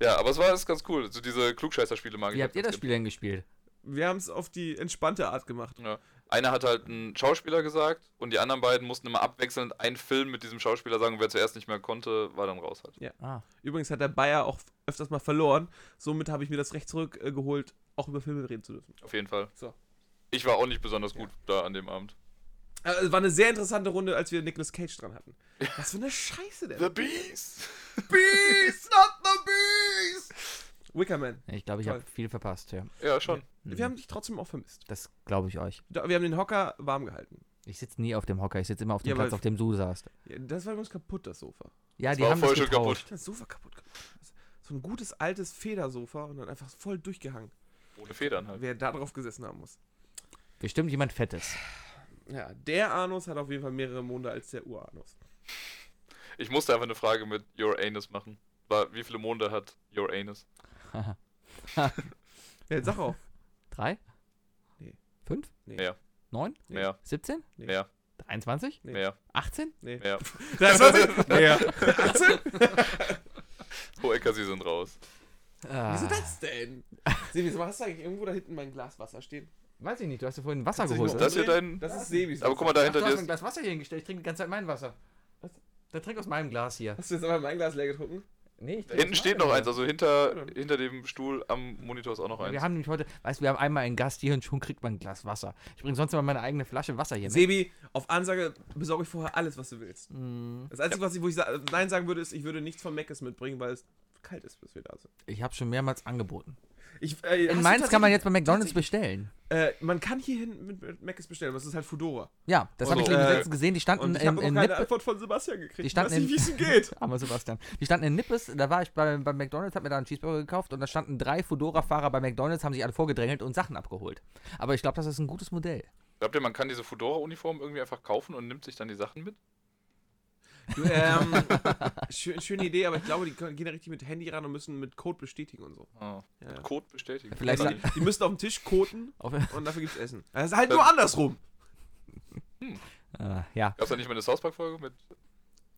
S3: Ja, aber es war ist ganz cool. So diese Klugscheißer-Spiele mag ich.
S1: Wie
S3: halt
S1: habt ihr
S3: ganz
S1: das Spiel denn gespielt?
S2: Wir haben es auf die entspannte Art gemacht.
S3: gerne. Ja. Einer hat halt einen Schauspieler gesagt und die anderen beiden mussten immer abwechselnd einen Film mit diesem Schauspieler sagen und wer zuerst nicht mehr konnte, war dann raus halt.
S1: Ah.
S2: Übrigens hat der Bayer auch öfters mal verloren. Somit habe ich mir das Recht zurückgeholt, auch über Filme reden zu dürfen.
S3: Auf jeden Fall.
S2: So.
S3: Ich war auch nicht besonders gut da an dem Abend.
S2: Äh, Es war eine sehr interessante Runde, als wir Nicolas Cage dran hatten. Was für eine Scheiße denn?
S3: Beast!
S2: Beast, not the Beast! Wickerman.
S1: Ich glaube, ich
S2: Toll.
S1: habe viel verpasst, ja.
S3: Ja, schon.
S2: Wir haben dich trotzdem auch vermisst.
S1: Das glaube ich euch.
S2: Da- Wir haben den Hocker warm gehalten.
S1: Ich sitze nie auf dem Hocker, ich sitze immer auf dem
S2: Ja,
S1: Platz,
S2: aber-
S1: auf dem du saßt.
S2: Ja, das war übrigens kaputt, das Sofa.
S1: Ja, die
S3: war
S1: haben
S3: voll
S1: das
S3: schon
S1: getauscht.
S2: Ich hab das Sofa kaputt gemacht. So ein gutes altes Federsofa und dann einfach voll durchgehangen.
S3: Ohne Federn halt.
S2: Wer da drauf gesessen haben muss.
S1: Bestimmt jemand Fettes.
S2: Ja, der Anus hat auf jeden Fall mehrere Monde als der Uranus.
S3: Ich musste einfach eine Frage mit Your Anus machen. War, wie viele Monde hat Your Anus?
S2: Ja, jetzt sag auch.
S1: Drei?
S2: Nee.
S1: Fünf?
S2: Nee.
S3: Mehr.
S1: Neun?
S2: Nee.
S3: Mehr,
S1: 17?
S2: Nee.
S3: mehr,
S1: 23?
S2: Nee.
S3: mehr,
S1: 18?
S3: mehr.
S2: Das war ja.
S3: Hoecker, sie sind raus.
S1: Ah,
S2: Wieso das denn? Sebi, hast du eigentlich irgendwo da hinten mein Glas Wasser stehen?
S1: weiß ich nicht, du hast ja vorhin Wasser
S2: Kannst du dich
S1: geholt.
S2: noch
S1: oder?
S3: Das hier dein.
S2: Äh? Das ist Sebis.
S3: Aber guck mal, da
S1: Ach,
S3: hinter
S1: du
S3: dir
S1: hast mir ein
S3: ist.
S1: Glas Wasser hier hingestellt, ich trinke die ganze Zeit mein Wasser.
S2: Was?
S1: Der trinkt aus meinem Glas hier.
S2: Hast du jetzt aber mein Glas leer getrunken?
S1: Nee, ich
S3: Da Hinten steht noch eins, also hinter,
S2: Ja, dann.
S3: hinter dem Stuhl am Monitor ist auch noch
S1: Wir
S3: eins.
S1: haben nämlich heute, weißt du, wir haben einmal einen Gast hier und schon kriegt man ein Glas Wasser. Ich bringe sonst immer meine eigene Flasche Wasser hier. mit.
S2: Sebi, auf Ansage besorge ich vorher alles, was du willst.
S1: Mm,
S2: Das Einzige, was ich, wo ich sa Nein sagen würde, ist, ich würde nichts von Meckes mitbringen, weil es kalt ist, bis wir da sind.
S1: Ich habe schon mehrmals angeboten.
S2: Ich, äh, hast
S1: In
S2: du
S1: Mainz kann man jetzt bei McDonalds
S2: tatsächlich-
S1: bestellen.
S2: Äh, man kann hierhin mit, mit Meckes bestellen, aber es ist halt Fudora.
S1: Ja, das habe
S3: Und,
S1: ich eben
S2: äh,
S1: letztens gesehen. Die standen
S2: Und ich
S1: in,
S2: habe auch
S1: in
S2: keine
S1: Nippes.
S2: Antwort von Sebastian gekriegt.
S1: Die
S2: Ich weiß
S1: standen
S2: nicht, wie es ihm
S1: in-
S2: geht.
S1: Aber Sebastian. Die standen in Nippes. Da war ich bei, bei McDonalds, hab mir da einen Cheeseburger gekauft und da standen drei Fudora-Fahrer bei McDonalds, haben sich alle vorgedrängelt und Sachen abgeholt. Aber ich glaube, das ist ein gutes Modell.
S3: Glaubt ihr, man kann diese Fudora-Uniform irgendwie einfach kaufen und nimmt sich dann die Sachen mit?
S2: Du, ähm, schön, schöne Idee, aber ich glaube, die gehen da richtig mit Handy ran und müssen mit Code bestätigen und so.
S3: Ah,
S2: Ja, ja.
S3: Code bestätigen.
S1: Vielleicht-
S3: Also,
S2: Die, die müssen auf den Tisch koten
S1: Auf,
S2: und dafür gibt's Essen. Das ist halt nur andersrum.
S1: äh, ja.
S3: Gab's da nicht mal eine South Park-Folge mit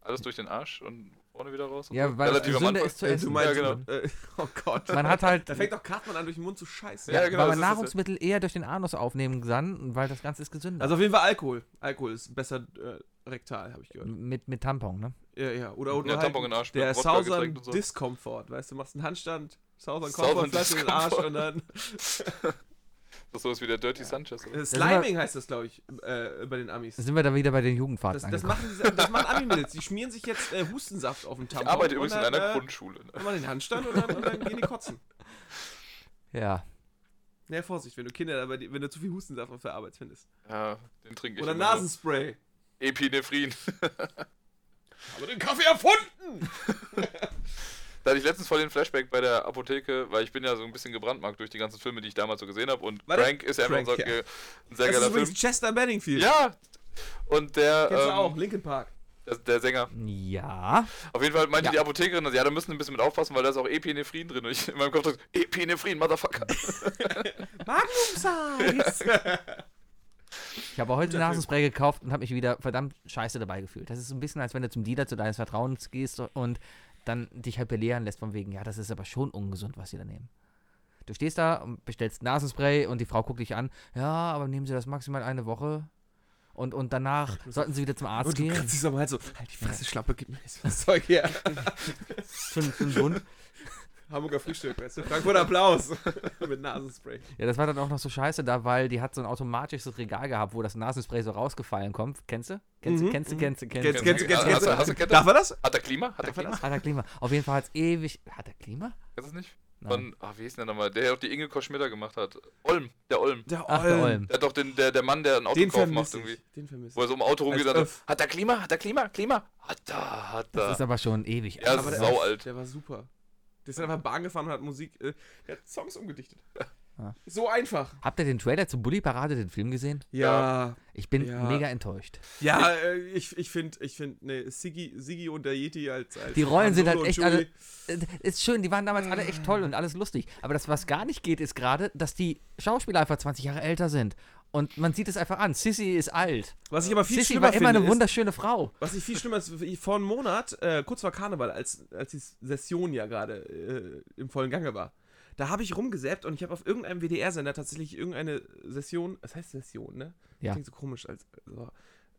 S3: alles durch den Arsch und vorne wieder raus? und
S1: Ja,
S3: so?
S1: weil
S3: Relativ am
S1: Sünde
S3: Anfang.
S1: ist zu
S2: Äh, du
S1: essen.
S2: meinst,
S3: Ja, genau.
S2: äh, oh Gott.
S1: Man hat halt,
S2: da fängt doch Kartmann an, durch den Mund zu scheißen.
S3: Ja, genau,
S1: weil
S3: das
S1: man
S3: ist es.
S1: Nahrungsmittel eher durch den Anus aufnehmen kann, weil das Ganze ist gesünder.
S2: Also auf jeden Fall Alkohol. Alkohol ist besser äh, rektal, habe ich
S3: Also
S2: gehört.
S1: mit, mit Tampon, ne?
S2: Ja, ja. Oder, oder
S3: Ja,
S2: halt
S3: Tampon in den Arsch.
S2: der
S3: mit Wodka
S2: Southern
S3: getränkt und so.
S2: Discomfort. Weißt du, machst einen Handstand, Southern
S3: Southern
S2: Comfort, Flasche in den Arsch
S3: Discomfort.
S2: und dann...
S3: Das so ist wie der Dirty Sanchez. oder?
S2: Äh, Sliming heißt das, glaube ich, äh, bei den Amis.
S1: Sind wir da wieder bei den Jugendfahrten
S2: Das, das
S1: angekommen.
S2: machen, diese, das machen Ami-Mädels. Die schmieren sich jetzt äh, Hustensaft auf den Tampon.
S3: Ich arbeite
S2: und
S3: übrigens in
S2: dann,
S3: einer
S2: äh,
S3: Grundschule. ne?
S2: dann Mal den Handstand und dann, und dann gehen die kotzen.
S1: Ja.
S2: Na, Vorsicht, wenn du Kinder dabei, wenn du zu viel Hustensaft auf der Arbeit findest.
S3: Ja, den trinke ich.
S2: Oder
S3: immer nur.
S2: Nasenspray.
S3: Epinephrin.
S2: Aber den Kaffee erfunden!
S3: Da hatte ich letztens voll den Flashback bei der Apotheke, weil ich bin ja so ein bisschen gebrandmarkt durch die ganzen Filme, die ich damals so gesehen habe. Und
S2: Warte.
S3: Frank ist ja einfach
S2: Crank,
S3: unser,
S2: ja.
S3: ge- ein sehr
S2: Das ist
S3: geiler
S2: übrigens
S3: Film.
S2: Chester Benningfield.
S3: Ja! Und der,
S2: Kennst du
S3: ähm,
S2: auch, Linkin Park.
S3: der, der Sänger.
S1: Ja.
S3: Auf jeden Fall meinte
S1: Ja.
S3: die Apothekerin, dass, ja, da müssen wir ein bisschen mit aufpassen, weil da ist auch Epinephrin drin. Und ich in meinem Kopf dachte, Epinephrin, Motherfucker.
S2: Magnum Size!
S1: Ich habe heute Nasenspray gekauft und habe mich wieder verdammt scheiße dabei gefühlt. Das ist so ein bisschen, als wenn du zum Dealer zu deines Vertrauens gehst und dann dich halt belehren lässt von wegen, ja, das ist aber schon ungesund, was sie da nehmen. Du stehst da und bestellst Nasenspray und die Frau guckt dich an, ja, aber nehmen sie das maximal eine Woche und, und danach sollten sie wieder zum Arzt
S2: Und du
S1: gehen.
S2: kratzt dich so am Hals so, halt die Fresse, Schlappe, gib mir jetzt das Zeug her.
S1: Für, für den Bund.
S2: Hamburger Frühstück, weißt du? Frankfurter Applaus. Mit Nasenspray.
S1: Ja, das war dann auch noch so scheiße da, weil die hat so ein automatisches Regal gehabt, wo das Nasenspray so rausgefallen kommt. Kennst du? Kennst du,
S2: Mhm,
S1: kennst du,
S2: mhm.
S1: kennst du, kennst
S2: Kennst,
S1: du?
S2: kennst, du, kennst, du, kennst.
S3: Hast du- hast du
S2: du.
S3: Kette?
S2: Darf er das?
S3: Hat der Klima? Hat der
S2: Darf er
S3: Klima?
S1: Hat er Klima. Auf jeden Fall hat es ewig. Hat er Klima?
S3: Kennst du es nicht?
S1: Nein.
S3: Von, ach, wie hieß denn der nochmal? Der, der auch die Inge Koschmiller gemacht hat. Olm, der Olm.
S2: Der
S1: Ach, der Olm.
S3: Der hat doch den, der, der Mann, der ein
S2: Den
S3: Autokauf macht
S2: vermisse
S3: irgendwie.
S2: ich. Den vermisse
S3: Wo er so im Auto rumgeht
S2: Als
S3: und
S2: Öff.
S3: so, hat der Klima? Hat der Klima? Klima? Hat er, hat
S1: Das
S3: er.
S1: ist aber schon ewig.
S3: Ja,
S1: alt.
S3: das
S2: Aber
S3: ist
S2: der-
S3: sau alt.
S2: Der war super. Der ist dann einfach Bahn gefahren und hat Musik, äh, der hat Songs umgedichtet.
S1: Ja.
S2: So einfach.
S1: Habt ihr den Trailer zu Bully Parade, den Film gesehen?
S2: Ja.
S1: Ich bin
S2: Ja.
S1: mega enttäuscht.
S2: Ja, äh, ich, ich finde, ich finde, ne, Siggi, Siggi und der Yeti als, als
S1: Die Rollen
S2: Han
S1: sind halt
S2: Solo und
S1: echt
S2: Chewie.
S1: alle. äh, Ist schön, die waren damals alle echt toll und alles lustig. Aber das, was gar nicht geht, ist gerade, dass die Schauspieler einfach 20 Jahre älter sind. Und man sieht es einfach an. Sissy ist alt.
S2: Was ich aber viel
S1: Sissy
S2: schlimmer
S1: war immer
S2: finde,
S1: eine
S2: ist,
S1: wunderschöne Frau.
S2: was ich viel schlimmer ist, vor einem Monat, äh, kurz vor Karneval, als, als die Session ja gerade äh, im vollen Gange war, da habe ich rumgesäppt und ich habe auf irgendeinem WDR-Sender tatsächlich irgendeine Session, das heißt Session, ne?
S1: Ja.
S2: Klingt so komisch, als so,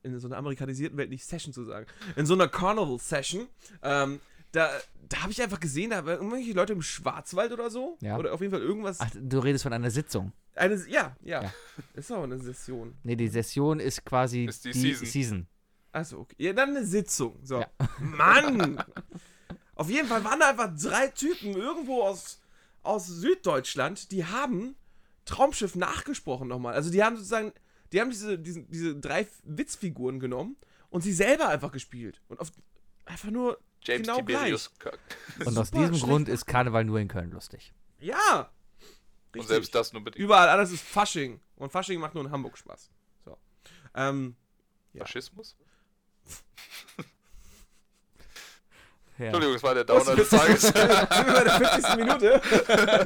S2: in so einer amerikanisierten Welt nicht Session zu sagen. In so einer Carnival-Session, ähm, da, da habe ich einfach gesehen, da waren irgendwelche Leute im Schwarzwald oder so.
S1: Ja.
S2: Oder auf jeden Fall irgendwas.
S1: Ach, du redest von einer Sitzung.
S2: Eine, ja, ja,
S1: Ja.
S2: Ist auch eine Session.
S1: Nee, die Session ist quasi
S3: Ist die Season.
S2: Also, okay. Ja, dann eine Sitzung. So.
S1: Ja.
S2: Mann! Auf jeden Fall waren da einfach drei Typen irgendwo aus, aus Süddeutschland, die haben Traumschiff nachgesprochen nochmal. Also die haben sozusagen, die haben diese, diesen, diese drei Witzfiguren genommen und sie selber einfach gespielt. Und auf, einfach nur,
S3: James
S2: Genau
S3: Tiberius. Kirk.
S1: Und aus
S2: Super
S1: diesem
S2: schlecht
S1: Grund ist Karneval nur in Köln lustig.
S2: ja!
S3: Und
S2: Richtig.
S3: selbst das nur mit
S2: Überall anders ist Fasching. Und Fasching macht nur in Hamburg Spaß. So. Ähm, ja.
S3: Faschismus?
S1: Ja.
S3: Entschuldigung, das war der Downer des Tages.
S2: sind wir bei der 50. Minute.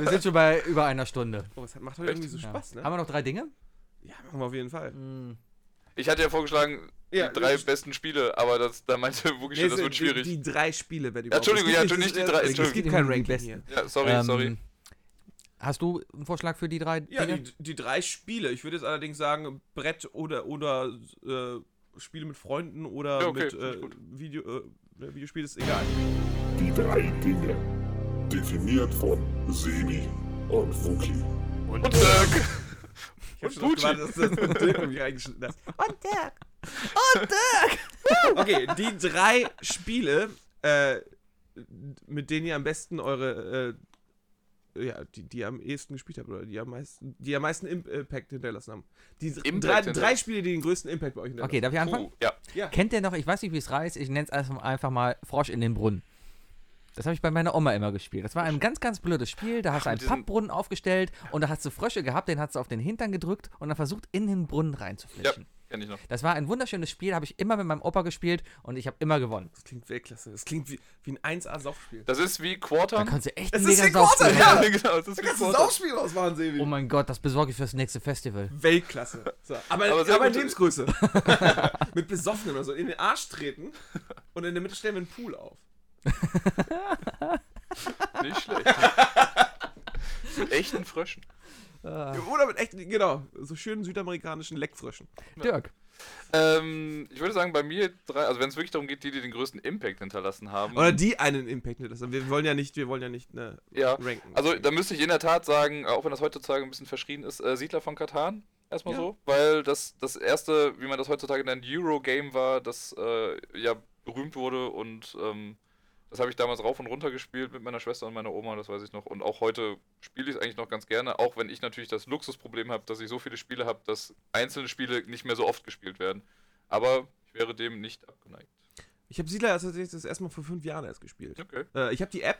S1: Wir sind schon bei über einer Stunde.
S2: Oh, es hat- macht heute irgendwie so
S1: Ja.
S2: Spaß, ne?
S1: Haben wir noch drei Dinge?
S2: Ja, machen wir auf jeden Fall.
S3: Ich hatte ja vorgeschlagen,
S2: Ja,
S3: die drei
S2: das-
S3: besten Spiele, aber das, da meinte Wuki
S2: Nee,
S3: schon, das
S2: es-
S3: wird
S2: die-
S3: schwierig.
S2: Die drei Spiele werden
S3: Ja, Entschuldigung,
S2: Es gibt
S3: ja,
S2: nicht-
S3: nicht die drei,
S2: Es gibt
S1: Entschuldigung.
S2: kein
S1: Die
S2: Ranking
S1: besten.
S2: hier.
S3: Ja, sorry,
S1: Ähm,
S3: sorry.
S1: Hast du einen Vorschlag für die drei
S2: Ja,
S1: Dinge?
S2: die, die drei Spiele. Ich würde jetzt allerdings sagen, Brett oder, oder äh, Spiele mit Freunden oder
S3: Ja, okay,
S2: mit
S3: finde ich
S2: äh,
S3: gut.
S2: Video, äh, Videospiel ist egal.
S5: Die drei Dinge. Definiert von Sebi und Fuki.
S3: Und äh, Dirk!
S2: Ich hab schon
S3: Gucci.
S2: darauf gewartet, dass das Dirk mich reingeschnitten hat. Und Dirk. Und Dirk. okay, die drei Spiele, äh, mit denen ihr am besten eure, äh, ja, die, die ihr am ehesten gespielt habt oder die am meisten, die am meisten Imp- Impact hinterlassen haben. Die
S3: Impact
S2: drei,
S3: hinterlassen.
S2: drei Spiele, die den größten Impact bei euch hinterlassen.
S1: Okay, darf ich anfangen?
S3: Puh, ja.
S1: Kennt ihr noch, ich weiß nicht, wie es reißt, ich nenne es einfach mal Frosch in den Brunnen. Das habe ich bei meiner Oma immer gespielt. Das war ein ganz, ganz blödes Spiel. Da hast du einen
S3: mit diesem-
S1: Pappbrunnen aufgestellt und da hast du Frösche gehabt, den hast du auf den Hintern gedrückt und dann versucht, in den Brunnen
S3: Ja,
S1: reinzuflitschen.
S3: kenn ich noch.
S1: Das war ein wunderschönes Spiel, habe ich immer mit meinem Opa gespielt und ich habe immer gewonnen.
S2: Das klingt Weltklasse. Das klingt wie, wie ein 1A-Saufspiel.
S3: Das ist wie
S1: Da
S3: Quartern.
S1: kannst du echt
S2: Es
S1: ein
S2: ist
S1: mega
S2: wie Quarter,
S1: Saufspiel
S2: ja.
S1: machen.
S3: genau, das ist wie Quartern.
S2: Saufspiel ausmachen, Sebi.
S1: Oh mein Gott, das besorge ich fürs nächste Festival.
S2: Weltklasse. So, aber
S3: Aber
S2: aber,
S3: sehr gut.
S2: Lebensgröße. Mit Besoffenen oder so. In den Arsch treten und in der Mitte stellen wir einen Pool auf.
S3: Nicht schlecht. Mit echten Fröschen.
S2: Oder mit echten, genau, so schönen südamerikanischen Leckfröschen.
S1: Dirk.
S3: Ähm, ich würde sagen, bei mir drei, also wenn es wirklich darum geht, die, die den größten Impact hinterlassen haben.
S2: Oder die einen Impact hinterlassen. Wir wollen ja nicht, wir wollen ja nicht ne,
S3: ja.
S2: ranken.
S3: Also da müsste ich in der Tat sagen, äh, auch wenn das heutzutage ein bisschen verschrien ist, äh, Siedler von Katan. Erstmal
S2: Ja.
S3: so, weil das das erste, wie man das heutzutage nennt, Euro-Game war, das äh, ja berühmt wurde und ähm, das habe ich damals rauf und runter gespielt mit meiner Schwester und meiner Oma, das weiß ich noch. Und auch heute spiele ich es eigentlich noch ganz gerne, auch wenn ich natürlich das Luxusproblem habe, dass ich so viele Spiele habe, dass einzelne Spiele nicht mehr so oft gespielt werden. Aber ich wäre dem nicht abgeneigt.
S2: ich habe Siedler tatsächlich das erstmal vor fünf Jahren erst gespielt.
S3: Okay.
S2: Äh, ich habe die App,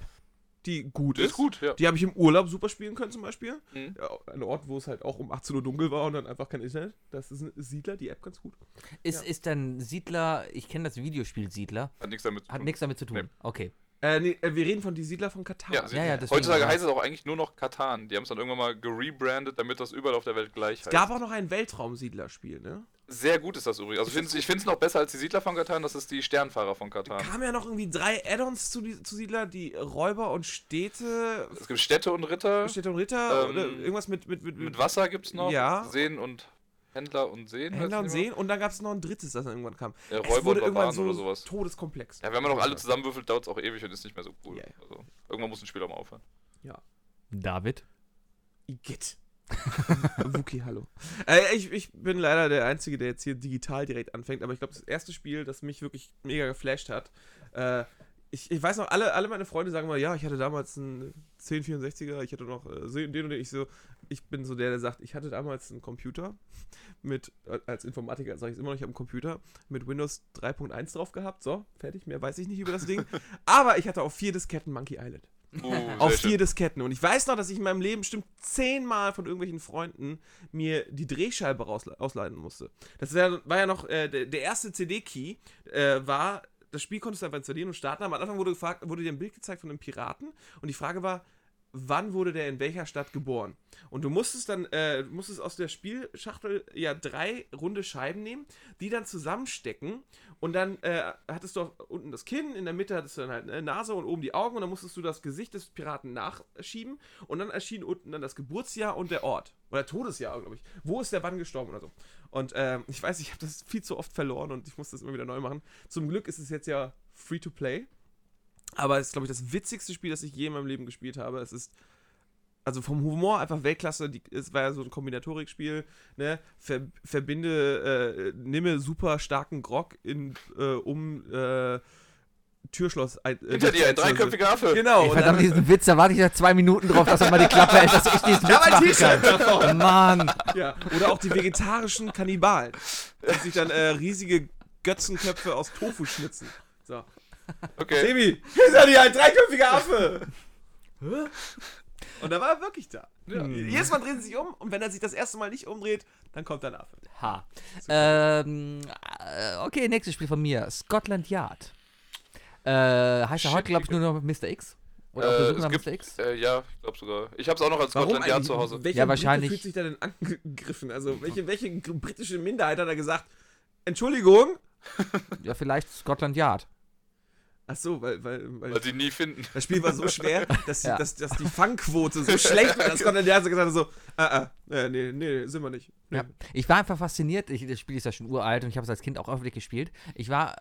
S2: die gut
S3: Das
S2: ist.
S3: ist gut, ja.
S2: Die habe ich im Urlaub super spielen können zum Beispiel.
S3: Mhm.
S2: Ja, ein Ort, wo es halt auch um 18 Uhr dunkel war und dann einfach kein Internet. Das ist ein Siedler, die App ganz gut.
S1: Ist, ist dann Siedler, ich kenne das Videospiel Siedler,
S3: Hat nichts damit zu
S1: hat
S3: tun.
S1: nichts damit zu
S3: Nee.
S1: tun. Okay.
S2: Äh, nee, äh, wir reden von die Siedler von Katar.
S3: Ja,
S1: Ja, ja, deswegen.
S3: Heutzutage heißt es auch eigentlich nur noch Katan. Die haben es dann irgendwann mal gerebrandet, damit das überall auf der Welt gleich
S2: Es
S3: heißt.
S2: gab auch noch ein Weltraumsiedler-Spiel, ne?
S3: Sehr gut ist das übrigens. Also ich find's- ich finde es noch besser als die Siedler von Katan, das ist die Sternfahrer von Katan.
S2: Kamen ja noch irgendwie drei Add-ons zu, die- zu Siedler, die Räuber und Städte,
S3: Es gibt Städte und Ritter,
S2: Städte und Ritter
S3: Ähm,
S2: oder irgendwas mit, mit, mit,
S3: mit Wasser gibt es noch,
S2: Ja.
S3: Seen und Händler und Seen.
S2: Händler
S3: weiß
S2: und
S3: ich nicht
S2: Seen und dann gab es noch ein drittes, das dann irgendwann kam.
S3: Ja,
S2: Es
S3: Räuber
S2: wurde
S3: und
S2: irgendwann
S3: Barbaren
S2: so
S3: oder sowas.
S2: todeskomplex.
S3: mehr. Ja, wenn man noch alle zusammenwürfelt, dauert es auch ewig und ist nicht mehr so cool.
S2: Ja, ja.
S3: Also, irgendwann muss ein Spiel auch mal aufhören.
S1: David.
S2: Igitt. Wookie, hallo. Äh, ich, ich bin leider der Einzige, der jetzt hier digital direkt anfängt, aber ich glaube, das erste Spiel, das mich wirklich mega geflasht hat, äh, ich, ich weiß noch, alle, alle meine Freunde sagen mal, ja, ich hatte damals einen 1064er, ich hatte noch äh, so- den und den. Ich so, ich bin so der, der sagt, ich hatte damals einen Computer mit, äh, als Informatiker sage ich es immer noch, ich habe einen Computer mit Windows 3.1 drauf gehabt, so, fertig, mehr weiß ich nicht über das Ding. aber ich hatte auch vier Disketten Monkey Island.
S3: Uh,
S2: auf
S3: sehr schön.
S2: vier Disketten. Und ich weiß noch, dass ich in meinem Leben bestimmt zehnmal von irgendwelchen Freunden mir die Drehscheibe rausle- ausleihen musste. Das wär, war ja noch äh, der, der erste CD-Key, äh, war, das Spiel konntest du einfach installieren und starten. Aber am Anfang wurde, gefragt, wurde dir ein Bild gezeigt von einem Piraten und die Frage war, wann wurde der in welcher Stadt geboren? Und du musstest dann, äh, du musstest aus der Spielschachtel ja drei runde Scheiben nehmen, die dann zusammenstecken und dann äh, hattest du auf, unten das Kinn, in der Mitte hattest du dann halt eine Nase und oben die Augen und dann musstest du das Gesicht des Piraten nachschieben und dann erschien unten dann das Geburtsjahr und der Ort. Oder Todesjahr, glaube ich. Wo ist der wann gestorben oder so. Und ähm, ich weiß, ich habe das viel zu oft verloren und ich muss das immer wieder neu machen. Zum Glück ist es jetzt ja free to play. Aber es ist, glaube ich, das witzigste Spiel, das ich je in meinem Leben gespielt habe. Es ist, also vom Humor einfach Weltklasse. Die, es war ja so ein Kombinatorikspiel. Ne? Ver, verbinde, äh, nimme super starken Grog in, äh, um äh, Türschloss. Ein, äh,
S3: Hinter dir, ein
S2: einzusetzen.
S3: dreiköpfiger Affe.
S2: Genau.
S1: Ey,
S2: und
S1: verdammt, diesen Witz, da warte ich nach zwei Minuten drauf, dass er mal die Klappe hält, dass ich diesen
S2: Ich hab
S1: Witz
S2: ein T-Shirt
S1: machen kann. Mann.
S2: dann, ja. Oder auch die vegetarischen Kannibalen, die sich dann äh, riesige Götzenköpfe aus Tofu schnitzen. So.
S3: Okay.
S2: Baby, hier ist er dir, ein dreiköpfiger Affe! Hä? Und da war er wirklich da. Ja. Jedes Mal drehen sie sich um und wenn er sich das erste Mal nicht umdreht, dann kommt ein Affe.
S1: Ha. Ähm, äh, okay, nächstes Spiel von mir. Scotland Yard. Äh, heißt er heute, glaube ich, nur noch Mr. X? Oder auf der
S3: Äh,
S1: Suche
S3: es
S1: nach
S3: gibt,
S1: Mr. X?
S3: äh, ja, ich glaube sogar. Ich habe es auch noch als
S2: Warum
S3: Scotland Yard
S2: eigentlich?
S3: zu Hause.
S2: Welche
S1: Ja, wahrscheinlich-
S2: Brite fühlt sich da denn angegriffen? Also welche, welche gr- britische Minderheit hat da gesagt, Entschuldigung?
S1: Ja, vielleicht Scotland Yard.
S2: Ach so, weil, weil, weil
S3: Weil sie nie finden.
S2: das Spiel war so schwer, dass, die-
S1: Ja. genau.
S2: dass, dass die Fangquote so schlecht war, dass Scotland Yard so gesagt hat, so, ah, ah, äh, nee, nee, sind wir nicht. Nee.
S1: Ja. Ich war einfach fasziniert. Ich, das Spiel ist ja schon uralt und ich habe es als Kind auch öffentlich gespielt. Ich war.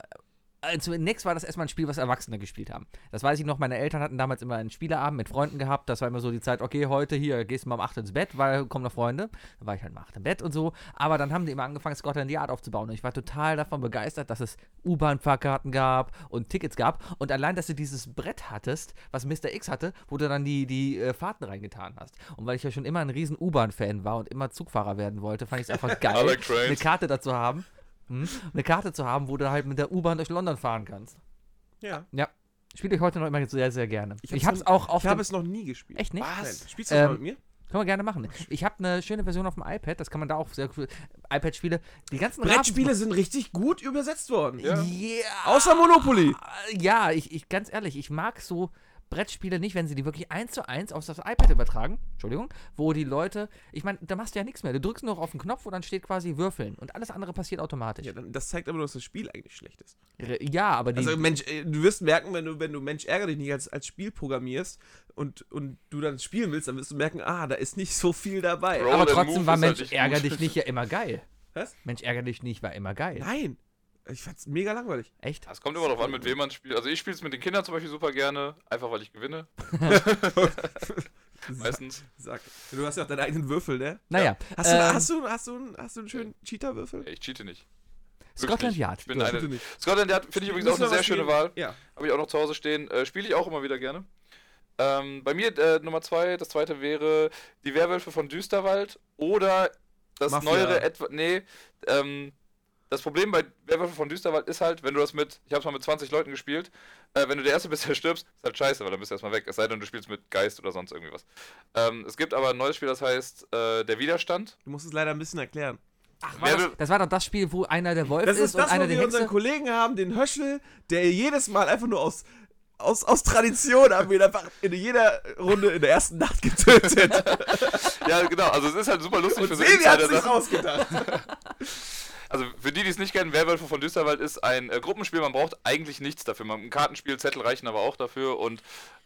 S1: äh, Zunächst war das erstmal ein Spiel, was Erwachsene gespielt haben. Das weiß ich noch, meine Eltern hatten damals immer einen Spieleabend mit Freunden gehabt. Das war immer so die Zeit, okay, heute hier gehst du mal um 8 ins Bett, weil kommen noch Freunde. Dann war ich halt um 8 im Bett und so. Aber dann haben die immer angefangen, Scotland Yard aufzubauen. Und ich war total davon begeistert, dass es U-Bahn-Fahrkarten gab und Tickets gab. Und allein, dass du dieses Brett hattest, was Mr. X hatte, wo du dann die, die äh, Fahrten reingetan hast. Und weil ich ja schon immer ein riesen U-Bahn-Fan war und immer Zugfahrer werden wollte, fand ich es einfach geil,
S3: I like trains.
S1: eine Karte dazu haben. Hm? Eine Karte zu haben, wo du halt mit der U-Bahn durch London fahren kannst.
S2: Ja.
S1: Spiele ich heute noch immer sehr, sehr gerne. Ich
S2: hab's
S1: hab's,
S2: noch-
S1: auch auf
S2: Ich habe
S1: dem-
S2: es noch nie gespielt.
S1: Echt nicht?
S2: Was? Spielst du
S1: Ähm,
S2: das mal mit mir?
S1: Können wir gerne machen. Ich habe eine schöne Version auf dem iPad, das kann man da auch sehr cool. iPad-Spiele, die ganzen
S2: Brettspiele sind richtig gut übersetzt worden.
S1: Ja.
S3: Ja.
S2: Außer Monopoly.
S1: Ja, ich, ich ganz ehrlich, ich mag so Brettspiele nicht, wenn sie die wirklich eins zu eins auf das iPad übertragen, Entschuldigung, wo die Leute, ich meine, da machst du ja nichts mehr. Du drückst nur auf den Knopf und dann steht quasi Würfeln und alles andere passiert automatisch.
S2: Ja, dann, das zeigt aber, nur, dass das Spiel eigentlich schlecht ist.
S1: Re- Ja, aber die,
S2: Also Mensch, äh, du wirst merken, wenn du, wenn du Mensch ärger dich nicht als, als Spiel programmierst und, und du dann spielen willst, dann wirst du merken, ah, da ist nicht so viel dabei.
S1: aber
S3: Bro. Roll and
S1: trotzdem
S3: Move
S1: war
S3: ist halt
S1: Mensch
S3: nicht
S1: ärger
S3: gut.
S1: dich nicht ja immer geil.
S2: Was?
S1: Mensch ärger dich nicht war immer geil.
S2: Nein. Ich fand's mega langweilig.
S1: Echt?
S3: Es kommt immer darauf an, mit wem man spielt. Also ich spiele es mit den Kindern zum Beispiel super gerne, einfach weil ich gewinne,
S2: Sag,
S3: meistens.
S2: sag. Du hast ja auch deine eigenen Würfel, ne?
S1: Naja,
S2: Hast du,
S1: ähm,
S2: hast du, hast du, einen- hast du einen schönen Cheater-Würfel?
S3: Ich cheate nicht.
S1: Scotland
S3: Wirklich nicht.
S1: Yard.
S3: Ich bin
S1: Ja,
S3: eine,
S2: bitte nicht.
S3: Scotland Yard finde ich übrigens auch
S2: Müssen wir
S3: eine sehr
S2: was
S3: schöne
S2: spielen?
S3: Wahl.
S2: Ja.
S3: Habe ich auch noch zu Hause stehen. Äh, Spiele ich auch immer wieder gerne. Ähm, bei mir äh, Nummer zwei, das zweite wäre die Werwölfe von Düsterwald oder das
S2: Mafia.
S3: neuere etwa. Nee, ähm, das Problem bei Werwölfe von Düsterwald ist halt, wenn du das mit, ich hab's mal mit 20 Leuten gespielt, äh, wenn du der Erste bist, der stirbst, ist halt scheiße, weil dann bist du erstmal weg. Es sei denn, du spielst mit Geist oder sonst irgendwie was. Ähm, es gibt aber ein neues Spiel, das heißt äh, Der Widerstand.
S2: Du musst es leider ein bisschen erklären.
S1: Ach, war das, das war doch das Spiel, wo einer der Wolf
S2: Das
S1: ist,
S2: ist das,
S1: und einer
S2: wo
S1: die
S2: wir unseren
S1: Hexe.
S2: Kollegen haben, den Höschel, der jedes Mal einfach nur aus, aus, aus Tradition haben wir ihn einfach in jeder Runde in der ersten Nacht getötet.
S3: Ja, genau. Also es ist halt super lustig
S2: Und
S3: für so ne?
S2: Sebi hat sich
S3: Insider-Sachen.
S2: ausgedacht.
S3: Also für die, die es nicht kennen, Werwölfe von Düsterwald ist ein äh, Gruppenspiel. Man braucht eigentlich nichts dafür. Man, ein Kartenspiel, Zettel reichen aber auch dafür. Und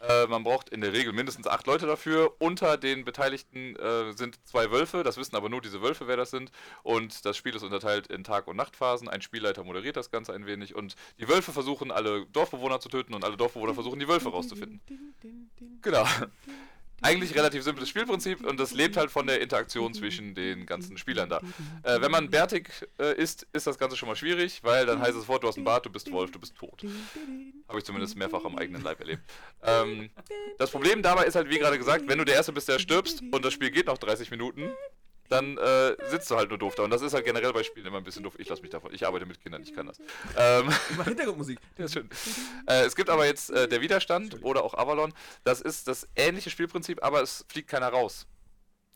S3: äh, man braucht in der Regel mindestens acht Leute dafür. Unter den Beteiligten äh, sind zwei Wölfe. Das wissen aber nur diese Wölfe, wer das sind. Und das Spiel ist unterteilt in Tag- und Nachtphasen. Ein Spielleiter moderiert das Ganze ein wenig. Und die Wölfe versuchen, alle Dorfbewohner zu töten. Und alle Dorfbewohner versuchen, die Wölfe rauszufinden. Genau. Eigentlich relativ simples Spielprinzip und das lebt halt von der Interaktion zwischen den ganzen Spielern da. Äh, wenn man bärtig äh, ist, ist das Ganze schon mal schwierig, weil dann heißt es sofort, du hast einen Bart, du bist Wolf, du bist tot. Habe ich zumindest mehrfach am eigenen Leib erlebt. Ähm, das Problem dabei ist halt, wie gerade gesagt, wenn du der Erste bist, der stirbst und das Spiel geht noch 30 Minuten, dann äh, sitzt du halt nur doof da. Und das ist halt generell bei Spielen immer ein bisschen doof. Ich lasse mich davon. Ich arbeite mit Kindern, ich kann das. Ähm,
S2: Immer Hintergrundmusik.
S3: ja, schön. Äh, es gibt aber jetzt äh, der Widerstand oder auch Avalon. Das ist das ähnliche Spielprinzip, aber es fliegt keiner raus.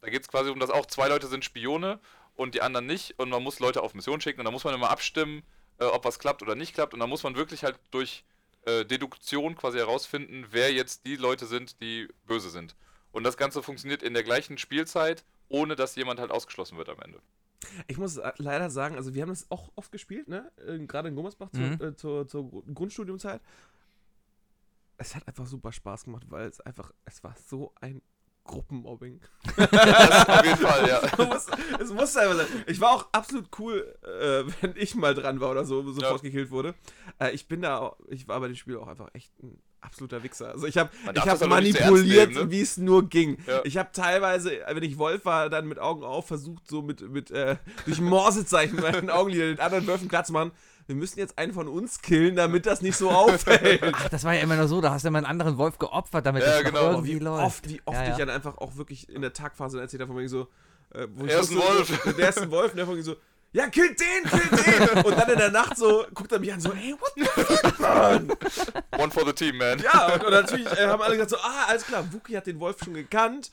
S3: Da geht es quasi um das auch. Zwei Leute sind Spione und die anderen nicht. Und man muss Leute auf Mission schicken und da muss man immer abstimmen, äh, ob was klappt oder nicht klappt. Und da muss man wirklich halt durch äh, Deduktion quasi herausfinden, wer jetzt die Leute sind, die böse sind. Und das Ganze funktioniert in der gleichen Spielzeit, ohne dass jemand halt ausgeschlossen wird am Ende.
S2: Ich muss leider sagen, also wir haben das auch oft gespielt, ne? Äh, Gerade in Gummersbach zu-
S1: Mhm.
S2: äh, zur, zur Gru- Grundstudiumzeit. Es hat einfach super Spaß gemacht, weil es einfach, es war so ein Gruppenmobbing.
S3: Das auf jeden Fall, ja.
S2: Man muss- es muss einfach sein. Ich war auch absolut cool, äh, wenn ich mal dran war oder so, sofort gekillt wurde. Äh, ich bin da, auch- ich war bei dem Spiel auch einfach echt ein absoluter Wichser. Also ich habe
S3: Man darf
S2: ich
S3: das
S2: hab
S3: aber nicht so ernst
S2: manipuliert,
S3: nehmen, ne?
S2: wie es nur ging.
S3: Ja.
S2: Ich habe teilweise, wenn ich Wolf war, dann mit Augen auf versucht, so mit, mit äh, durch Morsezeichen meinen Augenlidern den anderen Wölfen klar zu machen. Wir müssen jetzt einen von uns killen, damit das nicht so auffällt.
S1: Ach, das war ja immer nur so, da hast du immer einen anderen Wolf geopfert, damit das
S3: Ja,
S1: noch
S3: genau.
S1: irgendwie
S2: wie
S1: läuft.
S2: oft, wie oft
S1: Ja, ja.
S2: ich dann einfach auch wirklich in der Tagphase dann erzählt habe, von wegen so, äh, wo
S3: Er
S2: ich
S3: ist ein
S2: wusste,
S3: Wolf.
S2: so, Der ist ein Wolf, und der von wegen so, ja, kill den, kill den! Und dann in der Nacht so, guckt er mich an, so, ey, what the fuck, man?
S3: One for the team, man.
S2: Ja, und, und natürlich äh, haben alle gesagt so, ah, alles klar, Wookie hat den Wolf schon gekannt,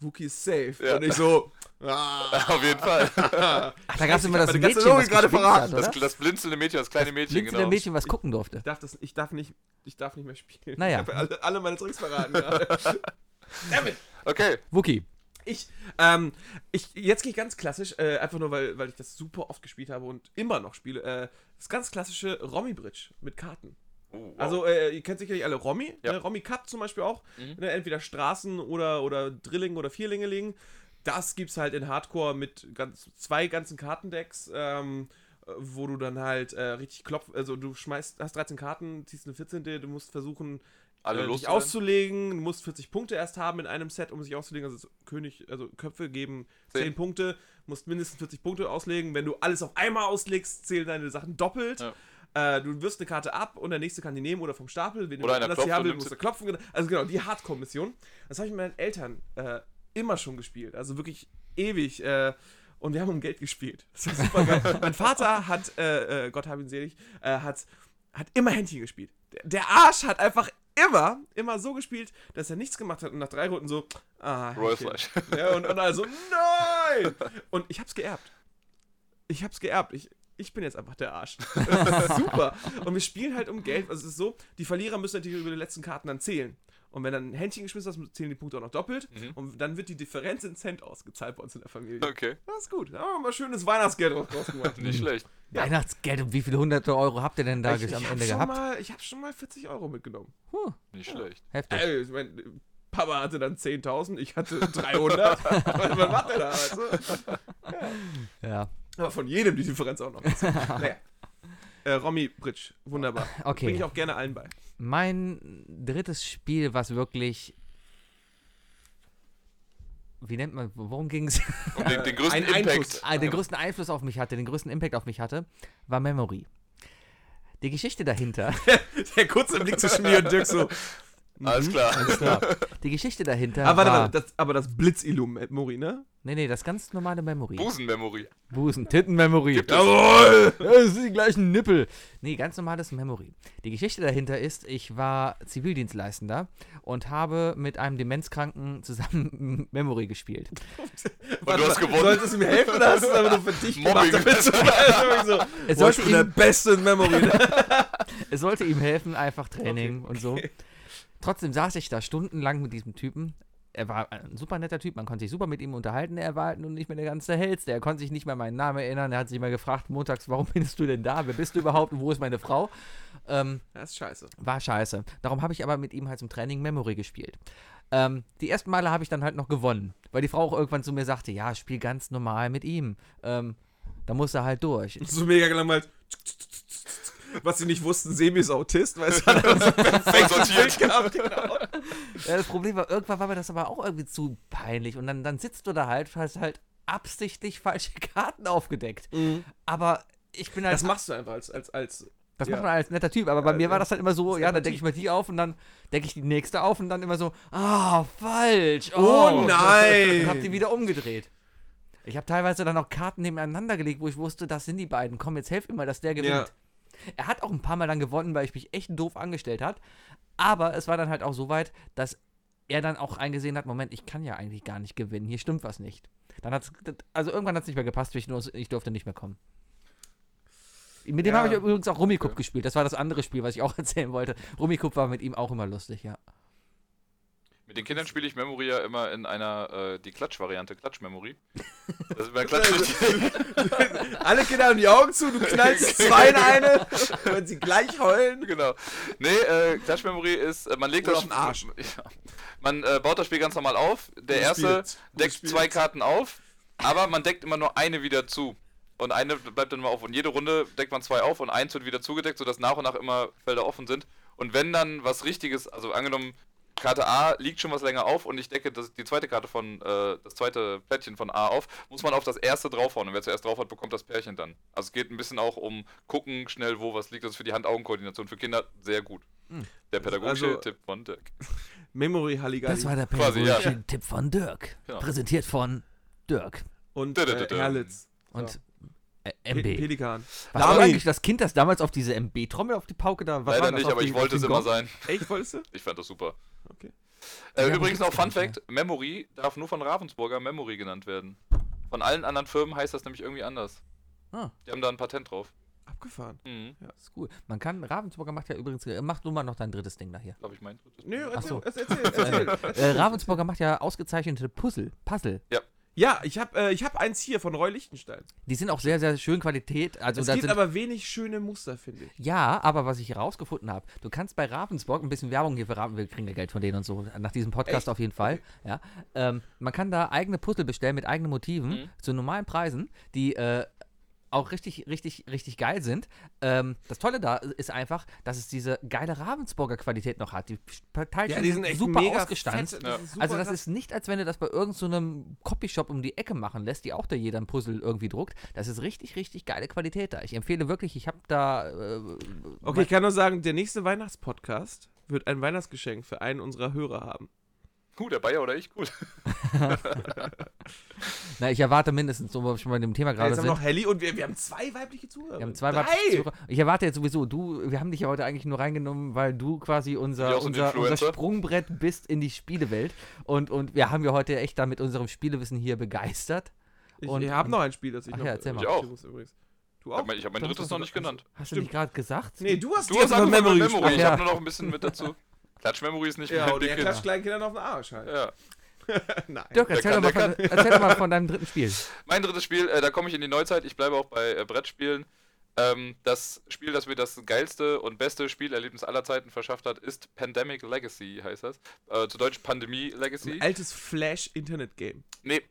S2: Wookie ist safe.
S3: Ja.
S2: Und ich so, ah,
S3: Auf jeden Fall.
S1: Ach, da gab es immer das
S2: meine ganze
S1: Mädchen, das
S2: Logik gerade
S1: geschwitzt
S2: verraten.
S1: Hat,
S3: Ah, Das,
S1: oder?
S3: das blinzelnde Mädchen, das kleine Mädchen,
S1: Mädchen,
S3: genau.
S1: der Mädchen, was gucken durfte.
S2: ich darf, das, ich darf nicht, ich darf nicht mehr spielen.
S1: Naja.
S2: Ich habe alle, alle meine Tricks verraten gerade.
S3: Okay,
S1: Wookie.
S2: Ich, ähm, ich, jetzt gehe ich ganz klassisch, äh, einfach nur, weil, weil ich das super oft gespielt habe und immer noch spiele, äh, das ganz klassische Romy-Bridge mit Karten.
S3: Uh, wow.
S2: Also, äh, ihr kennt sicherlich alle Romy,
S3: Ja. Mhm.
S2: ne? Romy Cup zum Beispiel auch, ne? entweder Straßen oder, oder Drilling oder Vierlinge liegen. Das gibt's halt in Hardcore mit ganz, zwei ganzen Kartendecks, ähm, äh, wo du dann halt äh, richtig klopf, also du schmeißt, hast 13 Karten, ziehst eine 14. Du musst versuchen,
S3: alle
S2: äh,
S3: los.
S2: dich auszulegen. Du musst 40 Punkte erst haben in einem Set, um sich auszulegen. Also König, also Köpfe geben 10,
S3: Zehn.
S2: Punkte, musst mindestens 40 Punkte auslegen. Wenn du alles auf einmal auslegst, zählen deine Sachen doppelt. Äh, du wirfst eine Karte ab und der nächste kann die nehmen oder vom Stapel. Wenn
S3: Oder einer
S2: anders die
S3: klopft
S2: haben
S3: und
S2: will,
S3: nimmt
S2: musst
S3: sie.
S2: du klopfen. Also genau, die Hardcore-Mission. Das habe ich mit meinen Eltern äh, immer schon gespielt. Also wirklich ewig. Äh, und wir haben um Geld gespielt. Das war super geil. mein Vater hat, äh, äh, Gott hab ihn selig, äh, hat, hat immer Händchen gespielt. Der, der Arsch hat einfach immer, immer so gespielt, dass er nichts gemacht hat und nach drei Runden so, ah,
S3: Royal
S2: Händchen.
S3: Flash.
S2: Ja, und, und also, nein! Und ich hab's geerbt. Ich hab's geerbt. Ich, ich bin jetzt einfach der Arsch. Das ist super. Und wir spielen halt um Geld. Also es ist so, die Verlierer müssen natürlich über die letzten Karten dann zählen. Und wenn dann ein Händchen geschmissen hast, zählen die Punkte auch noch doppelt. Und dann wird die Differenz in Cent ausgezahlt bei uns in der Familie.
S3: Mhm. Okay,
S2: Das ist gut. Da haben wir mal schönes Weihnachtsgeld drauf draus gemacht.
S3: nicht schlecht.
S2: Ja.
S1: Weihnachtsgeld, und wie viele hunderte Euro habt ihr denn da
S2: ich,
S1: am
S2: ich hab
S1: Ende
S2: schon
S1: gehabt?
S2: Mal, ich habe schon mal 40 Euro mitgenommen.
S1: Huh,
S3: Nicht schlecht.
S1: heftig.
S2: Ey, ich mein, Papa hatte dann 10.000, ich hatte 300. Was macht der da? Weißt du? Äh.
S1: Ja.
S2: Aber von jedem die Differenz auch noch. naja. Äh, Romy Bridge, wunderbar.
S1: Okay.
S2: Bring ich auch gerne allen bei.
S1: Mein drittes Spiel, was wirklich. Wie nennt man, worum ging es?
S3: Um den, den größten
S2: Ein
S3: Impact.
S2: Einfluss.
S1: Ah, den größten Einfluss auf mich hatte, den größten Impact auf mich hatte, war Memory. Die Geschichte dahinter.
S2: Der kurze Blick zwischen mir und Dirk so.
S3: Alles klar.
S1: Alles klar. Die Geschichte dahinter.
S2: Aber, Ah, warte
S1: war,
S2: mal, das, aber das Blitzillum, äh, Mori, ne?
S1: Nee, nee, das ganz normale Memory.
S3: Busenmemory.
S1: Busen, Tittenmemory.
S3: Jawohl!
S1: Das sind die gleichen Nippel. Nee, ganz normales Memory. Die Geschichte dahinter ist, ich war Zivildienstleistender und habe mit einem Demenzkranken zusammen Memory gespielt.
S2: Warte
S3: hast
S2: mal,
S3: gewonnen.
S2: Solltest du mir helfen oder hast du es einfach nur für dich
S3: Mobbing.
S2: gemacht? Damit du also so,
S1: Es
S2: boah, ich
S1: sollte
S2: bin der
S1: ihm-
S2: Beste in Memory. Ne?
S1: Es sollte ihm helfen, einfach Training und so. Trotzdem saß ich da stundenlang mit diesem Typen. Er war ein super netter Typ, man konnte sich super mit ihm unterhalten. Er war halt nun nicht mehr der ganze Hellste. Er konnte sich nicht mehr meinen Namen erinnern. Er hat sich immer gefragt, montags, warum bist du denn da? Wer bist du überhaupt und wo ist meine Frau? Ähm,
S2: Das ist scheiße.
S1: War scheiße. Darum habe ich aber mit ihm halt zum Training Memory gespielt. Ähm, die ersten Male habe ich dann halt noch gewonnen, weil die Frau auch irgendwann zu mir sagte, ja, spiel ganz normal mit ihm. Ähm, da muss er halt durch.
S2: So mega gelangweilt. Was sie nicht wussten, Semi ist Autist, weil es hat er so perfekt sortiert gehabt. Genau.
S1: Ja, das Problem war, irgendwann war mir das aber auch irgendwie zu peinlich. Und dann, dann sitzt du da halt, hast halt absichtlich falsche Karten aufgedeckt. Aber ich bin halt.
S2: Mhm. Das machst du einfach als, als, als
S1: Das
S2: Ja.
S1: macht man als netter Typ, aber bei mir war das halt immer so, ja, dann
S2: einfach
S1: denke ich mal die auf und dann denke ich die nächste auf und dann immer so, ah, falsch.
S2: Oh nein.
S1: Und hab die wieder umgedreht. Ich habe teilweise dann auch Karten nebeneinander gelegt, wo ich wusste, das sind die beiden. Komm, jetzt helf immer, dass der gewinnt.
S2: Ja.
S1: Er hat auch ein paar Mal dann gewonnen, weil ich mich echt doof angestellt hat. Aber es war dann halt auch so weit, dass er dann auch eingesehen hat, Moment, ich kann ja eigentlich gar nicht gewinnen. Hier stimmt was nicht. Dann hat's, also irgendwann hat es nicht mehr gepasst zwischen uns. Ich durfte nicht mehr kommen. Mit dem
S2: Ja.
S1: habe ich übrigens auch Rummikub gespielt. Das war das andere Spiel, was ich auch erzählen wollte. Rummikub war mit ihm auch immer lustig, ja.
S3: Mit den Kindern spiele ich Memory ja immer in einer, äh, die Klatsch-Variante, Klatsch-Memory. Das ist bei Klatsch
S2: Alle Kinder haben die Augen zu, du knallst zwei in eine, wenn sie gleich heulen.
S3: genau. Nee, äh, Klatsch Memory ist, äh, man legt
S2: Oder
S3: das
S2: auf den Arsch.
S3: Ja. Man äh, baut das Spiel ganz normal auf. Der
S2: Gutes
S3: erste
S2: Spiel. Gutes
S3: deckt
S2: Spiel.
S3: zwei Karten auf, aber man deckt immer nur eine wieder zu. Und eine bleibt dann immer auf. Und jede Runde deckt man zwei auf und eins wird wieder zugedeckt, sodass nach und nach immer Felder offen sind. Und wenn dann was Richtiges, also angenommen, Karte A liegt schon was länger auf und ich decke das, die zweite Karte von, äh, das zweite Plättchen von A auf, muss man auf das erste draufhauen und wer zuerst drauf hat, bekommt das Pärchen dann. Also es geht ein bisschen auch um gucken, schnell wo was liegt. Das ist für die Hand-Augen-Koordination für Kinder sehr gut.
S1: Hm.
S3: Der pädagogische
S2: Also-
S3: Tipp von Dirk.
S2: Memory Halligalli.
S1: Das war der
S3: Quasi, ja.
S1: pädagogische Tipp von Dirk.
S3: Genau.
S1: Präsentiert von Dirk
S2: und
S3: Dö, dö,
S2: äh,
S3: dö, dö.
S2: Herlitz.
S1: und äh,
S2: Pe-
S1: MB.
S2: Pelikan.
S1: Was war
S2: Dami.
S1: eigentlich das Kind, das damals auf diese MB-Trommel auf die Pauke da was war?
S3: Leider
S1: das,
S3: nicht,
S1: auf
S3: aber
S1: die-
S3: ich
S1: auf
S3: wollte
S1: den
S3: es immer
S1: Gong?
S3: sein.
S2: Echt, wolltest du?
S3: Ich fand das super.
S2: Okay.
S3: Äh,
S1: Ja,
S3: übrigens
S1: aber
S3: noch
S1: das
S3: Fun
S1: kann ich
S3: Fact: Memory darf nur von Ravensburger Memory genannt werden. Von allen anderen Firmen heißt das nämlich irgendwie anders.
S1: Ah.
S3: Die haben da ein Patent drauf.
S2: Abgefahren.
S3: Mhm.
S1: Ist cool. Man kann, Ravensburger macht ja übrigens, äh, macht nun mal noch dein drittes Ding da hier.
S3: Glaube ich mein drittes.
S2: Nö,
S1: Ach
S2: erzähl,
S1: so.
S2: erzähl, erzähl, erzähl.
S1: Äh, Ravensburger macht ja ausgezeichnete Puzzle, Puzzle.
S2: Ja, ich hab, äh, ich hab eins hier von Roy Lichtenstein.
S1: Die sind auch sehr, sehr schön Qualität. Also
S2: es
S1: da
S2: gibt
S1: sind,
S2: aber wenig schöne Muster, finde ich.
S1: ja, aber was ich herausgefunden habe, du kannst bei Ravensburg ein bisschen Werbung hier für Raven, wir kriegen ja Geld von denen und so, nach diesem Podcast auf jeden Fall. Ja, ähm, man kann da eigene Puzzle bestellen mit eigenen Motiven
S3: Mhm.
S1: zu normalen Preisen, die äh, auch richtig, richtig, richtig geil sind. Ähm, das Tolle da ist einfach, dass es diese geile Ravensburger Qualität noch hat. Die Teilchen super ausgestanzt.
S2: fett.
S3: Ja.
S2: ist super
S1: Also das
S2: krass.
S1: ist nicht, als wenn du das bei irgendeinem so einem Copyshop um die Ecke machen lässt, die auch da jeder ein Puzzle irgendwie druckt. Das ist richtig, richtig geile Qualität da. Ich empfehle wirklich, ich habe da... Äh,
S2: Okay, ich kann nur sagen, der nächste Weihnachtspodcast wird ein Weihnachtsgeschenk für einen unserer Hörer haben.
S3: Huh, der Bayer oder ich? Cool.
S1: na, ich erwarte mindestens, so wir schon bei dem Thema
S2: Ja,
S1: gerade
S2: jetzt haben
S1: sind.
S2: wir noch Helly und wir, wir haben zwei weibliche Zuhörer.
S1: wir haben zwei
S2: Drei!
S1: Zuhörer. Ich erwarte jetzt sowieso, du, wir haben dich ja heute eigentlich nur reingenommen, weil du quasi
S3: Ja,
S1: unser,
S3: auch so ein
S1: unser, unser
S3: Influencer.
S1: Sprungbrett bist in die Spielewelt. Und, und wir haben ja heute echt da mit unserem Spielewissen hier begeistert.
S2: Ich,
S1: Und-
S2: ich habe noch ein Spiel, das ich
S1: Ach
S2: noch
S1: ja, erzähl mal.
S3: Ich auch.
S2: muss übrigens. Du
S3: Ich
S2: auch?
S3: hab mein, ich habe mein drittes noch nicht genannt.
S1: Hast du nicht gerade gesagt?
S2: Nee, du hast
S3: Du
S2: die
S3: hast
S2: jetzt über
S3: angefangen mit Memory.
S2: gesprochen.
S3: Ich
S1: Ach
S3: habe
S1: ja.
S3: nur noch ein bisschen mit dazu. Klatsch Memory ist nicht
S2: Ja, oh,
S3: mit
S2: und
S3: den
S2: der
S3: Kids.
S2: klatscht kleinen Kindern auf den Arsch halt.
S3: Ja.
S2: Nein.
S1: Dirk, erzähl doch,
S3: kann,
S1: mal
S3: der
S1: von, erzähl doch mal von deinem dritten Spiel.
S3: Mein drittes Spiel, äh, da komme ich in die Neuzeit, ich bleibe auch bei äh, Brettspielen. Ähm, das Spiel, das mir das geilste und beste Spielerlebnis aller Zeiten verschafft hat, ist Pandemic Legacy, heißt das. Äh, zu Deutsch Pandemie Legacy.
S2: Ein altes Flash-Internet-Game.
S3: Nee.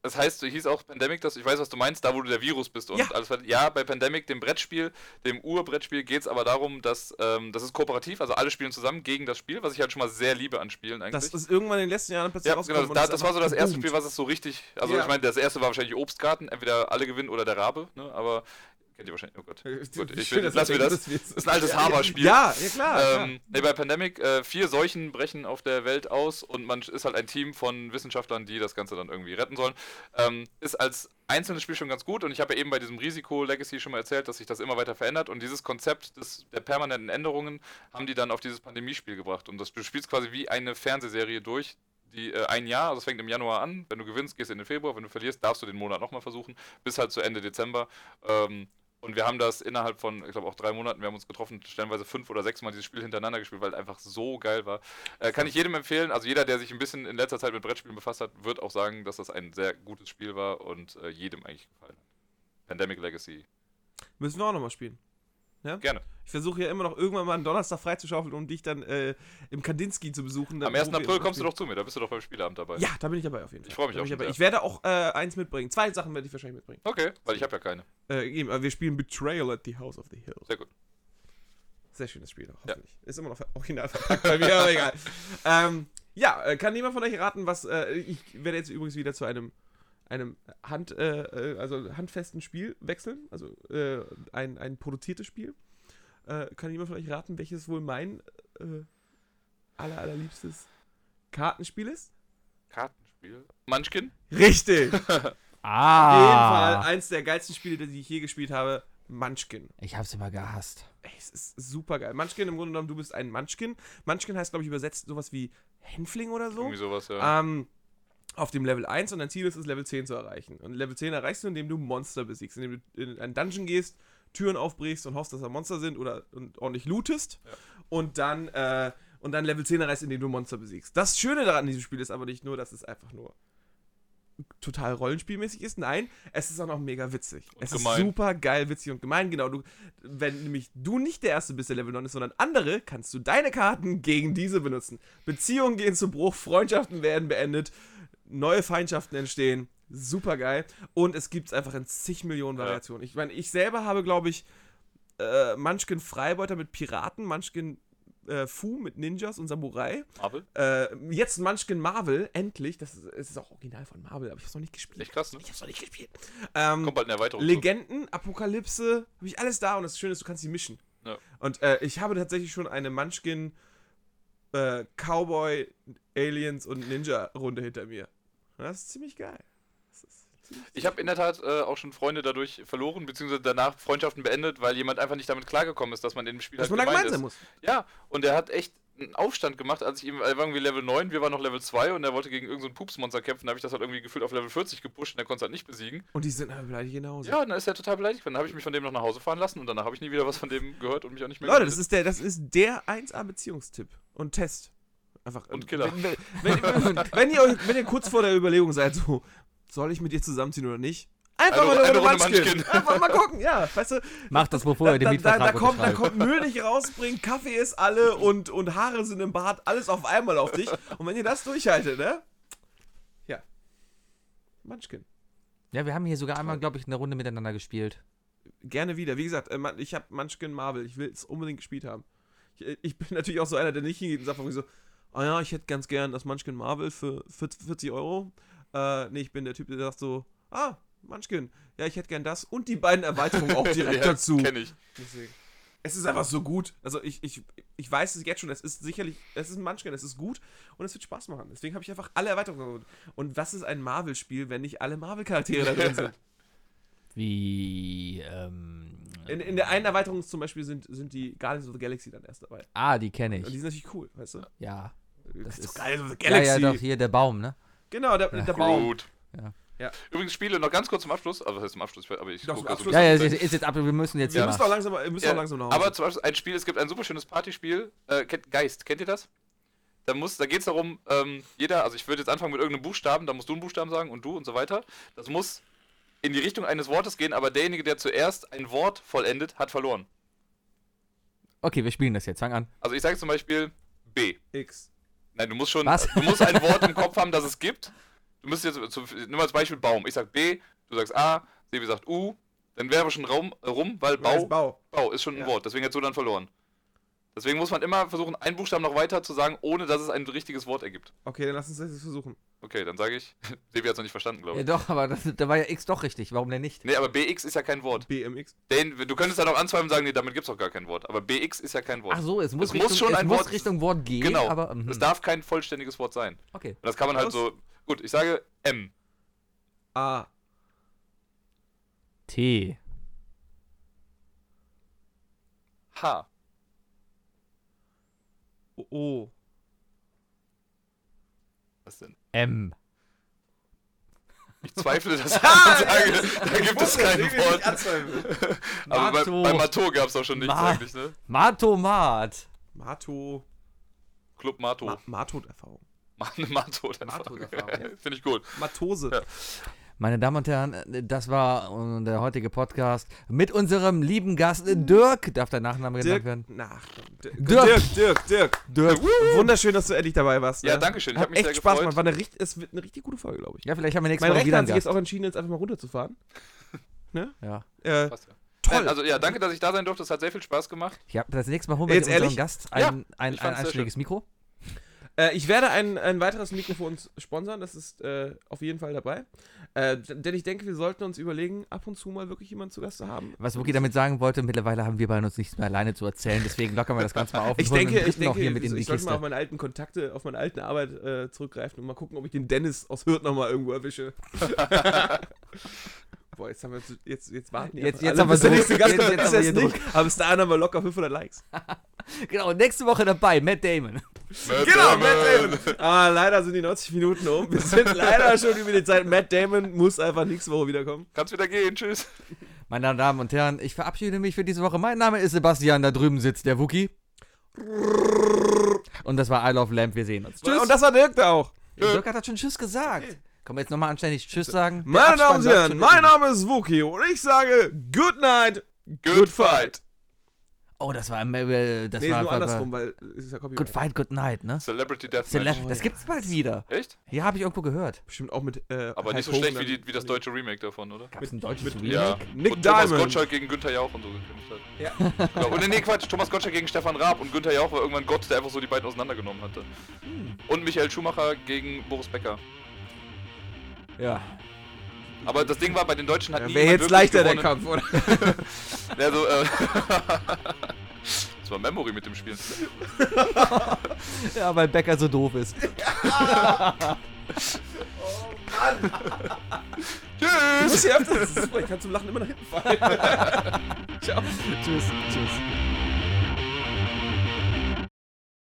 S3: Das heißt, du hieß auch Pandemic, das, ich weiß, was du meinst, da wo du der Virus bist und
S2: Ja.
S3: alles. ver- Ja, bei Pandemic, dem Brettspiel, dem Urbrettspiel, geht es aber darum, dass ähm, das ist kooperativ, also alle spielen zusammen gegen das Spiel, was ich halt schon mal sehr liebe an Spielen eigentlich.
S2: Das ist irgendwann in den letzten Jahren plötzlich
S3: Ja, genau, das,
S2: und
S3: da,
S2: ist
S3: das war so das
S2: einfach
S3: erste
S2: geboomt.
S3: Spiel, was es so richtig. Also,
S2: Ja.
S3: ich meine, das erste war wahrscheinlich Obstgarten, entweder alle gewinnen oder der Rabe, ne? aber kennt ihr wahrscheinlich. Oh Gott. Gut, ich will, lassen wir das. Das ist ein altes Haber-Spiel.
S2: Ja, ja klar.
S3: Ähm, nee, bei Pandemic, äh, vier Seuchen brechen auf der Welt aus und man ist halt ein Team von Wissenschaftlern, die das Ganze dann irgendwie retten sollen. Ähm, ist als einzelnes Spiel schon ganz gut und ich habe ja eben bei diesem Risiko-Legacy schon mal erzählt, dass sich das immer weiter verändert und dieses Konzept des, der permanenten Änderungen haben die dann auf dieses Pandemiespiel gebracht und das, du spielst quasi wie eine Fernsehserie durch, die äh, ein Jahr, also es fängt im Januar an, wenn du gewinnst, gehst du in den Februar, wenn du verlierst, darfst du den Monat nochmal versuchen, bis halt zu Ende Dezember. Ähm, und wir haben das innerhalb von, ich glaube auch drei Monaten, wir haben uns getroffen, stellenweise fünf oder sechs Mal dieses Spiel hintereinander gespielt, weil es einfach so geil war. Äh, kann ich jedem empfehlen, also jeder, der sich ein bisschen in letzter Zeit mit Brettspielen befasst hat, wird auch sagen, dass das ein sehr gutes Spiel war und äh, jedem eigentlich gefallen hat. Pandemic Legacy.
S2: Müssen wir auch nochmal spielen. Ja?
S3: Gerne.
S2: Ich versuche ja immer noch irgendwann mal einen Donnerstag freizuschaufeln, um dich dann äh, im Kandinsky zu besuchen.
S3: Am 1. April kommst du doch zu mir, da bist du doch beim Spieleabend dabei.
S2: Ja, da bin ich dabei auf jeden Fall.
S3: Ich freu mich
S2: Da bin
S3: auch schon
S2: dabei.
S3: sehr.
S2: Ich werde auch äh, eins mitbringen. Zwei Sachen werde ich wahrscheinlich mitbringen.
S3: Okay, weil ich habe ja keine.
S2: Äh, eben, aber wir spielen Betrayal at the House of the Hill.
S3: Sehr gut.
S2: Sehr schönes Spiel, auch, hoffentlich. Ist immer noch original verpackt bei mir, aber egal. Ähm, ja, äh, kann jemand von euch raten, was. Äh, ich werde jetzt übrigens wieder zu einem, einem Hand, äh, äh, also handfesten Spiel wechseln, also äh, ein, ein produziertes Spiel. Äh, kann jemand von euch raten, welches wohl mein äh, aller, allerliebstes Kartenspiel ist?
S3: Kartenspiel. Spiel? Munchkin?
S2: Richtig. Auf jeden Fall
S1: Ah.
S2: eins der geilsten Spiele, die ich je gespielt habe. Munchkin.
S1: Ich hab's immer gehasst.
S2: Ey, es ist super geil. Munchkin, im Grunde genommen, du bist ein Munchkin. Munchkin heißt, glaube ich, übersetzt sowas wie Hänfling oder so.
S3: Irgendwie sowas, ja.
S2: ähm, auf dem Level 1 und dein Ziel ist es, Level 10 zu erreichen. Und Level 10 erreichst du, indem du Monster besiegst, indem du in einen Dungeon gehst, Türen aufbrichst und hoffst, dass da Monster sind oder und ordentlich lootest und dann äh, und dann Level 10 erreichst, indem du Monster besiegst. Das Schöne daran in diesem Spiel ist aber nicht nur, dass es einfach nur total rollenspielmäßig ist. Nein, es ist auch noch mega witzig. es
S3: gemein.
S2: ist super geil, witzig und gemein. Genau, du, wenn nämlich du nicht der Erste bist, der Level 9 ist, sondern andere, kannst du deine Karten gegen diese benutzen. Beziehungen gehen zu Bruch, Freundschaften werden beendet, neue Feindschaften entstehen. Super geil. Und es gibt es einfach in zig Millionen
S3: Ja.
S2: Variationen. Ich meine, ich selber habe, glaube ich, äh, Munchkin Freibeuter mit Piraten, Munchkin äh, Fu mit Ninjas und Samurai.
S3: Marvel?
S2: Äh, jetzt Munchkin Marvel, endlich. Das ist, es ist auch original von Marvel, aber ich hab's noch nicht gespielt.
S3: Echt krass, ne?
S2: Ich hab's noch nicht gespielt. Ähm,
S3: Kommt bald eine Erweiterung. zu.
S2: Legenden, Apokalypse, habe ich alles da und das Schöne ist, du kannst sie mischen.
S3: Ja.
S2: Und äh, ich habe tatsächlich schon eine Munchkin äh, Cowboy, Aliens und Ninja-Runde hinter mir. Und das ist ziemlich geil. Das ist ziemlich
S3: Ich habe in der Tat äh, auch schon Freunde dadurch verloren, beziehungsweise danach Freundschaften beendet, weil jemand einfach nicht damit klargekommen ist, dass man in dem Spiel
S2: dass
S3: halt
S2: man da
S3: gemeint
S2: gemein sein
S3: ist.
S2: muss.
S3: Ja, und er hat echt einen Aufstand gemacht, als ich ihm, er war irgendwie Level 9, wir waren noch Level 2 und er wollte gegen irgendein so ein Pupsmonster kämpfen, da habe ich das halt irgendwie gefühlt auf Level 40 gepusht und er konnte es halt nicht besiegen.
S2: Und die sind aber beleidigt genauso.
S3: Ja, und dann ist er total beleidigt worden. Dann habe ich mich von dem noch nach Hause fahren lassen und danach habe ich nie wieder was von dem gehört und mich auch nicht mehr
S2: Leute, das
S3: gemeldet.
S2: ist der, das ist der 1A-Beziehungstipp und Test. Einfach.
S3: Und Killer.
S2: Wenn, wenn, wenn, wenn, ihr euch, wenn ihr kurz vor der Überlegung seid, so, soll ich mit dir zusammenziehen oder nicht? Einfach
S3: Eine-
S2: mal eine
S3: eine
S2: Runde
S3: Runde
S2: Munchkin.
S3: Munchkin.
S2: Einfach mal gucken, ja. Weißt du,
S1: Macht das, bevor ihr den
S2: da, da, da,
S1: Mietvertrag
S2: kommt, da
S1: unterschreibt.
S2: kommt Müll nicht rausbringen, Kaffee ist alle und, und Haare sind im Bart, alles auf einmal auf dich. Und wenn ihr das durchhaltet, ne? Ja. Munchkin.
S1: Ja, wir haben hier sogar einmal, glaube ich, eine Runde miteinander gespielt.
S2: gerne wieder. Wie gesagt, äh, man- ich habe Munchkin Marvel. Ich will es unbedingt gespielt haben. Ich, äh, ich bin natürlich auch so einer, der nicht hingeht und sagt irgendwie so, oh ja, ich hätte ganz gern das Munchkin Marvel für 40 40 Euro. Äh, nee, ich bin der Typ, der sagt so, ah, Munchkin, ja, ich hätte gern das und die beiden Erweiterungen auch direkt
S3: ja,
S2: dazu.
S3: Kenn ich.
S2: Deswegen. Es ist einfach so gut. Also ich, ich, ich weiß es jetzt schon, es ist sicherlich, es ist ein Munchkin, es ist gut und es wird Spaß machen. Deswegen habe ich einfach alle Erweiterungen geholt. Und was ist ein Marvel-Spiel, wenn nicht alle Marvel-Charaktere da drin sind?
S1: Wie, ähm.
S2: In, in der einen Erweiterung zum Beispiel sind, sind die Guardians of the Galaxy dann erst dabei.
S1: Ah, die kenne
S2: Und die
S1: ich.
S2: sind natürlich cool, weißt du?
S1: Ja. Das ist.
S2: Guardians of the
S1: Ja, ja, doch, hier der Baum, ne?
S2: Genau, der, der Baum.
S3: Gut.
S1: Ja.
S2: Ja.
S3: Übrigens Spiele noch ganz kurz zum Abschluss, also was heißt zum Abschluss, Ich weiß- aber ich
S2: Doch,
S3: guck
S2: zum
S3: da
S2: Abschluss.
S1: Ja, ja,
S3: ein
S1: es
S3: bisschen-
S1: ist, ist jetzt ab, wir müssen jetzt
S2: Wir
S1: hier.
S2: müssen auch langsam, wir müssen
S3: Ja,
S2: auch langsam nach Hause.
S3: Aber zum Beispiel ein Spiel, es gibt ein super schönes Partyspiel, äh, kennt, Geist, kennt ihr das? Da, muss- da geht es darum, ähm, jeder, also ich würde jetzt anfangen mit irgendeinem Buchstaben, da musst du einen Buchstaben sagen und du und so weiter. Das muss in die Richtung eines Wortes gehen, aber derjenige, der zuerst ein Wort vollendet, hat verloren.
S1: Okay, wir spielen das jetzt. Fang an.
S3: Also ich sage zum Beispiel B.
S2: X.
S3: Nein, du musst schon,
S1: Was?
S3: du musst ein Wort im Kopf haben, das es gibt. Du musst jetzt, zum, nimm mal als Beispiel Baum. Ich sag B, du sagst A, Sebi sagt U. Dann wäre aber schon Raum äh, rum, weil
S2: Bau.
S3: Bau,
S2: Bau.
S3: Bau ist schon ein
S2: Ja.
S3: Wort, deswegen hat so dann verloren. Deswegen muss man immer versuchen, einen Buchstaben noch weiter zu sagen, ohne dass es ein richtiges Wort ergibt.
S2: Okay, dann lass uns das jetzt versuchen.
S3: Okay, dann sage ich, Sebi hat es noch nicht verstanden, glaube
S1: Ja,
S3: ich.
S1: doch, aber das, da war ja X doch richtig. Warum denn nicht?
S3: Nee, aber BX ist ja kein Wort.
S2: BMX.
S3: Den, du könntest dann auch anzweifeln und sagen, nee, damit gibt's doch gar kein Wort. Aber BX ist ja kein Wort.
S1: Ach so, es muss,
S3: Es muss schon
S1: es
S3: ein
S1: muss
S3: Wort-
S1: Richtung Wort gehen.
S3: genau.
S1: Aber, mhm.
S3: Es darf kein vollständiges Wort sein. Und
S1: okay.
S3: das kann man halt
S2: Was?
S3: so. Gut, ich sage M.
S2: A.
S1: T.
S3: H.
S2: O. o.
S3: Was denn?
S1: M.
S3: Ich zweifle, dass ich sage, da gibt es kein
S2: Irgendwie nicht
S3: Wort.
S2: anzweifeln.
S3: Aber bei,
S1: Mato.
S3: bei Mato gab es auch schon nichts
S1: Ma-
S3: eigentlich, ne?
S1: Matomat.
S2: Mato.
S3: Club Mato.
S2: Ma Matot-Erfahrung.
S3: Ma Mato. dann
S1: Mato,
S3: einfach.
S1: das war- ja.
S3: Finde ich gut.
S2: Matose.
S3: Ja.
S1: Meine Damen und Herren, äh, das war äh, der heutige Podcast mit unserem lieben Gast äh, Dirk. Darf der Nachname genannt werden?
S2: Dirk. Nach. Dirk.
S1: Dirk.
S2: Dirk. Dirk. Dirk.
S1: Dirk.
S2: Wunderschön, dass du endlich dabei warst.
S3: Ja,
S2: ne?
S3: danke schön. Ich
S2: Hat
S3: habe mich
S2: echt
S3: sehr
S2: Spaß
S3: gefreut.
S2: gemacht. War eine, richt- es wird eine richtig gute Folge, glaube ich.
S1: Ja, vielleicht haben wir nächstes
S2: Mein
S1: Mal
S2: Rechner
S1: wieder einen
S2: hat sich
S1: Gast.
S2: jetzt auch entschieden, jetzt einfach mal runterzufahren.
S1: Ja.
S2: Äh,
S3: Passt ja.
S2: toll.
S3: Nein, Also ja, danke, dass ich da sein durfte. Es hat sehr viel Spaß gemacht.
S1: ja, das nächste Mal holen wir
S2: Jetzt
S1: dir unseren
S2: ehrlich?
S1: Gast
S3: Ja,
S1: ein, ein,
S3: ich
S1: ein
S3: fand's sehr
S1: einschlägiges Mikro.
S2: Äh, ich werde ein, ein weiteres Mikrofon s- sponsern, das ist äh, auf jeden Fall dabei. Äh, d- denn ich denke, wir sollten uns überlegen, ab und zu mal wirklich jemanden zu Gast zu haben.
S1: Was Wookie damit sagen wollte, mittlerweile haben wir beiden uns nichts mehr alleine zu erzählen, deswegen lockern wir das Ganze mal auf. und
S2: Ich
S1: holen den
S2: denke, ich
S1: Dritten noch
S2: denke,
S1: hier mit in die
S2: ich sollte mal auf
S1: Kiste.
S2: meine alten Kontakte, auf meine alten Arbeit äh, zurückgreifen und mal gucken, ob ich den Dennis aus Hürth nochmal irgendwo erwische. Boah, jetzt haben wir jetzt, jetzt, jetzt warten die
S1: Jetzt-
S2: einfach
S1: jetzt
S2: alle,
S1: haben wir
S2: bis der
S1: Druck.
S2: nächste Gast
S1: Jetzt-
S2: kommt.
S1: jetzt
S2: Das
S1: haben
S2: ist
S1: wir
S2: nicht, aber bis dahin haben wir locker 500 Likes.
S1: Genau, nächste Woche dabei, Matt Damon.
S3: Matt
S2: Genau,
S3: Damon.
S2: Matt Damon. Aber Ah, leider sind die 90 Minuten um. Wir sind leider schon über die Zeit. Matt Damon muss einfach nächste Woche wiederkommen.
S3: Kannst wieder gehen, tschüss.
S1: Meine Damen und Herren, ich verabschiede mich für diese Woche. Mein Name ist Sebastian, da drüben sitzt der Wookie. Und das war I Love Lamp, wir sehen uns.
S2: Und das war Dirk da auch.
S1: Ja, Dirk hat das schon Tschüss gesagt. Komm, jetzt nochmal anständig Tschüss sagen. Der
S2: Meine Damen
S1: Abspann
S2: und
S1: läuft
S2: Herren,
S1: schon
S2: mein
S1: mitten.
S2: Name ist Wookie und ich sage Good Night, Good Fight.
S1: Oh, das war. Äh, das
S2: Nee,
S1: war,
S2: nur
S1: war,
S2: andersrum,
S1: War,
S2: weil es ist ja Copyright.
S1: good Fight, Good Night, ne?
S3: Celebrity Deathmatch.
S1: Celeb das gibt's bald wieder.
S3: Echt?
S1: Ja, habe ich irgendwo gehört.
S2: Bestimmt auch mit. Äh,
S3: Aber nicht so
S2: Hulk
S3: schlecht wie,
S2: Hogan
S3: die, wie das
S2: dann-
S3: deutsche Remake davon, oder?
S1: Gab's ein deutsches Remake?
S3: Ja.
S2: Nick
S3: und
S2: Diamond.
S3: Thomas Gottschalk gegen Günther Jauch und so gekämpft hat.
S2: Ja.
S3: Genau. Und nee, Quatsch. Thomas Gottschalk gegen Stefan Raab und Günther Jauch war irgendwann Gott, der einfach so die beiden auseinandergenommen hatte.
S2: Hm.
S3: Und Michael Schumacher gegen Boris Becker.
S1: Ja.
S3: Aber das Ding war, bei den Deutschen hat
S2: Ja,
S3: nie
S2: Wäre
S3: jemand
S2: jetzt
S3: wirklich
S2: leichter der
S3: gewonnen.
S2: Kampf, oder?
S3: Ja, so, äh, das war Memory mit dem Spiel.
S1: ja, weil Becker so doof ist.
S3: Tschüss!
S2: Ich kann zum Lachen immer nach hinten fallen. Ciao.
S1: tschüss, tschüss.